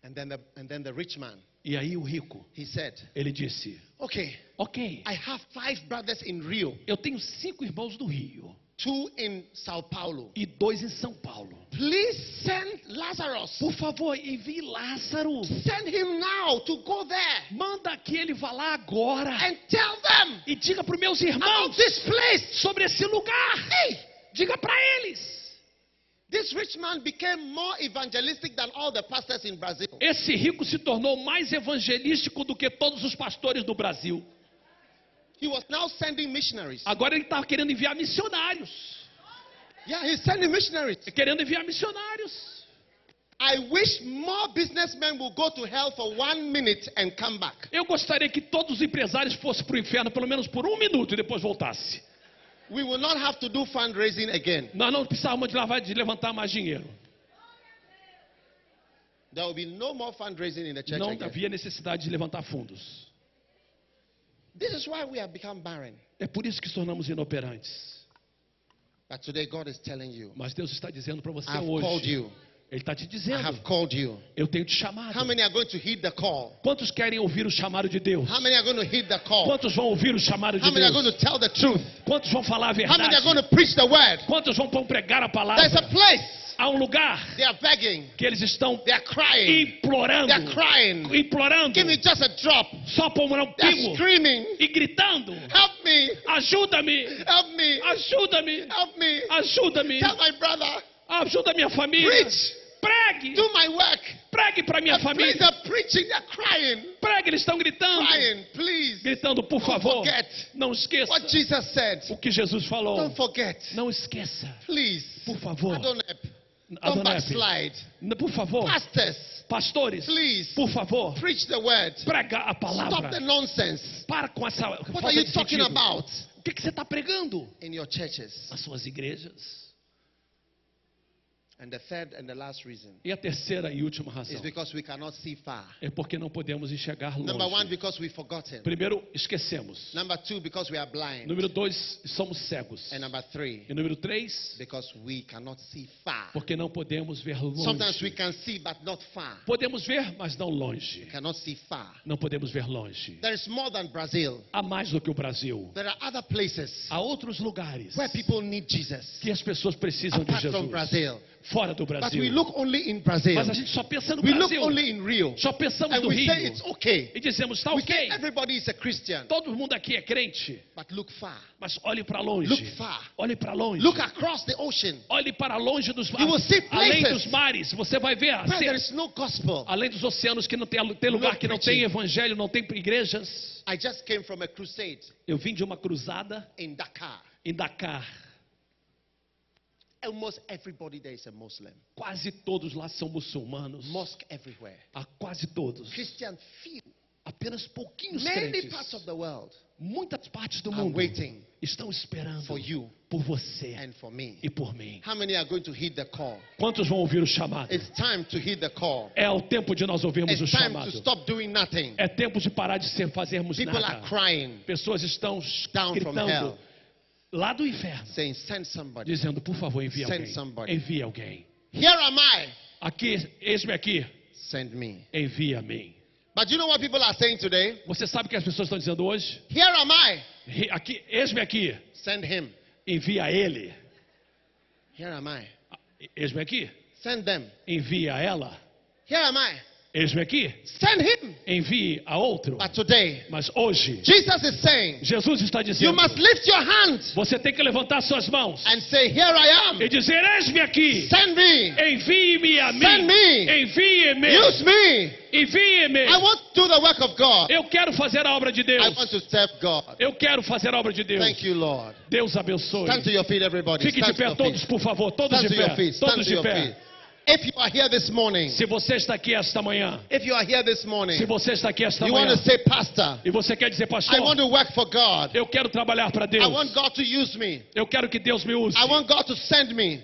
Speaker 2: And then the, and then the rich man,
Speaker 1: e aí o rico,
Speaker 2: he said,
Speaker 1: ele disse:
Speaker 2: Okay,
Speaker 1: Ok,
Speaker 2: I have five brothers in Rio,
Speaker 1: eu tenho cinco irmãos do Rio
Speaker 2: two in Sao Paulo.
Speaker 1: e dois em São Paulo.
Speaker 2: Please send Lazarus.
Speaker 1: Por favor, envie Lázaro.
Speaker 2: Send him now to go there
Speaker 1: Manda que ele vá lá agora
Speaker 2: and tell them
Speaker 1: e diga para os meus
Speaker 2: about
Speaker 1: irmãos
Speaker 2: this place.
Speaker 1: sobre esse lugar.
Speaker 2: Hey,
Speaker 1: Diga para eles.
Speaker 2: this rich man became more evangelistic than all the pastors in Brazil.
Speaker 1: Esse rico se tornou mais evangelístico do que todos os pastores do Brasil.
Speaker 2: He was now sending missionaries.
Speaker 1: Agora ele está querendo enviar missionários.
Speaker 2: Yeah, he's sending missionaries.
Speaker 1: Querendo enviar missionários.
Speaker 2: I wish more businessmen will go to hell for one minute and come back.
Speaker 1: Eu gostaria que todos os empresários fossem para o inferno pelo menos por um minuto e depois voltasse.
Speaker 2: We will not have to do fundraising again.
Speaker 1: Nós não precisávamos de, lavar, de levantar mais dinheiro.
Speaker 2: There will be no more fundraising in the church
Speaker 1: Não
Speaker 2: again.
Speaker 1: havia necessidade de levantar fundos.
Speaker 2: This is why we have become barren.
Speaker 1: É por isso que nos tornamos inoperantes.
Speaker 2: But today God is telling you,
Speaker 1: Mas Deus está dizendo para você
Speaker 2: I have called
Speaker 1: hoje.
Speaker 2: you.
Speaker 1: Ele está te
Speaker 2: I have
Speaker 1: dizendo.
Speaker 2: called you.
Speaker 1: Eu tenho te
Speaker 2: How
Speaker 1: chamado.
Speaker 2: many are going to heed the call?
Speaker 1: Quantos querem ouvir o chamado de Deus?
Speaker 2: How many are going to heed the call?
Speaker 1: Quantos vão ouvir o chamado de
Speaker 2: How many are
Speaker 1: Deus?
Speaker 2: going to tell the truth?
Speaker 1: Quantos vão falar a
Speaker 2: How many are
Speaker 1: verdade?
Speaker 2: going to preach the word?
Speaker 1: Quantos vão vão pregar a
Speaker 2: There's
Speaker 1: palavra?
Speaker 2: a place.
Speaker 1: Há um lugar
Speaker 2: They are begging.
Speaker 1: que eles estão
Speaker 2: They are crying.
Speaker 1: implorando,
Speaker 2: They are crying.
Speaker 1: implorando,
Speaker 2: Give me just a drop.
Speaker 1: só por um
Speaker 2: They are
Speaker 1: pingo
Speaker 2: screaming.
Speaker 1: e gritando:
Speaker 2: Help me.
Speaker 1: ajuda-me,
Speaker 2: Help me.
Speaker 1: ajuda-me,
Speaker 2: Help me.
Speaker 1: ajuda-me,
Speaker 2: Tell my brother.
Speaker 1: ajuda minha família.
Speaker 2: Preach.
Speaker 1: Pregue,
Speaker 2: Do my work.
Speaker 1: pregue para minha
Speaker 2: The place
Speaker 1: família.
Speaker 2: are preaching. They're crying.
Speaker 1: Pregue, eles estão gritando,
Speaker 2: Crying. Please.
Speaker 1: gritando: por favor,
Speaker 2: forget
Speaker 1: não esqueça
Speaker 2: What Jesus said.
Speaker 1: o que Jesus falou.
Speaker 2: Don't forget.
Speaker 1: Não esqueça,
Speaker 2: Please.
Speaker 1: por favor,
Speaker 2: Adonai. Don't
Speaker 1: Adonai,
Speaker 2: backslide.
Speaker 1: por favor,
Speaker 2: Pastors,
Speaker 1: pastores,
Speaker 2: please
Speaker 1: por favor,
Speaker 2: preach the word.
Speaker 1: prega a
Speaker 2: Stop the
Speaker 1: palavra.
Speaker 2: nonsense.
Speaker 1: Para com essa
Speaker 2: What
Speaker 1: falta
Speaker 2: are you
Speaker 1: de
Speaker 2: talking
Speaker 1: sentido.
Speaker 2: about
Speaker 1: O que, que você está pregando?
Speaker 2: in your churches?
Speaker 1: Nas suas igrejas.
Speaker 2: And the third and the last reason
Speaker 1: E a terceira e última razão
Speaker 2: is because we cannot see far.
Speaker 1: é porque não podemos enxergar
Speaker 2: Number one,
Speaker 1: longe.
Speaker 2: because we've forgotten.
Speaker 1: Primeiro, esquecemos.
Speaker 2: Number two, because we are blind.
Speaker 1: Número dois, somos cegos.
Speaker 2: And number three,
Speaker 1: E número três,
Speaker 2: because we cannot see far.
Speaker 1: porque não podemos ver
Speaker 2: Sometimes we
Speaker 1: longe.
Speaker 2: can see, but not far.
Speaker 1: Podemos ver, mas não
Speaker 2: We
Speaker 1: longe.
Speaker 2: cannot see far.
Speaker 1: Não podemos ver longe.
Speaker 2: There is more than Brazil.
Speaker 1: Há mais do que o Brasil.
Speaker 2: There are other places
Speaker 1: Há outros lugares
Speaker 2: where people need Jesus
Speaker 1: que as pessoas precisam de
Speaker 2: apart from
Speaker 1: Jesus.
Speaker 2: Brazil.
Speaker 1: Fora do
Speaker 2: But we
Speaker 1: Brasil.
Speaker 2: look only in Brazil.
Speaker 1: Mas a gente só pensa no
Speaker 2: We look
Speaker 1: Brasil.
Speaker 2: only in Rio.
Speaker 1: Só pensamos
Speaker 2: And
Speaker 1: no
Speaker 2: we
Speaker 1: Rio.
Speaker 2: say it's okay.
Speaker 1: E dizemos, tá
Speaker 2: We
Speaker 1: ok.
Speaker 2: say everybody is a Christian.
Speaker 1: Todo mundo aqui é crente.
Speaker 2: But look far.
Speaker 1: Mas olhe para longe.
Speaker 2: Look far.
Speaker 1: Olhe para longe.
Speaker 2: Look across the ocean.
Speaker 1: Olhe para longe dos
Speaker 2: You will
Speaker 1: mares.
Speaker 2: see
Speaker 1: Além
Speaker 2: places
Speaker 1: dos mares, você vai ver.
Speaker 2: Where
Speaker 1: Ser-
Speaker 2: there is no gospel.
Speaker 1: Além dos oceanos que não tem, tem lugar
Speaker 2: No
Speaker 1: que não
Speaker 2: preaching.
Speaker 1: tem evangelho, não tem igrejas.
Speaker 2: I just came from a crusade
Speaker 1: Eu vim de uma cruzada
Speaker 2: in Dakar.
Speaker 1: em Dakar.
Speaker 2: Almost everybody there is a Muslim.
Speaker 1: Quase todos lá são muçulmanos.
Speaker 2: Mosque everywhere.
Speaker 1: Há quase todos.
Speaker 2: Christian few.
Speaker 1: Apenas pouquinhos
Speaker 2: Many
Speaker 1: crentes.
Speaker 2: parts of the world
Speaker 1: Muitas partes do
Speaker 2: are
Speaker 1: mundo
Speaker 2: waiting
Speaker 1: estão esperando
Speaker 2: for you
Speaker 1: por você
Speaker 2: and for me.
Speaker 1: e por mim.
Speaker 2: How many are going to heed the call?
Speaker 1: Quantos vão ouvir o chamado?
Speaker 2: It's time to heed the call.
Speaker 1: É o tempo de nós ouvirmos o
Speaker 2: It's time to
Speaker 1: chamado.
Speaker 2: stop doing nothing.
Speaker 1: É tempo de parar de ser, fazermos
Speaker 2: People are
Speaker 1: nada.
Speaker 2: crying
Speaker 1: Pessoas estão
Speaker 2: down from
Speaker 1: gritando
Speaker 2: hell,
Speaker 1: lá do inferno,
Speaker 2: saying, Send somebody.
Speaker 1: dizendo, por favor, envie
Speaker 2: Send
Speaker 1: alguém.
Speaker 2: somebody.
Speaker 1: Envie alguém.
Speaker 2: Here am I.
Speaker 1: Aqui, eis-me aqui,
Speaker 2: Send me.
Speaker 1: envia-me.
Speaker 2: But you know what people are saying today?
Speaker 1: Você sabe o que as pessoas estão dizendo hoje?
Speaker 2: Here am I.
Speaker 1: Re- Aqui, eis-me aqui,
Speaker 2: Send him.
Speaker 1: envia ele.
Speaker 2: Here am I.
Speaker 1: Eis-me aqui,
Speaker 2: Send them.
Speaker 1: envia ela.
Speaker 2: Here am I.
Speaker 1: Eis-me aqui,
Speaker 2: Send him.
Speaker 1: envie a outro.
Speaker 2: But today,
Speaker 1: Mas hoje,
Speaker 2: Jesus is saying,
Speaker 1: Jesus está
Speaker 2: You
Speaker 1: dizendo:
Speaker 2: must lift your hand
Speaker 1: você tem que levantar suas mãos
Speaker 2: and say, Here I am.
Speaker 1: e dizer: Eis-me aqui,
Speaker 2: Send me.
Speaker 1: envie-me a
Speaker 2: Send
Speaker 1: mim,
Speaker 2: me. Use
Speaker 1: envie-me,
Speaker 2: me.
Speaker 1: envie-me.
Speaker 2: I want to do the work of God.
Speaker 1: Eu quero fazer a obra de
Speaker 2: I
Speaker 1: Deus.
Speaker 2: want to serve God.
Speaker 1: Eu quero fazer a obra de Deus.
Speaker 2: Thank you, Lord.
Speaker 1: Deus abençoe.
Speaker 2: Stand to your feet, everybody.
Speaker 1: Fique de
Speaker 2: Stand to
Speaker 1: pé
Speaker 2: your feet.
Speaker 1: todos, por favor, todos
Speaker 2: Stand
Speaker 1: de
Speaker 2: to your
Speaker 1: pé,
Speaker 2: feet. Stand
Speaker 1: todos
Speaker 2: to
Speaker 1: de
Speaker 2: your feet.
Speaker 1: pé.
Speaker 2: If you are here this morning,
Speaker 1: Se você está aqui esta manhã,
Speaker 2: if you are here this morning,
Speaker 1: se você está aqui esta
Speaker 2: you
Speaker 1: manhã
Speaker 2: want to say, Pastor,
Speaker 1: e você quer dizer,
Speaker 2: I
Speaker 1: pastor,
Speaker 2: want to work for God.
Speaker 1: eu quero trabalhar para Deus.
Speaker 2: I want God to use me.
Speaker 1: Eu quero que Deus me use.
Speaker 2: I want God to send me.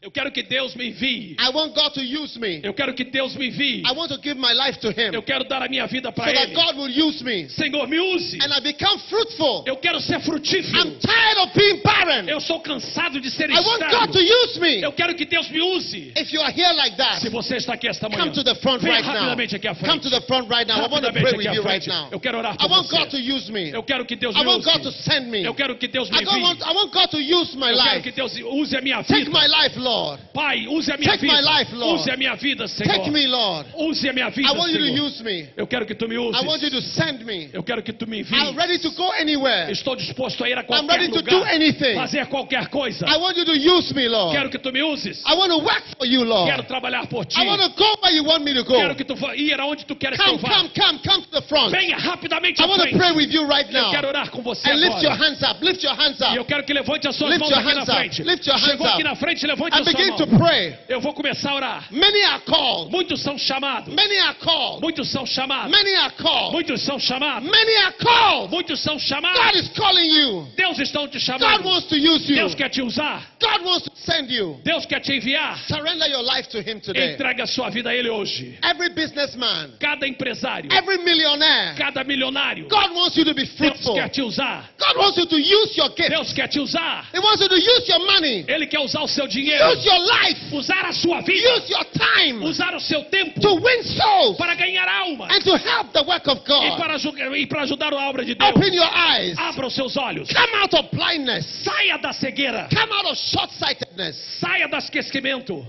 Speaker 1: Eu quero que Deus me envie.
Speaker 2: I want God to use me.
Speaker 1: Eu quero que Deus me envie.
Speaker 2: I want to give my life to Him
Speaker 1: Eu quero dar a minha vida
Speaker 2: so
Speaker 1: para
Speaker 2: that
Speaker 1: Ele.
Speaker 2: God will use me
Speaker 1: Senhor, me use.
Speaker 2: and I become fruitful.
Speaker 1: Eu quero ser frutífero.
Speaker 2: I'm tired of being barren.
Speaker 1: Eu sou cansado de ser
Speaker 2: I want God to
Speaker 1: escravo.
Speaker 2: use me.
Speaker 1: Eu quero que Deus me use.
Speaker 2: If you are here like that,
Speaker 1: Se você está aqui esta manhã,
Speaker 2: Come to the front
Speaker 1: venha
Speaker 2: right now.
Speaker 1: rapidamente aqui à frente.
Speaker 2: Come to the front right now. I want to
Speaker 1: Rapidamente
Speaker 2: pray
Speaker 1: aqui
Speaker 2: with
Speaker 1: à
Speaker 2: you right
Speaker 1: frente.
Speaker 2: now.
Speaker 1: Eu quero orar
Speaker 2: I
Speaker 1: por
Speaker 2: want
Speaker 1: você.
Speaker 2: God to use me.
Speaker 1: Eu quero que Deus me
Speaker 2: I want
Speaker 1: use.
Speaker 2: God to send me.
Speaker 1: Eu quero que Deus me
Speaker 2: I, don't
Speaker 1: envie.
Speaker 2: want, I want God to use my
Speaker 1: Eu quero
Speaker 2: life.
Speaker 1: que Deus use a minha
Speaker 2: Take
Speaker 1: vida.
Speaker 2: my life, Lord.
Speaker 1: Pai, use a minha
Speaker 2: Take
Speaker 1: vida.
Speaker 2: my life, Lord.
Speaker 1: Use a minha vida, Senhor.
Speaker 2: Take me, Lord.
Speaker 1: Use a minha vida,
Speaker 2: I want you to
Speaker 1: Senhor.
Speaker 2: use me.
Speaker 1: Eu quero que tu me uses.
Speaker 2: I want you to send me.
Speaker 1: Eu quero que tu me
Speaker 2: I'm
Speaker 1: envie.
Speaker 2: ready to go anywhere.
Speaker 1: Estou disposto a ir a
Speaker 2: I'm
Speaker 1: qualquer
Speaker 2: ready to do
Speaker 1: lugar.
Speaker 2: anything.
Speaker 1: Fazer qualquer coisa.
Speaker 2: I want you to use me,
Speaker 1: Quero
Speaker 2: Lord.
Speaker 1: que tu me uses.
Speaker 2: I want to work for you, Lord.
Speaker 1: Quero trabalhar por ti.
Speaker 2: I want to go where you want me to go.
Speaker 1: Quero que tu vá ir aonde tu queres que eu
Speaker 2: Come,
Speaker 1: vá.
Speaker 2: come, come, come to the front.
Speaker 1: Venha rapidamente
Speaker 2: I
Speaker 1: à
Speaker 2: want to
Speaker 1: frente.
Speaker 2: pray with you right
Speaker 1: Eu
Speaker 2: now.
Speaker 1: quero orar com você
Speaker 2: And É, lift your
Speaker 1: agora.
Speaker 2: hands up. Lift your hands
Speaker 1: E
Speaker 2: up.
Speaker 1: eu quero que levante as suas
Speaker 2: Lift
Speaker 1: mãos
Speaker 2: your
Speaker 1: aqui na
Speaker 2: hands up.
Speaker 1: frente.
Speaker 2: Lift your hands
Speaker 1: Chegou aqui
Speaker 2: up.
Speaker 1: na frente, levante a
Speaker 2: And
Speaker 1: sua
Speaker 2: begin to
Speaker 1: mão.
Speaker 2: pray.
Speaker 1: Eu vou começar a orar.
Speaker 2: Many are called.
Speaker 1: Muitos são chamados.
Speaker 2: Many are called.
Speaker 1: Muitos são chamados.
Speaker 2: Many are called.
Speaker 1: Muitos são chamados.
Speaker 2: Many are called.
Speaker 1: Muitos são
Speaker 2: God
Speaker 1: chamados.
Speaker 2: is calling you.
Speaker 1: Deus está te
Speaker 2: God
Speaker 1: chamando.
Speaker 2: wants to use you.
Speaker 1: Deus quer te usar.
Speaker 2: God wants to send you.
Speaker 1: Deus quer te enviar.
Speaker 2: Surrender your life to Him today.
Speaker 1: Entregue a sua vida a Ele hoje.
Speaker 2: Every businessman,
Speaker 1: Cada empresário,
Speaker 2: every millionaire,
Speaker 1: cada milionário,
Speaker 2: God wants you to be
Speaker 1: Deus
Speaker 2: fruitful.
Speaker 1: quer te usar.
Speaker 2: God wants you to use your gift.
Speaker 1: Deus quer te usar.
Speaker 2: He wants you to use your money,
Speaker 1: Ele quer usar o seu dinheiro,
Speaker 2: use your life,
Speaker 1: usar a sua vida,
Speaker 2: use your time
Speaker 1: usar o seu tempo
Speaker 2: to win souls
Speaker 1: para ganhar almas
Speaker 2: and to help the work of
Speaker 1: e
Speaker 2: God.
Speaker 1: para, ju- e para ajudar a obra de Deus.
Speaker 2: Open your eyes.
Speaker 1: Abra os seus olhos.
Speaker 2: Come out of blindness.
Speaker 1: Saia da cegueira.
Speaker 2: Come out of short sightedness.
Speaker 1: Saia do esquecimento.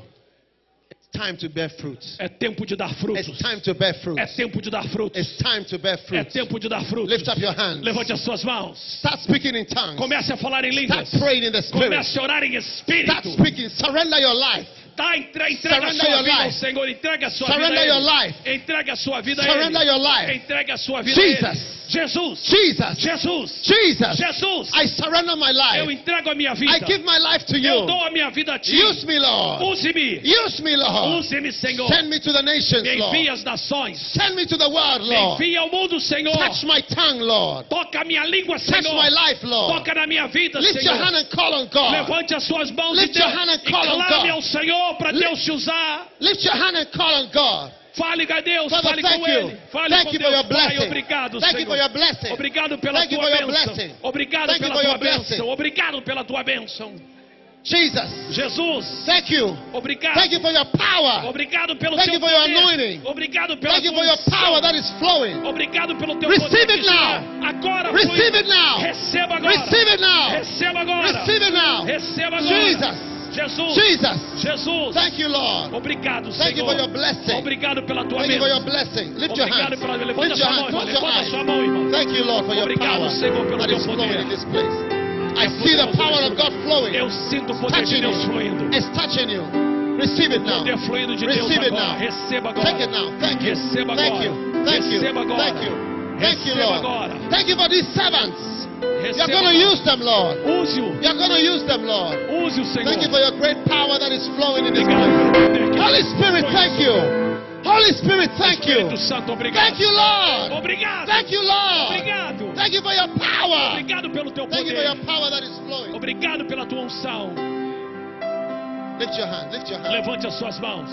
Speaker 2: It's time to bear fruit.
Speaker 1: É tempo de dar frutos.
Speaker 2: It's time to bear fruit.
Speaker 1: É tempo de dar frutos.
Speaker 2: It's time to bear
Speaker 1: É
Speaker 2: fruit.
Speaker 1: tempo de dar frutos.
Speaker 2: Lift up your hands.
Speaker 1: Levante as suas mãos.
Speaker 2: Start speaking in tongues.
Speaker 1: Comece a falar em
Speaker 2: Start
Speaker 1: línguas.
Speaker 2: praying in the spirit.
Speaker 1: Comece a orar em
Speaker 2: Start
Speaker 1: espírito.
Speaker 2: speaking. Surrender your life.
Speaker 1: Dá, entre, entrega a
Speaker 2: Tá Surrender
Speaker 1: sua
Speaker 2: your
Speaker 1: vida ao
Speaker 2: life.
Speaker 1: Senhor. Entrega a sua vida a
Speaker 2: Surrender your life.
Speaker 1: Ele. Entrega a sua vida a
Speaker 2: Surrender
Speaker 1: Ele.
Speaker 2: your life.
Speaker 1: Entrega a sua vida a Ele.
Speaker 2: Jesus.
Speaker 1: Jesus,
Speaker 2: Jesus,
Speaker 1: Jesus,
Speaker 2: Jesus,
Speaker 1: Jesus,
Speaker 2: I surrender my
Speaker 1: eu
Speaker 2: life.
Speaker 1: entrego a minha
Speaker 2: I
Speaker 1: vida.
Speaker 2: give my life to
Speaker 1: Eu
Speaker 2: you.
Speaker 1: dou a minha vida a ti.
Speaker 2: Use me, Lord.
Speaker 1: Use-me,
Speaker 2: Use me, Lord.
Speaker 1: use-me, Senhor.
Speaker 2: Ah. Send me to the nations,
Speaker 1: Me envia
Speaker 2: Lord.
Speaker 1: as nações.
Speaker 2: Send me to the world,
Speaker 1: Me
Speaker 2: Lord.
Speaker 1: envia ao mundo, Senhor.
Speaker 2: Touch my tongue, Lord.
Speaker 1: Toca a minha língua,
Speaker 2: Touch
Speaker 1: Senhor.
Speaker 2: my life, Lord.
Speaker 1: Toca na minha vida,
Speaker 2: Lift your
Speaker 1: Senhor.
Speaker 2: hand and call on God.
Speaker 1: Levante as suas mãos e,
Speaker 2: Lift
Speaker 1: Deus,
Speaker 2: your hand and
Speaker 1: e
Speaker 2: call on
Speaker 1: clame
Speaker 2: God.
Speaker 1: ao Senhor para
Speaker 2: Lift-
Speaker 1: Deus te usar.
Speaker 2: Lift your hand and call on God.
Speaker 1: Fale com Deus,
Speaker 2: Father,
Speaker 1: fale
Speaker 2: thank
Speaker 1: com
Speaker 2: you.
Speaker 1: Ele. Fale
Speaker 2: Thank
Speaker 1: com
Speaker 2: you for
Speaker 1: Deus,
Speaker 2: your
Speaker 1: Pai.
Speaker 2: blessing.
Speaker 1: Obrigado,
Speaker 2: Thank you
Speaker 1: Senhor.
Speaker 2: for your blessing.
Speaker 1: Obrigado pela
Speaker 2: Thank you
Speaker 1: tua
Speaker 2: for
Speaker 1: bênção.
Speaker 2: your blessing.
Speaker 1: Obrigado
Speaker 2: Thank you
Speaker 1: pela
Speaker 2: for
Speaker 1: tua
Speaker 2: your blessing.
Speaker 1: bênção. Obrigado pela tua bênção.
Speaker 2: Jesus,
Speaker 1: Jesus,
Speaker 2: thank you.
Speaker 1: obrigado.
Speaker 2: Thank you for your power.
Speaker 1: Obrigado pelo
Speaker 2: Thank
Speaker 1: teu
Speaker 2: you for your
Speaker 1: poder.
Speaker 2: anointing.
Speaker 1: Obrigado pela
Speaker 2: Thank you
Speaker 1: tua
Speaker 2: for your
Speaker 1: unção.
Speaker 2: power that is flowing.
Speaker 1: Obrigado pelo teu
Speaker 2: Receive
Speaker 1: poder. que
Speaker 2: it
Speaker 1: está
Speaker 2: now.
Speaker 1: Agora foi.
Speaker 2: Receive it now.
Speaker 1: Receba agora.
Speaker 2: Receive it now.
Speaker 1: Receba agora.
Speaker 2: Receive it now.
Speaker 1: Receba agora. Jesus.
Speaker 2: Jesus, Jesus,
Speaker 1: Jesus.
Speaker 2: thank you,
Speaker 1: Oh,
Speaker 2: Lord.
Speaker 1: Obrigado,
Speaker 2: Thank you
Speaker 1: Senhor.
Speaker 2: for your blessing.
Speaker 1: Obrigado pela tua
Speaker 2: Thank you for
Speaker 1: bênção.
Speaker 2: your blessing. Lift your
Speaker 1: Obrigado
Speaker 2: hands.
Speaker 1: pela levanta
Speaker 2: Lift
Speaker 1: sua
Speaker 2: your hands.
Speaker 1: mão, irmão.
Speaker 2: Lift your
Speaker 1: Levanta sua
Speaker 2: hands.
Speaker 1: mão, irmão.
Speaker 2: Thank you, Lord, for your
Speaker 1: Obrigado,
Speaker 2: power
Speaker 1: Senhor, pelo
Speaker 2: that
Speaker 1: teu
Speaker 2: is flowing
Speaker 1: poder.
Speaker 2: in this place. I see the power of God flowing.
Speaker 1: Eu sinto o poder de
Speaker 2: Touching
Speaker 1: Deus
Speaker 2: you.
Speaker 1: fluindo.
Speaker 2: It's touching you. Receive it now.
Speaker 1: Poder fluindo de Deus
Speaker 2: Receive it
Speaker 1: agora.
Speaker 2: now.
Speaker 1: Receba agora.
Speaker 2: Take it now. Thank you.
Speaker 1: Receba
Speaker 2: Thank
Speaker 1: agora.
Speaker 2: you. Thank you.
Speaker 1: Receba agora.
Speaker 2: Thank you. Thank you,
Speaker 1: Receba
Speaker 2: Lord.
Speaker 1: agora.
Speaker 2: Thank you for these servants. You're
Speaker 1: Receba.
Speaker 2: going to use them, Lord.
Speaker 1: Use-o.
Speaker 2: You're going to use them, Lord.
Speaker 1: Use-o, Senhor.
Speaker 2: Thank you for your great power that is flowing in this
Speaker 1: Obrigado
Speaker 2: place.
Speaker 1: pelo poder que
Speaker 2: Holy Spirit,
Speaker 1: Foi
Speaker 2: thank you. Holy Spirit, thank
Speaker 1: Espírito
Speaker 2: you.
Speaker 1: Santo, obrigado.
Speaker 2: Thank you, Lord.
Speaker 1: Obrigado.
Speaker 2: Thank you, Lord.
Speaker 1: Obrigado.
Speaker 2: Thank you for your power.
Speaker 1: Obrigado pelo teu
Speaker 2: Thank you for
Speaker 1: poder.
Speaker 2: your power that is flowing.
Speaker 1: Obrigado pela tua unção.
Speaker 2: Lift your hand. Lift your hand.
Speaker 1: Levante as suas mãos.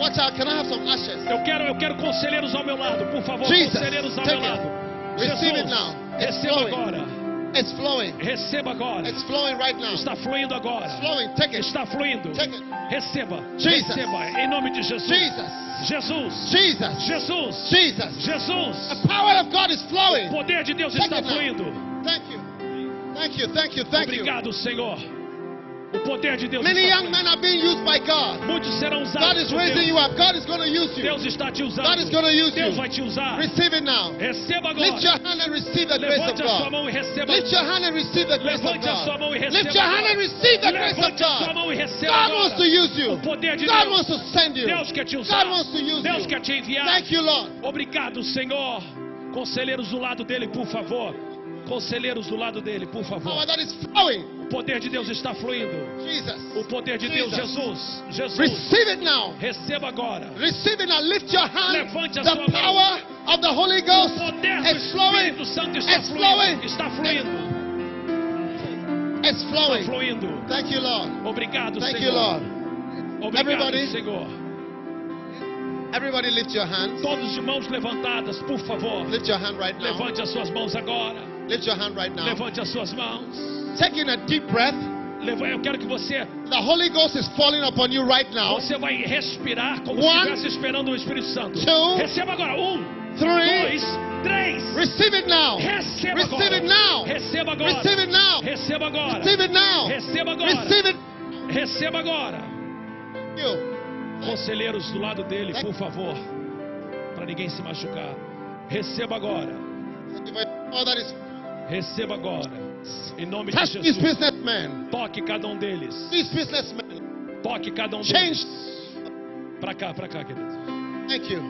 Speaker 2: Watch out. Can I have some ashes?
Speaker 1: Eu quero, eu quero conselheiros ao meu lado, por favor,
Speaker 2: Jesus,
Speaker 1: conselheiros ao
Speaker 2: take
Speaker 1: meu
Speaker 2: it.
Speaker 1: lado.
Speaker 2: Receive
Speaker 1: Jesus,
Speaker 2: it now. It's
Speaker 1: receba
Speaker 2: flowing.
Speaker 1: agora.
Speaker 2: It's flowing.
Speaker 1: Receba agora.
Speaker 2: It's flowing right now. It's
Speaker 1: Está fluindo agora.
Speaker 2: flowing. Take it.
Speaker 1: Está fluindo.
Speaker 2: Take it.
Speaker 1: Receba.
Speaker 2: Jesus.
Speaker 1: Receba em nome de Jesus.
Speaker 2: Jesus.
Speaker 1: Jesus.
Speaker 2: Jesus.
Speaker 1: Jesus.
Speaker 2: Jesus.
Speaker 1: Jesus.
Speaker 2: The power of God is
Speaker 1: O
Speaker 2: flowing.
Speaker 1: poder de Deus
Speaker 2: Take
Speaker 1: está
Speaker 2: it now.
Speaker 1: fluindo.
Speaker 2: Thank you. Thank you. Thank you. Thank you.
Speaker 1: Obrigado, Senhor. O poder de Deus
Speaker 2: Many
Speaker 1: está
Speaker 2: young
Speaker 1: fluindo.
Speaker 2: men are being used by God.
Speaker 1: Muitos serão usados.
Speaker 2: God is
Speaker 1: por
Speaker 2: raising
Speaker 1: Deus.
Speaker 2: you up. God is going to use you.
Speaker 1: Deus está te usando.
Speaker 2: God is going to use
Speaker 1: Deus vai
Speaker 2: you.
Speaker 1: te usar.
Speaker 2: Receive it now.
Speaker 1: Receba agora.
Speaker 2: Lift your hand and receive the grace of
Speaker 1: Levante a sua
Speaker 2: God.
Speaker 1: mão e receba.
Speaker 2: Lift your hand and receive the grace of
Speaker 1: Levante a sua
Speaker 2: God.
Speaker 1: mão e receba.
Speaker 2: Lift your hand
Speaker 1: agora.
Speaker 2: and receive the grace of
Speaker 1: Levante a sua
Speaker 2: God.
Speaker 1: mão e receba.
Speaker 2: God
Speaker 1: agora.
Speaker 2: wants to use you.
Speaker 1: O poder de
Speaker 2: God
Speaker 1: Deus.
Speaker 2: wants to send you.
Speaker 1: Deus quer te usar.
Speaker 2: God wants to use
Speaker 1: Deus
Speaker 2: you.
Speaker 1: quer te enviar.
Speaker 2: Thank you, Lord.
Speaker 1: Obrigado, Senhor. Conselheiros do lado dele, por favor. Conselheiros do lado dele, por favor.
Speaker 2: Power that is flowing.
Speaker 1: O poder de Deus está fluindo. O
Speaker 2: Jesus.
Speaker 1: poder de Deus,
Speaker 2: Jesus.
Speaker 1: Jesus. Jesus.
Speaker 2: Receive it now.
Speaker 1: Receba agora.
Speaker 2: Receive it now. Lift your hand.
Speaker 1: Levante a sua
Speaker 2: The
Speaker 1: mão.
Speaker 2: power of the Holy Ghost
Speaker 1: O poder do
Speaker 2: is flowing.
Speaker 1: Espírito Santo está
Speaker 2: It's flowing.
Speaker 1: fluindo. Está fluindo.
Speaker 2: It's flowing.
Speaker 1: Fluindo.
Speaker 2: Thank you, Lord.
Speaker 1: Obrigado,
Speaker 2: Thank you,
Speaker 1: Senhor.
Speaker 2: Lord.
Speaker 1: Obrigado,
Speaker 2: Everybody.
Speaker 1: Senhor.
Speaker 2: Everybody, lift your hands.
Speaker 1: Todos de mãos levantadas, por favor.
Speaker 2: Lift your hand right now.
Speaker 1: Levante as suas mãos agora.
Speaker 2: Lift your hand right now.
Speaker 1: Levante as suas mãos.
Speaker 2: Taking a deep breath.
Speaker 1: Leva- Eu quero que você
Speaker 2: The Holy Ghost is falling upon you right now.
Speaker 1: Você vai respirar como se
Speaker 2: One,
Speaker 1: estivesse esperando o Espírito Santo.
Speaker 2: two,
Speaker 1: Receba agora. Um,
Speaker 2: Three.
Speaker 1: dois, três.
Speaker 2: Receive it now.
Speaker 1: Receba
Speaker 2: Receive
Speaker 1: agora.
Speaker 2: it now.
Speaker 1: Receba agora.
Speaker 2: Receive it now.
Speaker 1: Receba agora.
Speaker 2: Receive it now.
Speaker 1: Receba agora.
Speaker 2: Receive it.
Speaker 1: Receba agora.
Speaker 2: Thank you.
Speaker 1: Conselheiros do lado dele, por favor. Para ninguém se machucar. Receba agora.
Speaker 2: Thank you for your power that is
Speaker 1: Receba agora. Em nome de
Speaker 2: touch these
Speaker 1: Jesus.
Speaker 2: businessmen.
Speaker 1: Toque cada um deles.
Speaker 2: These businessmen.
Speaker 1: Toque cada um
Speaker 2: Change.
Speaker 1: deles. Para cá, para cá, querido.
Speaker 2: Thank you.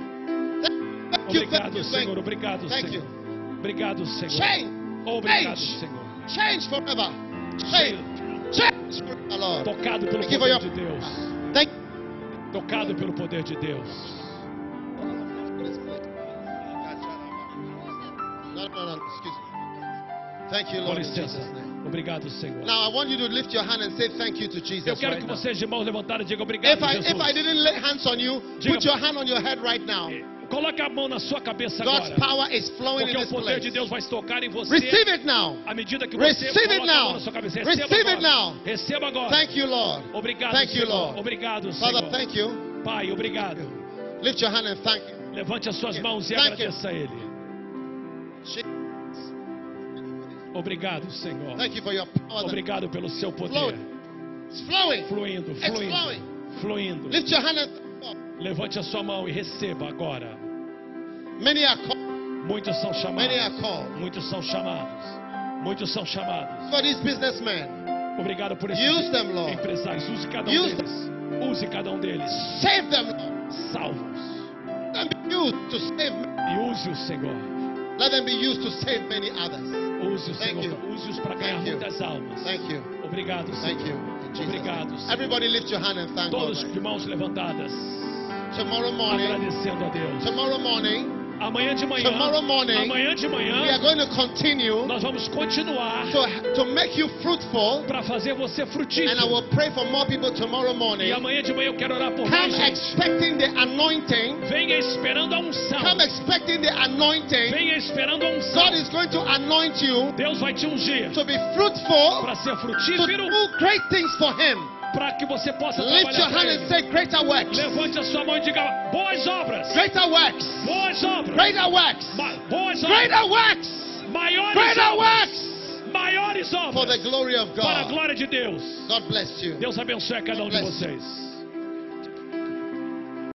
Speaker 2: Thank you. Thank
Speaker 1: Obrigado,
Speaker 2: you. Thank
Speaker 1: Senhor.
Speaker 2: you.
Speaker 1: Obrigado,
Speaker 2: Thank
Speaker 1: Senhor.
Speaker 2: you.
Speaker 1: Obrigado, Senhor.
Speaker 2: Change.
Speaker 1: Obrigado,
Speaker 2: Change.
Speaker 1: Senhor.
Speaker 2: Change forever.
Speaker 1: Senhor,
Speaker 2: Change. Change. Praise the Lord.
Speaker 1: Tocado pelo
Speaker 2: Thank you
Speaker 1: poder
Speaker 2: for your-
Speaker 1: de Deus.
Speaker 2: Thank
Speaker 1: Tocado pelo poder de Deus.
Speaker 2: No, no, no. Excuse me. Thank you,
Speaker 1: Com
Speaker 2: Lord. In Jesus' né?
Speaker 1: licença.
Speaker 2: name.
Speaker 1: Obrigado, Senhor.
Speaker 2: Now I want you to lift your hand and say thank you to Jesus.
Speaker 1: Eu quero
Speaker 2: right
Speaker 1: que
Speaker 2: now.
Speaker 1: vocês de mãos levantadas digam obrigado,
Speaker 2: If I,
Speaker 1: Jesus.
Speaker 2: if I didn't lay hands on you,
Speaker 1: Diga-
Speaker 2: put your hand on your head right now.
Speaker 1: Coloque a mão na sua cabeça
Speaker 2: God's
Speaker 1: agora.
Speaker 2: power is flowing in
Speaker 1: Porque o
Speaker 2: this
Speaker 1: poder de
Speaker 2: place.
Speaker 1: Deus vai tocar em você.
Speaker 2: Receive it now.
Speaker 1: À medida que você
Speaker 2: Receive it
Speaker 1: coloca a mão
Speaker 2: now.
Speaker 1: na sua cabeça.
Speaker 2: Receive
Speaker 1: Receba
Speaker 2: it
Speaker 1: agora.
Speaker 2: now.
Speaker 1: Receba agora.
Speaker 2: Thank you, Lord.
Speaker 1: Obrigado,
Speaker 2: Thank you,
Speaker 1: Senhor.
Speaker 2: Lord.
Speaker 1: Obrigado,
Speaker 2: Father,
Speaker 1: Senhor.
Speaker 2: thank you.
Speaker 1: Pai, obrigado.
Speaker 2: Lift your hand and thank you.
Speaker 1: Levante as suas mãos e
Speaker 2: Thank you.
Speaker 1: agradeça a Ele.
Speaker 2: Je-
Speaker 1: Obrigado, Senhor.
Speaker 2: Thank you for your power. that-
Speaker 1: Obrigado pelo seu poder.
Speaker 2: Flowing. It's flowing.
Speaker 1: Fluindo,
Speaker 2: It's
Speaker 1: fluindo, fluindo.
Speaker 2: Lift your hand and thank God.
Speaker 1: Levante a sua mão e receba agora.
Speaker 2: Many are called.
Speaker 1: Muitos são
Speaker 2: Many
Speaker 1: chamados.
Speaker 2: are called.
Speaker 1: Muitos são chamados. Muitos são chamados.
Speaker 2: For these businessmen,
Speaker 1: Obrigado por esses
Speaker 2: Use them, Lord.
Speaker 1: empresários. Use cada um
Speaker 2: Use
Speaker 1: deles. Use cada um deles.
Speaker 2: save them, Lord.
Speaker 1: Salvos.
Speaker 2: And be used to save men.
Speaker 1: E use o Senhor.
Speaker 2: Let them be used to save many others.
Speaker 1: Use-os,
Speaker 2: Thank
Speaker 1: Senhor.
Speaker 2: you.
Speaker 1: Use-os para ganhar
Speaker 2: Thank you.
Speaker 1: muitas almas.
Speaker 2: Thank you.
Speaker 1: Obrigado, Senhor.
Speaker 2: Thank you. In Jesus' name.
Speaker 1: Obrigado, Senhor.
Speaker 2: Everybody lift your hand and thank
Speaker 1: Todos
Speaker 2: God.
Speaker 1: de mãos levantadas,
Speaker 2: Tomorrow morning,
Speaker 1: agradecendo a Deus.
Speaker 2: tomorrow morning,
Speaker 1: Amanhã de manhã,
Speaker 2: Tomorrow morning,
Speaker 1: amanhã de
Speaker 2: we are
Speaker 1: manhã,
Speaker 2: going to continue
Speaker 1: nós vamos continuar
Speaker 2: to, to make you fruitful.
Speaker 1: para fazer você
Speaker 2: And I
Speaker 1: frutífero.
Speaker 2: will pray for more people tomorrow
Speaker 1: E
Speaker 2: morning.
Speaker 1: amanhã de manhã eu quero orar por
Speaker 2: Come
Speaker 1: mais gente.
Speaker 2: expecting the anointing.
Speaker 1: Venha esperando a unção.
Speaker 2: Come expecting the anointing.
Speaker 1: Venha esperando a unção.
Speaker 2: God is going to anoint you
Speaker 1: Deus vai te ungir
Speaker 2: to be fruitful,
Speaker 1: para ser
Speaker 2: to
Speaker 1: frutífero,
Speaker 2: do great things for Him.
Speaker 1: para que você possa
Speaker 2: Lift your
Speaker 1: trabalhar
Speaker 2: hand
Speaker 1: para
Speaker 2: and
Speaker 1: Ele.
Speaker 2: say, Greater works.
Speaker 1: Levante a sua mão e diga boas obras.
Speaker 2: Greater works.
Speaker 1: Boas obras.
Speaker 2: Greater works.
Speaker 1: Ma- Boas obras.
Speaker 2: Greater works.
Speaker 1: Maiores
Speaker 2: Greater
Speaker 1: obras.
Speaker 2: works.
Speaker 1: Maiores
Speaker 2: For the
Speaker 1: obras.
Speaker 2: glory of
Speaker 1: Para a
Speaker 2: God.
Speaker 1: glória de Deus.
Speaker 2: God bless you.
Speaker 1: Deus abençoe a cada um de vocês.